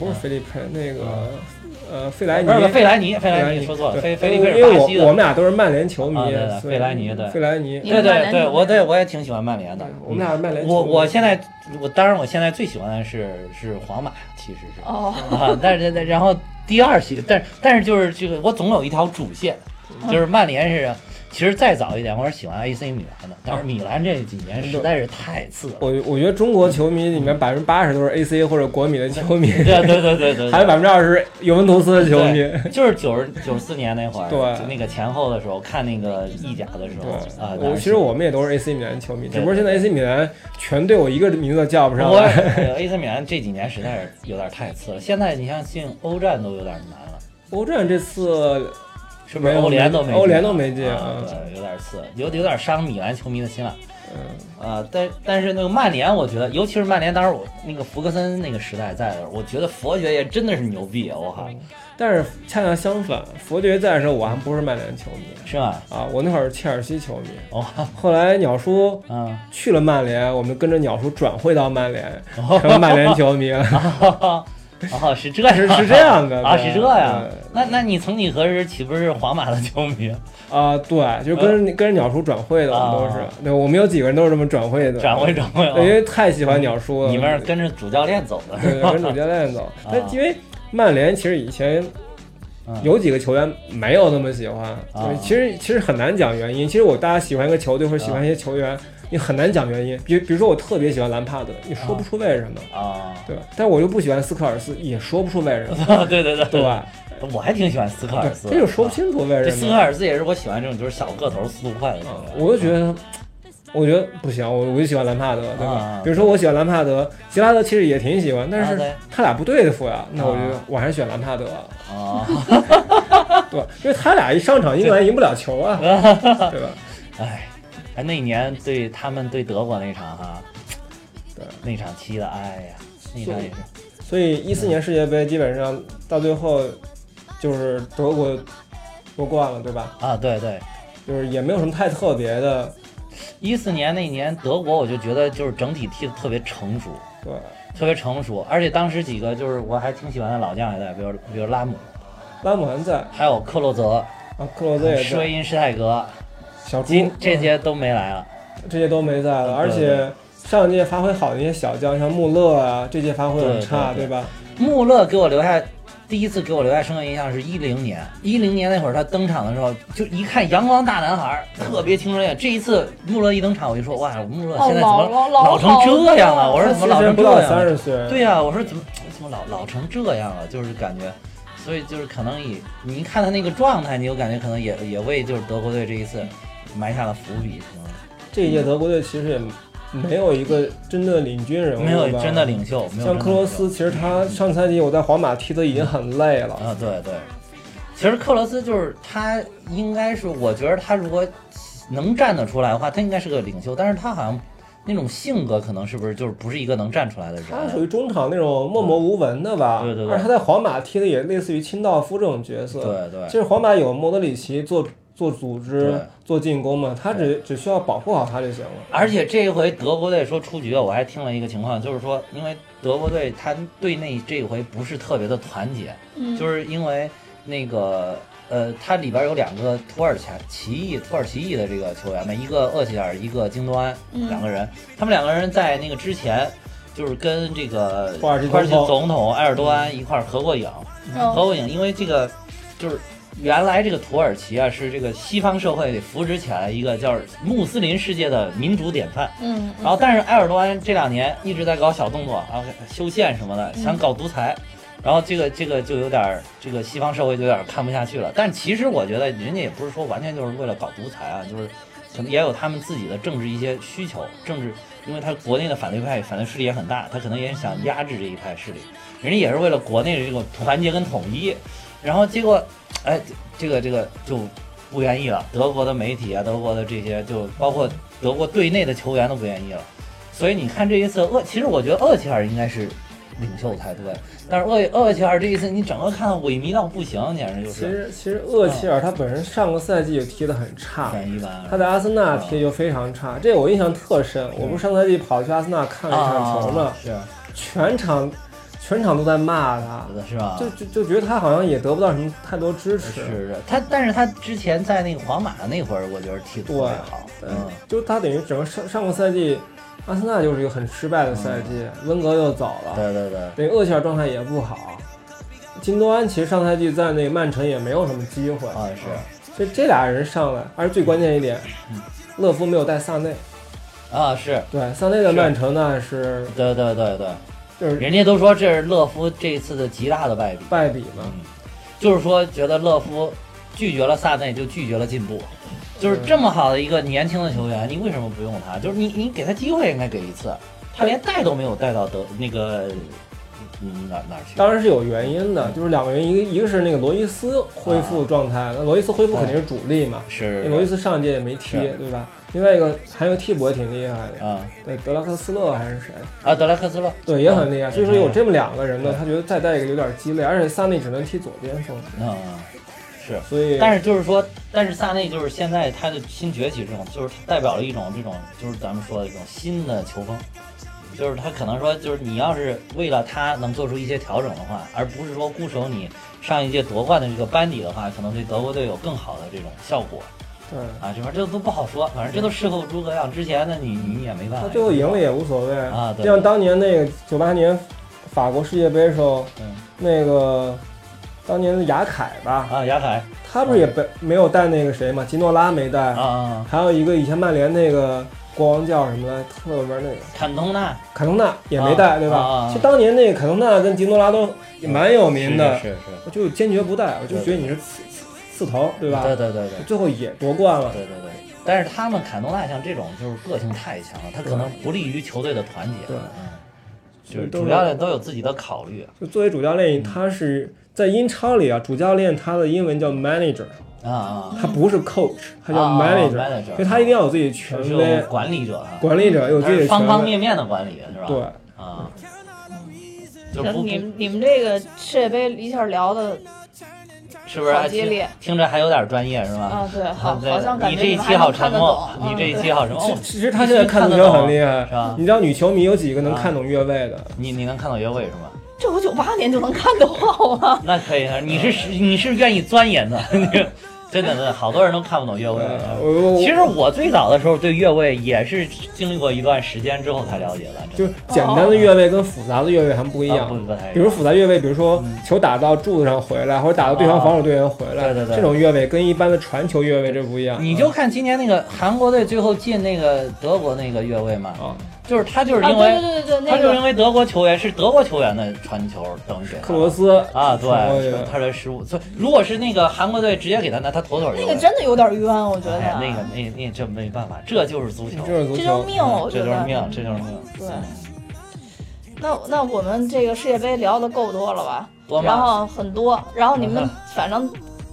Speaker 3: 不是菲利佩，那个呃费莱尼
Speaker 2: 嗯啊不是不是，费莱尼，费
Speaker 3: 费
Speaker 2: 莱
Speaker 3: 莱
Speaker 2: 尼
Speaker 3: 尼
Speaker 2: 说错了，菲
Speaker 3: 对
Speaker 2: 菲利佩
Speaker 3: 因
Speaker 2: 是
Speaker 3: 为
Speaker 2: 巴
Speaker 3: 我
Speaker 2: 西
Speaker 3: 我们
Speaker 2: 的。
Speaker 3: 俩都是曼联球迷
Speaker 2: 啊对的，
Speaker 3: 所以
Speaker 2: 费莱尼对
Speaker 3: 费莱尼，
Speaker 2: 对
Speaker 4: 曼
Speaker 2: 对
Speaker 4: 联
Speaker 2: 对，
Speaker 4: 球迷
Speaker 2: 我对我也挺喜欢曼联的
Speaker 3: 对。嗯我们俩是曼联球迷。
Speaker 2: 我我现在我当然我现在最喜欢的是是皇马，其实是
Speaker 1: 哦，
Speaker 2: 啊，但是然后第二系，但是但是就是这个我总有一条主线，就是曼联是。其实再早一点，我是喜欢 AC 米兰的，但是米兰这几年实在是太次了。
Speaker 3: 我我觉得中国球迷里面百分之八十都是 AC 或者国米的球迷，
Speaker 2: 对对对对对，
Speaker 3: 还有百分之二十尤文图斯的球迷。
Speaker 2: 对，就是九十九四年那会儿，
Speaker 3: 对
Speaker 2: 就那个前后的时候，看那个意甲的时候啊，
Speaker 3: 我其实我们也都是 AC 米兰球迷，
Speaker 2: 对
Speaker 3: 只不过现在 AC 米兰全队我一个名字都叫不啊上
Speaker 2: 我
Speaker 3: 来。
Speaker 2: AC 呃米兰这几年实在是有点太次了，现在你像进欧战都有点难了，
Speaker 3: 欧战这次
Speaker 2: 是不是？欧联都没进，
Speaker 3: 欧联都没进
Speaker 2: 啊
Speaker 3: 啊，
Speaker 2: 对，有点次，有有点伤米兰球迷的心了。
Speaker 3: 嗯，
Speaker 2: 啊，但但是那个曼联，我觉得，尤其是曼联，当时我那个福格森那个时代在的时候，我觉得佛爵爷真的是牛逼，我靠，
Speaker 3: 但是恰恰相反，佛爵在的时候我还不是曼联球迷
Speaker 2: 是吧？
Speaker 3: 啊，我那会儿是切尔西球迷。
Speaker 2: 哦，
Speaker 3: 后来鸟叔
Speaker 2: 嗯，
Speaker 3: 去了曼联，我们跟着鸟叔转会到曼联， 成了曼联球迷了，
Speaker 2: 哦，是这样，
Speaker 3: 是是这样的
Speaker 2: 啊，
Speaker 3: 对
Speaker 2: 是这样
Speaker 3: 对。
Speaker 2: 那那你曾几何时岂不是皇马的球迷？
Speaker 3: 啊，对，就是跟着跟着鸟叔转会的，我们都
Speaker 2: 嗯啊
Speaker 3: 是，对，我们有几个人都是这么转会的，
Speaker 2: 转会转会
Speaker 3: 对，因
Speaker 2: 哦，
Speaker 3: 为太喜欢鸟叔了，
Speaker 2: 你们是跟着主教练走的是
Speaker 3: 对
Speaker 2: 吧？，
Speaker 3: 跟主教练走但因为曼联其实以前
Speaker 2: 嗯
Speaker 3: 有几个球员没有那么喜欢，
Speaker 2: 啊
Speaker 3: 就是其实其实很难讲原因。其实我大家喜欢一个球队或者喜
Speaker 2: 啊
Speaker 3: 欢一些球员，你很难讲原因。比比如说我特别喜欢兰帕德，你说不出为什么，
Speaker 2: 啊，
Speaker 3: 对吧？但我又不喜欢斯科尔斯，也说不出为什么，
Speaker 2: 对 对对
Speaker 3: 对，吧？
Speaker 2: 我还挺喜欢斯科尔斯
Speaker 3: 对
Speaker 2: 的，
Speaker 3: 这就说不清楚为
Speaker 2: 这
Speaker 3: 什
Speaker 2: 斯科
Speaker 3: 么。
Speaker 2: 尔斯也是我喜欢这种就是小个头、速度快的球
Speaker 3: 啊
Speaker 2: 员。
Speaker 3: 我就觉得。我觉得不行，我我就喜欢兰帕德，对
Speaker 2: 啊
Speaker 3: 吧？比如说我喜欢兰帕德，杰拉德其实也挺喜欢，但
Speaker 2: 啊
Speaker 3: 是
Speaker 2: 对
Speaker 3: 他俩不对付呀，那我就
Speaker 2: 啊
Speaker 3: 我还是选兰帕德吧。
Speaker 2: 啊，
Speaker 3: 对吧？因为他俩一上场，英格兰赢不了 球啊，对吧？
Speaker 2: 哎，哎，那年对他们对德国那场哈，
Speaker 3: 对
Speaker 2: 那场踢的，哎呀，那场也是，
Speaker 3: 所以一四年世界杯基本上到最后就是德国夺冠了，对吧？
Speaker 2: 啊，对对，
Speaker 3: 就是也没有什么太特别的，
Speaker 2: 一四年那年德国，我就觉得就是整体踢的特别成熟，
Speaker 3: 对，
Speaker 2: 特别成熟，而且当时几个就是我还挺喜欢的老将也在，比如比如拉姆，
Speaker 3: 拉姆还在
Speaker 2: 还有克洛泽、
Speaker 3: 啊，克罗泽也
Speaker 2: 施韦
Speaker 3: 在，
Speaker 2: 因施泰格，
Speaker 3: 小猪
Speaker 2: 今这些都没来了。
Speaker 3: 这些都没在
Speaker 2: 嗯
Speaker 3: 了，而且上届发挥好的那些小将，像穆勒啊，这届发挥很差，
Speaker 2: 对对对
Speaker 3: 对吧？
Speaker 2: 穆勒给我留下第一次给我留下深刻印象是一零年，一零年那会儿他登场的时候，就一看阳光大男孩儿，特别青春烈。这一次穆勒一登场，我就说哇，穆勒现在怎么
Speaker 1: 哦老老老
Speaker 2: 成这样了？
Speaker 1: 老
Speaker 2: 我说
Speaker 3: 他
Speaker 2: 怎么
Speaker 3: 其
Speaker 2: 老
Speaker 3: 实
Speaker 2: 成
Speaker 3: 不
Speaker 2: 这
Speaker 3: 到
Speaker 2: 样
Speaker 3: 三
Speaker 2: 了？
Speaker 3: 十岁，
Speaker 2: 对呀、我说怎么怎么老老成这样了？就是感觉。所以就是可能也，你一看他那个状态，你就感觉可能也也为就是德国队这一次埋下了伏笔，可能
Speaker 3: 这一届德国队其实也没有一个真的领军人物，
Speaker 2: 没有
Speaker 3: 吧
Speaker 2: 真的。领袖，没有
Speaker 3: 像
Speaker 2: 真的
Speaker 3: 克罗
Speaker 2: 领袖
Speaker 3: 斯，其实他上赛季我在皇马踢的已经很累了，
Speaker 2: 啊，对对，其实克罗斯就是他，应该是我觉得他如果能站得出来的话，他应该是个领袖，但是他好像那种性格可能是不是就是不是一个能站出来的
Speaker 3: 他属
Speaker 2: 人。
Speaker 3: 于中场那种默默无闻的吧？
Speaker 2: 嗯对对对
Speaker 3: 而且他在皇马踢的也类似于清道夫这种角色。
Speaker 2: 对对
Speaker 3: 其实皇马有莫德里奇做做组
Speaker 2: 对
Speaker 3: 织、做进攻嘛，他只只需要保护好他就行了。
Speaker 2: 而且这一回德国队说出局了，我还听了一个情况，就是说，因为德国队他队内这一回不是特别的团结，
Speaker 1: 嗯
Speaker 2: 就是因为那个呃，它里边有两个土耳其裔土耳其裔的这个球员嘛，一个厄齐尔，一个京多安，
Speaker 1: 嗯
Speaker 2: 两个人，他们两个人在那个之前就是跟这个
Speaker 3: 土耳其
Speaker 2: 土耳其
Speaker 3: 总统嗯
Speaker 2: 总统埃尔多安一块儿合过影，
Speaker 1: 哦
Speaker 2: 合过影，因为这个就是。原来这个土耳其啊，是这个西方社会扶植起来一个叫穆斯林世界的民主典范。
Speaker 1: 嗯
Speaker 2: 然后，但是埃尔多安这两年一直在搞小动作啊，修宪什么的，想搞独裁。然后这个这个就有点儿这个西方社会就有点儿看不下去了。但其实我觉得人家也不是说完全就是为了搞独裁啊，就是可能也有他们自己的政治一些需求，政治，因为他国内的反对派反对势力也很大，他可能也是想压制这一派势力，人家也是为了国内的这个团结跟统一。然后结果，哎，这个这个就不愿意了，德国的媒体啊，德国的这些，就包括德国队内的球员都不愿意了。所以你看这一次厄，其实我觉得厄齐尔应该是领袖才对，但是厄厄齐尔这一次你整个看到萎靡到不行，简直就
Speaker 3: 其
Speaker 2: 是
Speaker 3: 实其实厄齐尔他本身上个赛季就踢得很差，
Speaker 2: 很一般。
Speaker 3: 他在阿森纳踢就非常差，这我印象特深。我不是上赛季跑去阿森纳看了一场球嘛
Speaker 2: 嗯啊，，是
Speaker 3: 全场全场都在骂他，
Speaker 2: 是吧？
Speaker 3: 就就就觉得他好像也得不到什么太多支持。
Speaker 2: 是是，他但是他之前在那个皇马那会儿，我觉得踢得特别好，嗯，
Speaker 3: 就他等于整个上上个赛季，阿森纳就是一个很失败的赛季，温格又走了，
Speaker 2: 嗯对对对，
Speaker 3: 等于厄齐尔状态也不好。金多安其实上赛季在那个曼城也没有什么机会
Speaker 2: 啊是
Speaker 3: 所以这俩人上来，而最关键一点，
Speaker 2: 嗯
Speaker 3: 勒夫没有带萨内，
Speaker 2: 啊是，
Speaker 3: 对萨内的曼城呢是
Speaker 2: 对对对对，
Speaker 3: 就是
Speaker 2: 人家都说这是勒夫这次的极大的败笔，
Speaker 3: 败笔嘛，
Speaker 2: 嗯，就是说觉得勒夫拒绝了萨内，就拒绝了进步。就是这么好的一个年轻的球员，你为什么不用他？就是你你给他机会应该给一次，他连带都没有带到德那个嗯哪哪儿去？
Speaker 3: 当然是有原因的，就是两个原因，一个一个是那个罗伊斯恢
Speaker 2: 啊
Speaker 3: 复状态，那罗伊斯恢复肯定是主力嘛，
Speaker 2: 是
Speaker 3: 那罗伊斯上一届也没踢，
Speaker 2: 哎是
Speaker 3: 对吧？另外一个还有替补也挺厉害的，
Speaker 2: 啊
Speaker 3: 对德拉克斯勒还是谁？
Speaker 2: 啊德莱克斯勒，
Speaker 3: 对，也很厉害。
Speaker 2: 嗯
Speaker 3: 所以说有这么两个人呢
Speaker 2: 对，
Speaker 3: 他觉得再带一个有点鸡肋，而且萨内只能踢左边锋，
Speaker 2: 嗯是。
Speaker 3: 所以
Speaker 2: 但是就是说，但是萨内就是现在他的新崛起这种，就是代表了一种这种，就是咱们说的这种新的球风，就是他可能说，就是你要是为了他能做出一些调整的话，而不是说固守你上一届夺冠的这个班底的话，可能对德国队有更好的这种效果
Speaker 3: 对，
Speaker 2: 啊。这玩意儿这都不好说，反正这都事后诸葛亮，之前的你你也没办法。
Speaker 3: 他最后赢了也无所谓
Speaker 2: 啊对
Speaker 3: 就像当年那个九八年法国世界杯的时候，
Speaker 2: 嗯
Speaker 3: 那个当年的雅凯吧，
Speaker 2: 啊，雅凯
Speaker 3: 他不是也被没有带那个谁嘛，吉诺拉没带，
Speaker 2: 啊啊，啊
Speaker 3: 还有一个以前曼联那个国王叫什么来，特有名那个
Speaker 2: 坎通纳
Speaker 3: 坎通纳也没带，对吧？
Speaker 2: 啊啊啊
Speaker 3: 其实当年那个坎通纳跟吉诺拉都也蛮有名的，
Speaker 2: 是是是，
Speaker 3: 我就坚决不带，我就觉得你是刺刺刺头，对吧？
Speaker 2: 对对对对。
Speaker 3: 最后也夺冠了。
Speaker 2: 啊对对对，但是他们坎多纳像这种就是个性太强了，他可能不利于球队的团结。
Speaker 3: 对
Speaker 2: 嗯，就是主教练都有自己的考虑
Speaker 3: 就作为主教练，他是在英超里啊，主教练他的英文叫 manager，
Speaker 2: 啊啊，
Speaker 3: 他不是 coach，他叫
Speaker 2: 啊
Speaker 3: manager，、
Speaker 2: manager 嗯
Speaker 3: 因为他一定要有自己的权
Speaker 2: 就是
Speaker 3: 威
Speaker 2: 有，管理者啊，
Speaker 3: 管理者有
Speaker 2: 他
Speaker 3: 自己
Speaker 2: 是
Speaker 3: 的
Speaker 2: 方方
Speaker 3: 权威。
Speaker 2: 面面的管理是吧？
Speaker 3: 对，
Speaker 2: 啊，
Speaker 4: 嗯
Speaker 2: 就
Speaker 4: 行
Speaker 2: 不
Speaker 4: 你们你们这个世界杯一下聊的
Speaker 2: 是不是还
Speaker 4: 好激烈
Speaker 2: 听听着还有点专业是吧？
Speaker 4: 啊，对，好，
Speaker 2: 对
Speaker 4: 好像感
Speaker 2: 你
Speaker 4: 觉
Speaker 2: 这一
Speaker 4: 们
Speaker 2: 期
Speaker 4: 还
Speaker 2: 好
Speaker 4: 能
Speaker 2: 沉
Speaker 4: 看得
Speaker 2: 默
Speaker 4: 懂，，
Speaker 2: 你
Speaker 4: 嗯
Speaker 2: 这一期好沉 默。哦
Speaker 3: 其实他现在看足
Speaker 2: 得
Speaker 3: 球
Speaker 2: 懂
Speaker 3: 很厉害
Speaker 2: 是吧，
Speaker 3: 你知道女球迷有几个能看懂越位的？
Speaker 2: 你你能看到越位是吗？
Speaker 1: 这我九八年就能看懂好 吗？
Speaker 2: 那可以，啊你是
Speaker 3: 嗯
Speaker 2: 你是愿意钻研的，你真的真的，好多人都看不懂越位。嗯
Speaker 3: 呃，我我
Speaker 2: 其实我最早的时候对越位也是经历过一段时间之后才了解的，真
Speaker 3: 就是
Speaker 2: 的
Speaker 3: 简单的越位跟复杂的越位还不一嗯
Speaker 2: 啊
Speaker 3: 样。
Speaker 2: 不不太一
Speaker 3: 比如
Speaker 2: 样。
Speaker 3: 复杂越位，比如说球打到柱子上回来，或者打到对方防守队员回来，
Speaker 2: 啊对对对
Speaker 3: 这种越位跟一般的传球越位这不一样。啊
Speaker 2: 你就看今年那个韩国队最后进那个德国那个越位嘛，
Speaker 3: 啊，
Speaker 2: 就是他就是
Speaker 4: 啊，
Speaker 2: 因
Speaker 4: 对
Speaker 2: 为
Speaker 4: 对对对，
Speaker 2: 他
Speaker 4: 那
Speaker 2: 就是
Speaker 4: 个
Speaker 2: 因为德国球员是德国球员的传球，等于给他
Speaker 3: 克罗斯哦
Speaker 2: 啊，
Speaker 3: 传过去
Speaker 2: 对，他的失误。所以如果是那个韩国队直接给他拿，他妥妥
Speaker 4: 那
Speaker 2: 越
Speaker 4: 个
Speaker 2: 位。
Speaker 4: 真的有点冤，我觉得
Speaker 2: 哎呀，那个那那这没办法，这就是足球，
Speaker 3: 就是足
Speaker 4: 这就
Speaker 3: 球
Speaker 4: 是。命，我
Speaker 2: 嗯这
Speaker 4: 觉得
Speaker 2: 就是命，
Speaker 1: 嗯
Speaker 2: 这就是命。嗯
Speaker 4: 对。那那我们这个世界杯聊的够多了吧？
Speaker 2: 多
Speaker 4: 然
Speaker 2: 吗？嗯
Speaker 4: 后很多，然后你们反正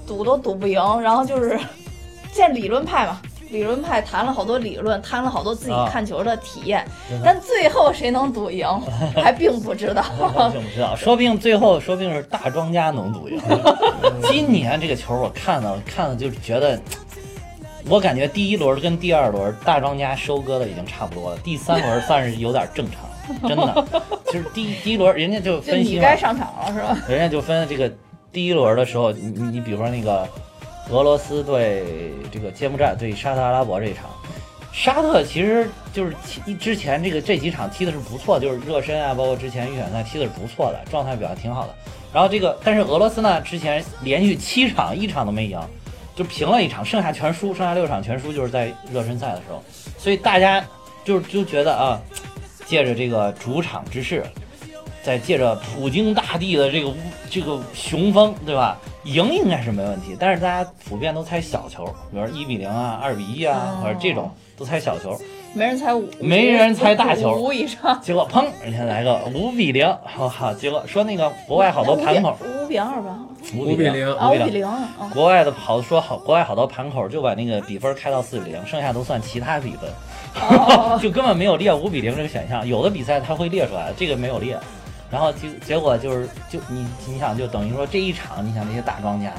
Speaker 4: 赌都赌不赢，然后就是 这理论派嘛，理论派谈了好多理论，谈了好多自己
Speaker 2: 啊
Speaker 4: 看球的体验，
Speaker 2: 真的
Speaker 4: 但最后谁能赌赢还并 不知道。
Speaker 2: 我并不知道，说不定最后说不定是大庄家能赌赢。今年这个球我看了看了，就是觉得我感觉第一轮跟第二轮大庄家收割的已经差不多了，第三轮算是有点正常，真的， 就是第一第一轮人家就
Speaker 1: 就
Speaker 2: 分析
Speaker 1: 你
Speaker 2: 嘛
Speaker 1: 该，上场了是吧？
Speaker 2: 人家就分这个第一轮的时候，你你你比如说那个俄罗斯对这个柬埔寨对沙特阿拉伯这一场，沙特其实就是其之前这个这几场踢的是不错，就是热身啊，包括之前预选赛踢的是不错的，状态表现挺好的。然后这个但是俄罗斯呢，之前连续七场一场都没赢，就平了一场，剩下全输，剩下六场全输就是在热身赛的时候，所以大家就就觉得啊，借着这个主场之势，再借着普京大帝的这个这个雄风，对吧？赢应该是没问题，但是大家普遍都猜小球，比如一比零啊、二比一
Speaker 1: 哦
Speaker 2: 啊，或者这种都猜小球。
Speaker 1: 没人猜五，
Speaker 2: 没人猜大球
Speaker 1: 五以上。
Speaker 2: 结果砰，人家来个五比零， 我靠！结果说那个国外 好多盘口
Speaker 1: 五比二吧，
Speaker 2: 五
Speaker 3: 五比
Speaker 2: 比
Speaker 3: 零
Speaker 1: 啊，五
Speaker 2: 五
Speaker 1: 比
Speaker 2: 零。
Speaker 1: 零啊，
Speaker 2: 国外的好说好，国外好多盘口就把那个比分开到四比零，剩下都算其他比分。
Speaker 1: 哦
Speaker 2: 就根本没有列五比零这个选项。有的比赛它会列出来，这个没有列。然后结结果就是，就你你想，就等于说这一场，你想那些大庄家，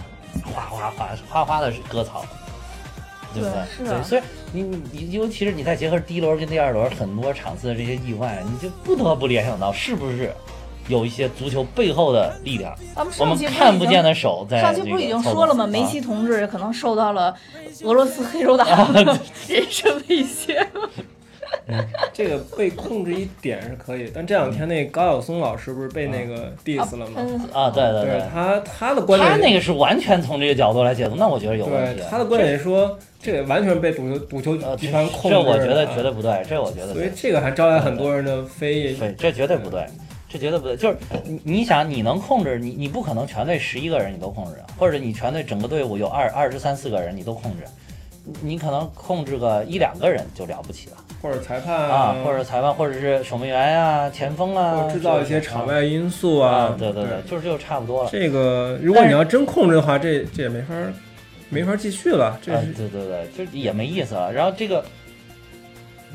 Speaker 2: 哗哗哗哗哗的割草，对不对？
Speaker 1: 对是啊
Speaker 2: 对，所以你你你尤其是你再结合第一轮跟第二轮很多场次的这些意外，你就不得不联想到是不是有一些足球背后的力量，
Speaker 1: 咱们
Speaker 2: 我
Speaker 1: 上
Speaker 2: 们
Speaker 1: 期不是
Speaker 2: 看
Speaker 1: 已
Speaker 2: 不
Speaker 1: 经
Speaker 2: 见的手在、这
Speaker 1: 上
Speaker 2: 个。啊
Speaker 1: 期不是已经说了吗？梅西同志可能受到了俄罗斯黑手党
Speaker 2: 啊
Speaker 1: 的 人身威胁。
Speaker 3: 这个被控制一点是可以，但这两天那高晓松老师不是被那个 diss 了吗？
Speaker 2: 嗯啊，对对
Speaker 3: 对
Speaker 2: 对，
Speaker 3: 他他的观点
Speaker 2: 他那个是完全从这个角度来解读，那我觉得有问题
Speaker 3: 对。他的观点是说，这个完全被足球足球
Speaker 2: 呃，
Speaker 3: 集
Speaker 2: 这
Speaker 3: 团控制
Speaker 2: 这我觉得
Speaker 3: 了
Speaker 2: 绝对不对，这我觉得
Speaker 3: 所以
Speaker 2: 对，
Speaker 3: 这个还招来很多人的非议。
Speaker 2: 对这绝对不对，这绝对不对。就是你你想，你能控制你，你不可能全队十一个人你都控制，或者你全队整个队伍有二二至三四个人你都控制，你可能控制个一两个人就了不起了
Speaker 3: 或者裁判
Speaker 2: 啊，或者裁判，或者是守门员呀、前锋
Speaker 3: 嗯或
Speaker 2: 啊，
Speaker 3: 者制造一
Speaker 2: 是
Speaker 3: 些
Speaker 2: 不是
Speaker 3: 场外因素
Speaker 2: 啊，对
Speaker 3: 对
Speaker 2: 对对，就是就差不多了。
Speaker 3: 这个如果你要真控制的话，这这也没法儿没法儿继续了。这
Speaker 2: 啊
Speaker 3: 是，
Speaker 2: 对对对，就是也没意思了。然后这个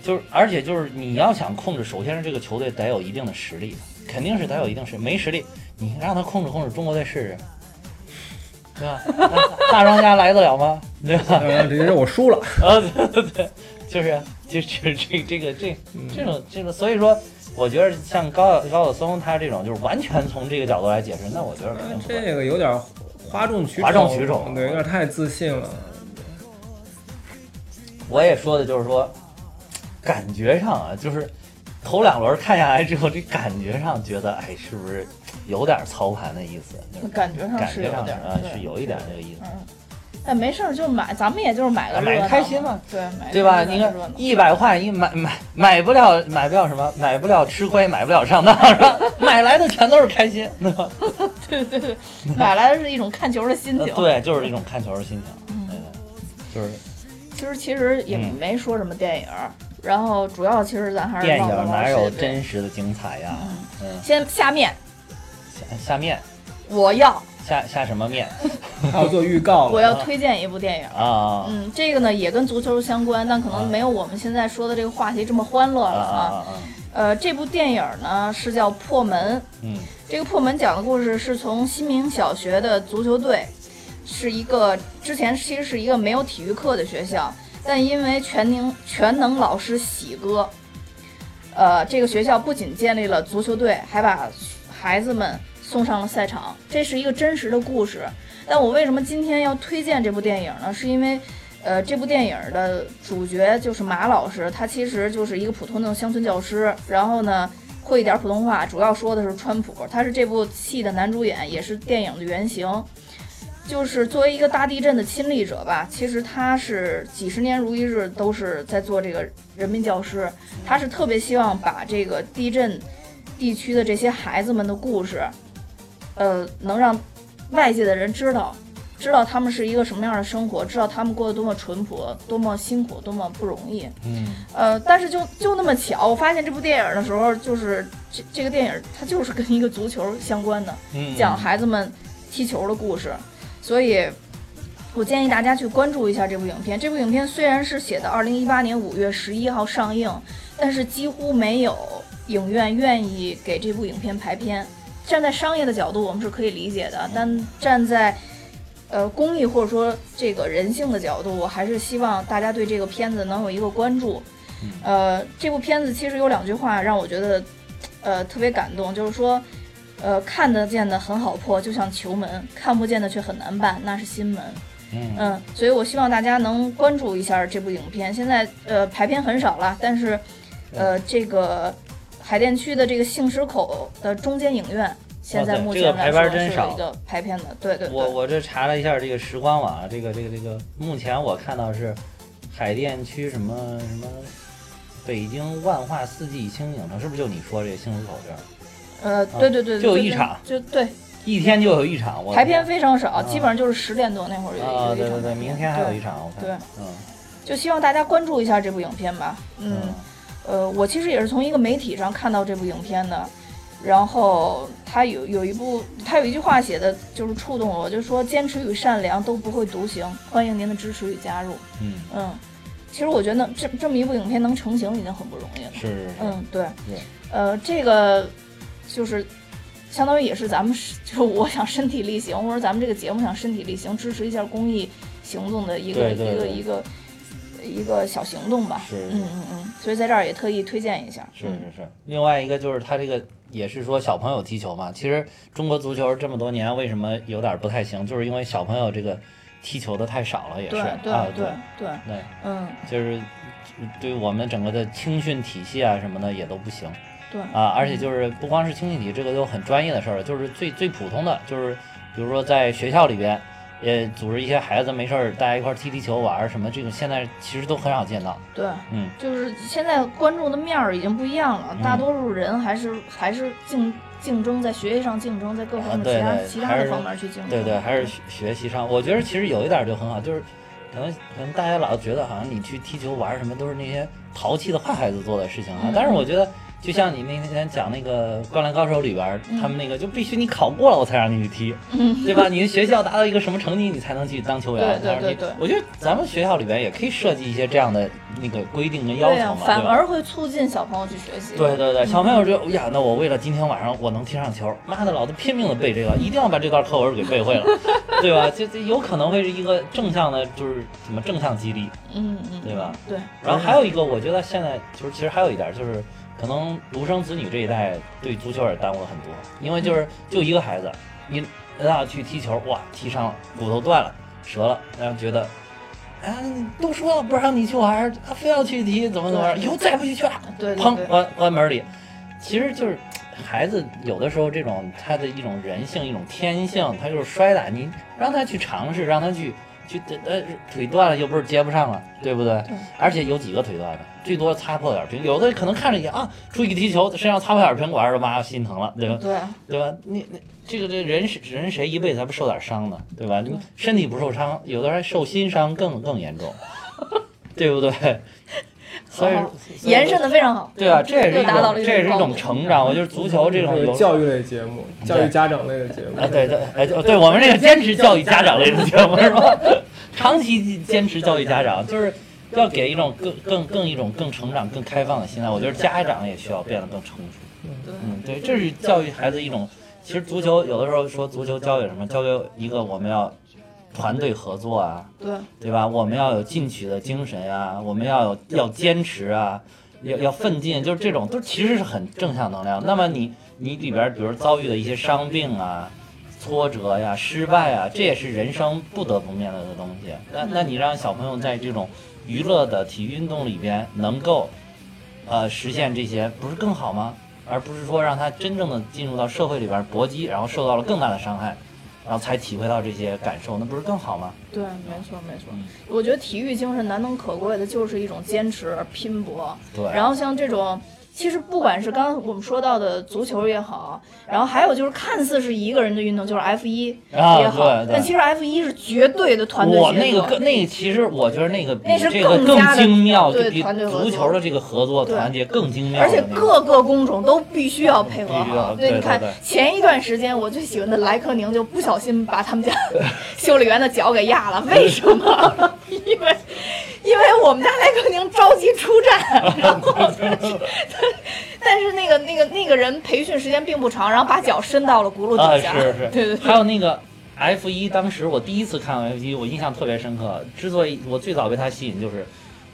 Speaker 2: 就是，而且就是你要想控制，首先是这个球队得有一定的实力，肯定是得有一定实力，没实力你让他控制控制中国队试试，对吧？那大庄家来得了吗？ 对吧？
Speaker 3: 呃，直接我输 了。
Speaker 2: 啊，对对对，就是就是这这个这
Speaker 3: 嗯
Speaker 2: 这种这种，所以说。我觉得像高高晓松他这种，就是完全从这个角度来解释，那我觉得肯定不对。
Speaker 3: 这个有点儿哗众取
Speaker 2: 哗众取宠
Speaker 3: 对，有点儿太自信了。
Speaker 2: 我也说的就是说，感觉上啊，就是头两轮看下来之后，这感觉上觉得，哎，是不是有点操盘的意思？就 是
Speaker 1: 感觉上
Speaker 2: 感
Speaker 1: 嗯是
Speaker 2: 觉
Speaker 1: 有
Speaker 2: 上是
Speaker 1: 点儿
Speaker 2: 啊，
Speaker 1: 对
Speaker 2: 是有一点这个意思，
Speaker 1: 哎，没事儿，就买，咱们也就是买个
Speaker 2: 啊买
Speaker 1: 乐
Speaker 2: 个
Speaker 1: 闹
Speaker 2: 开心嘛，
Speaker 1: 对，买个
Speaker 2: 对吧？
Speaker 1: 热闹
Speaker 2: 你看
Speaker 1: 热闹
Speaker 2: 一百块，一买买买不了，买不了什么，买不了吃亏，买不了上当， 是吧？买来的全都是开心，对吧？
Speaker 1: 对对对，买来的是一种看球的心
Speaker 2: 呃
Speaker 1: 情。，
Speaker 2: 对，就是一种看球的心
Speaker 1: 嗯
Speaker 2: 情，对就是
Speaker 1: 其实其实也
Speaker 2: 嗯
Speaker 1: 没说什么电影儿，然后主要其实咱还是
Speaker 2: 电影
Speaker 1: 忘了
Speaker 2: 哪有
Speaker 1: 谁对
Speaker 2: 真实的精彩呀？嗯，
Speaker 1: 先下面
Speaker 2: 下下面
Speaker 1: 我要
Speaker 2: 下下什么面
Speaker 3: 还要做预告
Speaker 1: 我
Speaker 3: 了，
Speaker 1: 要推荐一部电影。
Speaker 2: 啊？
Speaker 1: 嗯，这个呢也跟足球相关，但可能没有我们现在说的这个话题这么欢乐
Speaker 2: 啊
Speaker 1: 了
Speaker 2: 啊
Speaker 1: 啊。
Speaker 2: 啊！啊
Speaker 1: 呃，这部电影呢是叫《破门》，
Speaker 2: 嗯。
Speaker 1: 这个《破门》讲的故事是从新民小学的足球队，是一个之前其实是一个没有体育课的学校，但因为全能全能老师喜哥，呃，这个学校不仅建立了足球队，还把孩子们送上了赛场。这是一个真实的故事。但我为什么今天要推荐这部电影呢？是因为，呃，这部电影的主角就是马老师，他其实就是一个普通的乡村教师，然后呢，会一点普通话，主要说的是川普，他是这部戏的男主演，也是电影的原型。就是作为一个大地震的亲历者吧，其实他是几十年如一日都是在做这个人民教师，他是特别希望把这个地震地区的这些孩子们的故事，呃，能让外界的人知道，知道他们是一个什么样的生活，知道他们过得多么淳朴，多么辛苦，多么不容易。
Speaker 2: 嗯
Speaker 1: 呃，但是就就那么巧，我发现这部电影的时候，就是这这个电影它就是跟一个足球相关的，
Speaker 2: 嗯，
Speaker 1: 讲孩子们踢球的故事，所以我建议大家去关注一下这部影片。这部影片虽然是写的二零一八年五月十一号上映，但是几乎没有影院愿意给这部影片排片。站在商业的角度，我们是可以理解的，但站在呃公益或者说这个人性的角度，我还是希望大家对这个片子能有一个关注。
Speaker 2: 嗯
Speaker 1: 呃，这部片子其实有两句话让我觉得，呃，特别感动，就是说，呃，看得见的很好破，就像球门；看不见的却很难办，那是心门。
Speaker 2: 嗯
Speaker 1: 嗯，所以我希望大家能关注一下这部影片。现在呃排片很少了，但是
Speaker 2: 嗯
Speaker 1: 呃这个海淀区的这个杏石口的中间影院，现在
Speaker 2: 哇塞
Speaker 1: 目
Speaker 2: 哦这
Speaker 1: 前
Speaker 2: 个
Speaker 1: 来
Speaker 2: 排
Speaker 1: 说
Speaker 2: 班
Speaker 1: 是
Speaker 2: 真少
Speaker 1: 一个排片的，对对
Speaker 2: 我
Speaker 1: 对，
Speaker 2: 我这查了一下这个时光网啊，这个这个这个，目前我看到是海淀区什么什么。北京万化四季清影城是不是就你说这幸福口这儿，
Speaker 1: 呃对对对，
Speaker 2: 啊就有
Speaker 1: 最
Speaker 2: 一
Speaker 1: 近
Speaker 2: 场
Speaker 1: 就对
Speaker 2: 一天就有一场？我
Speaker 1: 排片非常少，
Speaker 2: 啊
Speaker 1: 基本上就是十点多那会儿有
Speaker 2: 啊，
Speaker 1: 有
Speaker 2: 对
Speaker 1: 一
Speaker 2: 对
Speaker 1: 场排
Speaker 2: 对，
Speaker 1: 片。
Speaker 2: 明天还有一
Speaker 1: 对
Speaker 2: 场，我看。
Speaker 1: 对
Speaker 2: 嗯
Speaker 1: 就希望大家关注一下这部影片吧。嗯，呃，我其实也是从一个媒体上看到这部影片的，然后他有有一部，他有一句话写的就是触动我，就说坚持与善良都不会独行，欢迎您的支持与加入。
Speaker 2: 嗯，
Speaker 1: 嗯，其实我觉得能这这么一部影片能成型已经很不容易了。
Speaker 2: 是是是，
Speaker 1: 嗯，对
Speaker 2: 对，
Speaker 1: 呃，这个就是相当于也是咱们是， 就是我想身体力行，或者咱们这个节目想身体力行，支持一下公益行动的一个
Speaker 2: 对对对
Speaker 1: 一个一个一个小行动吧。
Speaker 2: 是
Speaker 1: 嗯嗯嗯，所以在这儿也特意推荐一下。
Speaker 2: 是
Speaker 1: 嗯
Speaker 2: 是是。另外一个就是他这个也是说小朋友踢球嘛，其实中国足球这么多年为什么有点不太行，就是因为小朋友这个踢球的太少了，也是
Speaker 1: 对对
Speaker 2: 啊，
Speaker 1: 对对，
Speaker 2: 对，
Speaker 1: 嗯
Speaker 2: 就是对于我们整个的青训体系啊什么的也都不行
Speaker 1: 对，
Speaker 2: 啊，而且就是不光是青训体，这个都很专业的事儿了，就是最最普通的，就是比如说在学校里边。也组织一些孩子没事儿，大家一块儿踢踢球玩儿什么，这种现在其实都很少见到。
Speaker 1: 对。
Speaker 2: 嗯，
Speaker 1: 就是现在关注的面儿已经不一样了，
Speaker 2: 嗯
Speaker 1: 大多数人还是还是竞竞争在学业上竞争，在各方
Speaker 2: 啊
Speaker 1: 面
Speaker 2: 对
Speaker 1: 其他
Speaker 2: 对
Speaker 1: 其他
Speaker 2: 还
Speaker 1: 的
Speaker 2: 是
Speaker 1: 方面去竞争。
Speaker 2: 对对，还是学学习上，我觉得其实有一点儿就很好，就是可能可能大家老觉得好像你去踢球玩儿什么都是那些淘气的坏孩子做的事情
Speaker 1: 嗯
Speaker 2: 啊，但是我觉得就像你那天讲那个《灌篮高手》里边儿，
Speaker 1: 嗯
Speaker 2: 他们那个就必须你考过了我才让你去踢，对吧？你的学校达到一个什么成绩，你才能去当球
Speaker 1: 对
Speaker 2: 员？
Speaker 1: 对
Speaker 2: 才能去
Speaker 1: 对对
Speaker 2: 我觉得咱们学校里边也可以设计一些这样的那个规定跟要
Speaker 1: 对
Speaker 2: 求
Speaker 1: 呀、
Speaker 2: 嘛，
Speaker 1: 反
Speaker 2: 对吧？
Speaker 1: 而会促进小朋友去学习。
Speaker 2: 对对对，小朋友就哎呀，那我为了今天晚上我能踢上球，妈的，老子拼命的背这个，一定要把这段课文给背会了，对吧？这这有可能会是一个正向的，就是什么正向激励，
Speaker 1: 嗯嗯，
Speaker 2: 对吧？
Speaker 1: 对，
Speaker 2: 然后还有一个，我觉得现在就是其实还有一点就是，可能独生子女这一代对足球也耽误了很多，因为就是就一个孩子，你让他去踢球，哇，踢伤了，骨头断了，折了，然后觉得。啊，都说了不让你去玩儿，啊非要去踢，怎么怎么样，以后再也不许去了。啊
Speaker 1: 对对
Speaker 2: 砰
Speaker 1: 对，
Speaker 2: 关关门里，其实就是孩子有的时候这种他的一种人性、一种天性，他就是摔打你，让他去尝试，让他去去呃腿断了又不是接不上了，对不对？而且有几个腿断的，最多擦破点儿皮，有的可能看着也啊，出去踢球身上擦破点儿皮，玩儿妈心疼了，对吧？
Speaker 1: 对
Speaker 2: 对吧？你你这个这人是人谁一辈子还不受点伤呢，对吧？你身体不受伤，有的人还受心伤更更严重，对不对？ 所以
Speaker 1: 好好
Speaker 2: 所以
Speaker 1: 延伸的非常好。
Speaker 2: 对啊，这也是
Speaker 1: 又
Speaker 2: 一
Speaker 1: 达到
Speaker 2: 种，
Speaker 1: 了一
Speaker 2: 这
Speaker 1: 种
Speaker 2: 也是一
Speaker 1: 高
Speaker 2: 种
Speaker 1: 度
Speaker 2: 成长。我觉得足球这种
Speaker 3: 还有
Speaker 2: 有
Speaker 3: 教育类节目、教育家长类的节目
Speaker 2: 啊，对对，哎，对对我们这个坚持教育家长类的节目是吧？长期坚持教育家长，就是要给一种更更更一种更成长、更开放的心态。我觉得家长也需要变得更成熟。嗯，对，这是教育孩子一种。其实足球有的时候说足球教育什么，教育一个我们要团队合作啊，
Speaker 1: 对
Speaker 2: 对吧？我们要有进取的精神啊，我们要有要坚持啊，要要奋进，就是这种都其实是很正向能量。那么你你里边比如遭遇的一些伤病啊、挫折呀、失败啊，这也是人生不得不面对的东西。那那你让小朋友在这种娱乐的体育运动里边能够呃实现这些，不是更好吗？而不是说让他真正的进入到社会里边搏击，然后受到了更大的伤害，然后才体会到这些感受，那不是更好吗？
Speaker 1: 对，没错没错
Speaker 2: 嗯。
Speaker 1: 我觉得体育精神难能可贵的就是一种坚持、拼搏。
Speaker 2: 对。
Speaker 1: 然后像这种，其实不管是刚刚我们说到的足球也好，然后还有就是看似是一个人的运动，就是 F 一
Speaker 2: 啊
Speaker 1: 也好，
Speaker 2: 对对
Speaker 1: 但其实 F 一是绝对的团队
Speaker 2: 我
Speaker 1: 协
Speaker 2: 那个
Speaker 1: 作。
Speaker 2: 更那个，其实我觉得那个比
Speaker 1: 那是
Speaker 2: 这个
Speaker 1: 更
Speaker 2: 更
Speaker 1: 加的
Speaker 2: 精妙，
Speaker 1: 对
Speaker 2: 就比
Speaker 1: 团队合
Speaker 2: 足
Speaker 1: 作
Speaker 2: 球的这个合作
Speaker 1: 对
Speaker 2: 团结更精妙的
Speaker 1: 而
Speaker 2: 那
Speaker 1: 且
Speaker 2: 个。
Speaker 1: 各个工种都必须要配合
Speaker 2: 必须要
Speaker 1: 好。
Speaker 2: 对
Speaker 1: 你
Speaker 2: 对
Speaker 1: 看
Speaker 2: 对
Speaker 1: 前一段时间我最喜欢的莱克宁就不小心把他们家 修理员的脚给压了，为什么？ 因为因为我们家莱克宁着急出战，然后但 是但是那个那个那个人培训时间并不长，然后把脚伸到了�咕噜
Speaker 2: 啊，
Speaker 1: 底下，
Speaker 2: 是 是，
Speaker 1: 对对对
Speaker 2: 还有那个 F 一当时我第一次看 F 一，我印象特别深刻。之所以我最早被它吸引，就是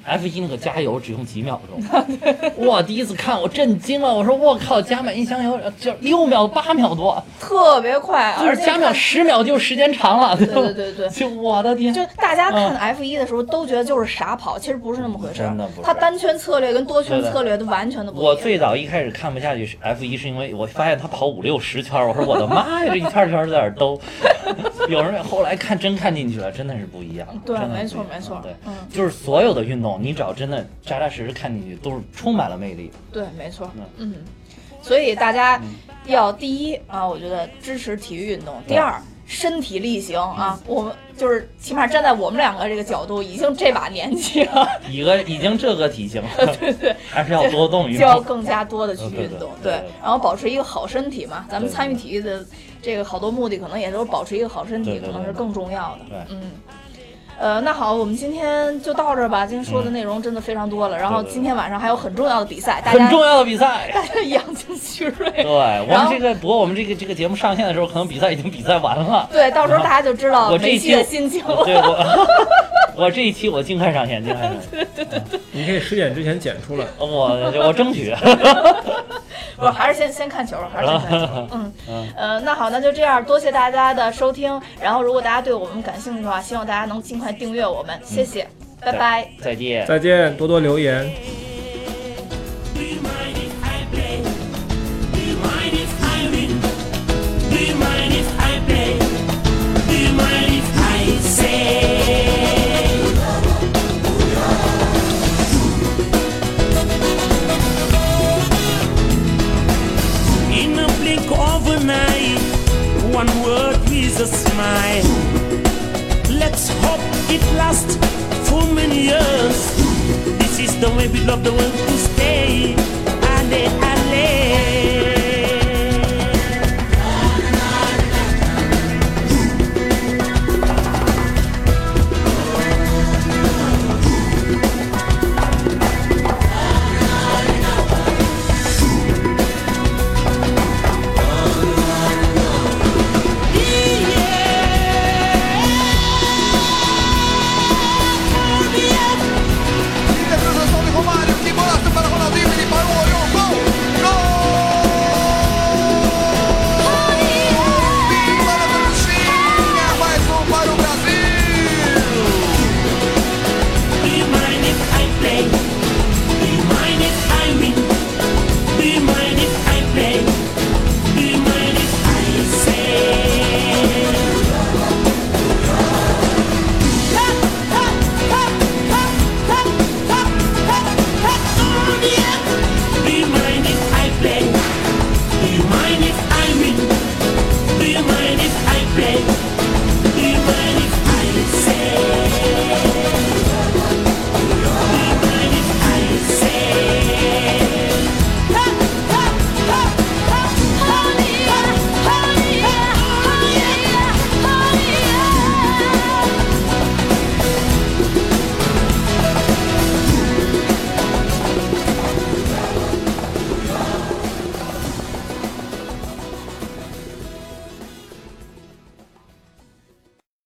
Speaker 2: F 一那个加油只用几秒
Speaker 1: 啊
Speaker 2: 钟，哇！第一次看我震惊了，我说我靠，加满一箱油就六秒八秒多，
Speaker 1: 特别快，
Speaker 2: 就
Speaker 1: 啊而
Speaker 2: 是
Speaker 1: 且
Speaker 2: 加
Speaker 1: 看
Speaker 2: 秒十秒就时间长了，
Speaker 1: 对对对对，
Speaker 2: 就我的天！
Speaker 1: 就大家看
Speaker 2: 嗯
Speaker 1: F 一的时候都觉得就是傻跑，其实不是那么回事儿
Speaker 2: 真的不是。
Speaker 1: 它单圈策略跟多圈
Speaker 2: 对对
Speaker 1: 策略都完全的不一样。
Speaker 2: 我最早一开始看不下去是 F 一，是因为我发现他跑五六十圈儿，我说我的妈呀，这一圈儿圈儿在哪儿兜？ 有人后来看真看进去了，真的是不一样。
Speaker 1: 对
Speaker 2: 真的是
Speaker 1: 没错
Speaker 2: 不一样啊
Speaker 1: 没错
Speaker 2: 对，
Speaker 1: 嗯
Speaker 2: 就是所有的运动，你只要真的扎扎实实看进去，都是充满了魅力。
Speaker 1: 对，没错
Speaker 2: 嗯，
Speaker 1: 嗯，所以大家要第一啊，我觉得支持体育运动；第
Speaker 2: 对
Speaker 1: 二，身体力行啊，我们就是起码站在我们两个这个角度，已经这把年纪了，
Speaker 2: 一个已经这个 体型了， 还是要多动运
Speaker 1: 就要
Speaker 2: 动。
Speaker 1: 更加多的去
Speaker 2: 嗯对
Speaker 1: 运
Speaker 2: 对
Speaker 1: 动，
Speaker 2: 对
Speaker 1: 对
Speaker 2: 对，
Speaker 1: 然后保持一个好身体嘛。咱们
Speaker 2: 对对
Speaker 1: 参与体育的这个好多目的，可能也都是保持一个好身体，
Speaker 2: 对
Speaker 1: 可
Speaker 2: 对对
Speaker 1: 能是
Speaker 2: 对
Speaker 1: 更重要的
Speaker 2: 对。
Speaker 1: 嗯。呃，那好，我们今天就到这儿吧。今天说的内容真的非常多了，然后
Speaker 2: 嗯对对对
Speaker 1: 今天晚上还有很重要的比赛，大
Speaker 2: 很
Speaker 1: 家
Speaker 2: 重要的比 赛，
Speaker 1: 大家养精蓄锐。
Speaker 2: 对我
Speaker 1: 然
Speaker 2: 们
Speaker 1: 后
Speaker 2: 这个，不过我们这个这个节目上线的时候，可能比赛已经比赛完了。
Speaker 1: 对，到时候大家就知道
Speaker 2: 我这
Speaker 1: 梅
Speaker 2: 一
Speaker 1: 西
Speaker 2: 期
Speaker 1: 的心情
Speaker 2: 我
Speaker 1: 哦了。
Speaker 2: 对我， 我这一期我尽快上线，尽快上 线，
Speaker 3: 你可以十点之前剪出来。
Speaker 2: 我我争取。
Speaker 1: 不是，还是先先看球吧，还是先看
Speaker 2: 啊
Speaker 1: 球。嗯，呃，那好，那就这样，多谢大家的收听。然后，如果大家对我们感兴趣的话，希望大家能尽快订阅我们，谢
Speaker 2: 嗯
Speaker 1: 谢，拜拜。
Speaker 2: 再见。
Speaker 3: 再见，多多留言。
Speaker 5: Do you mind if I play? Do you mind if I win? Do you mind if I play? Do you mind if I say? In a blink of an eye, one word is a smile. Let's hope it lasts for many years. This is the way we love the world to stay. Ale, ale.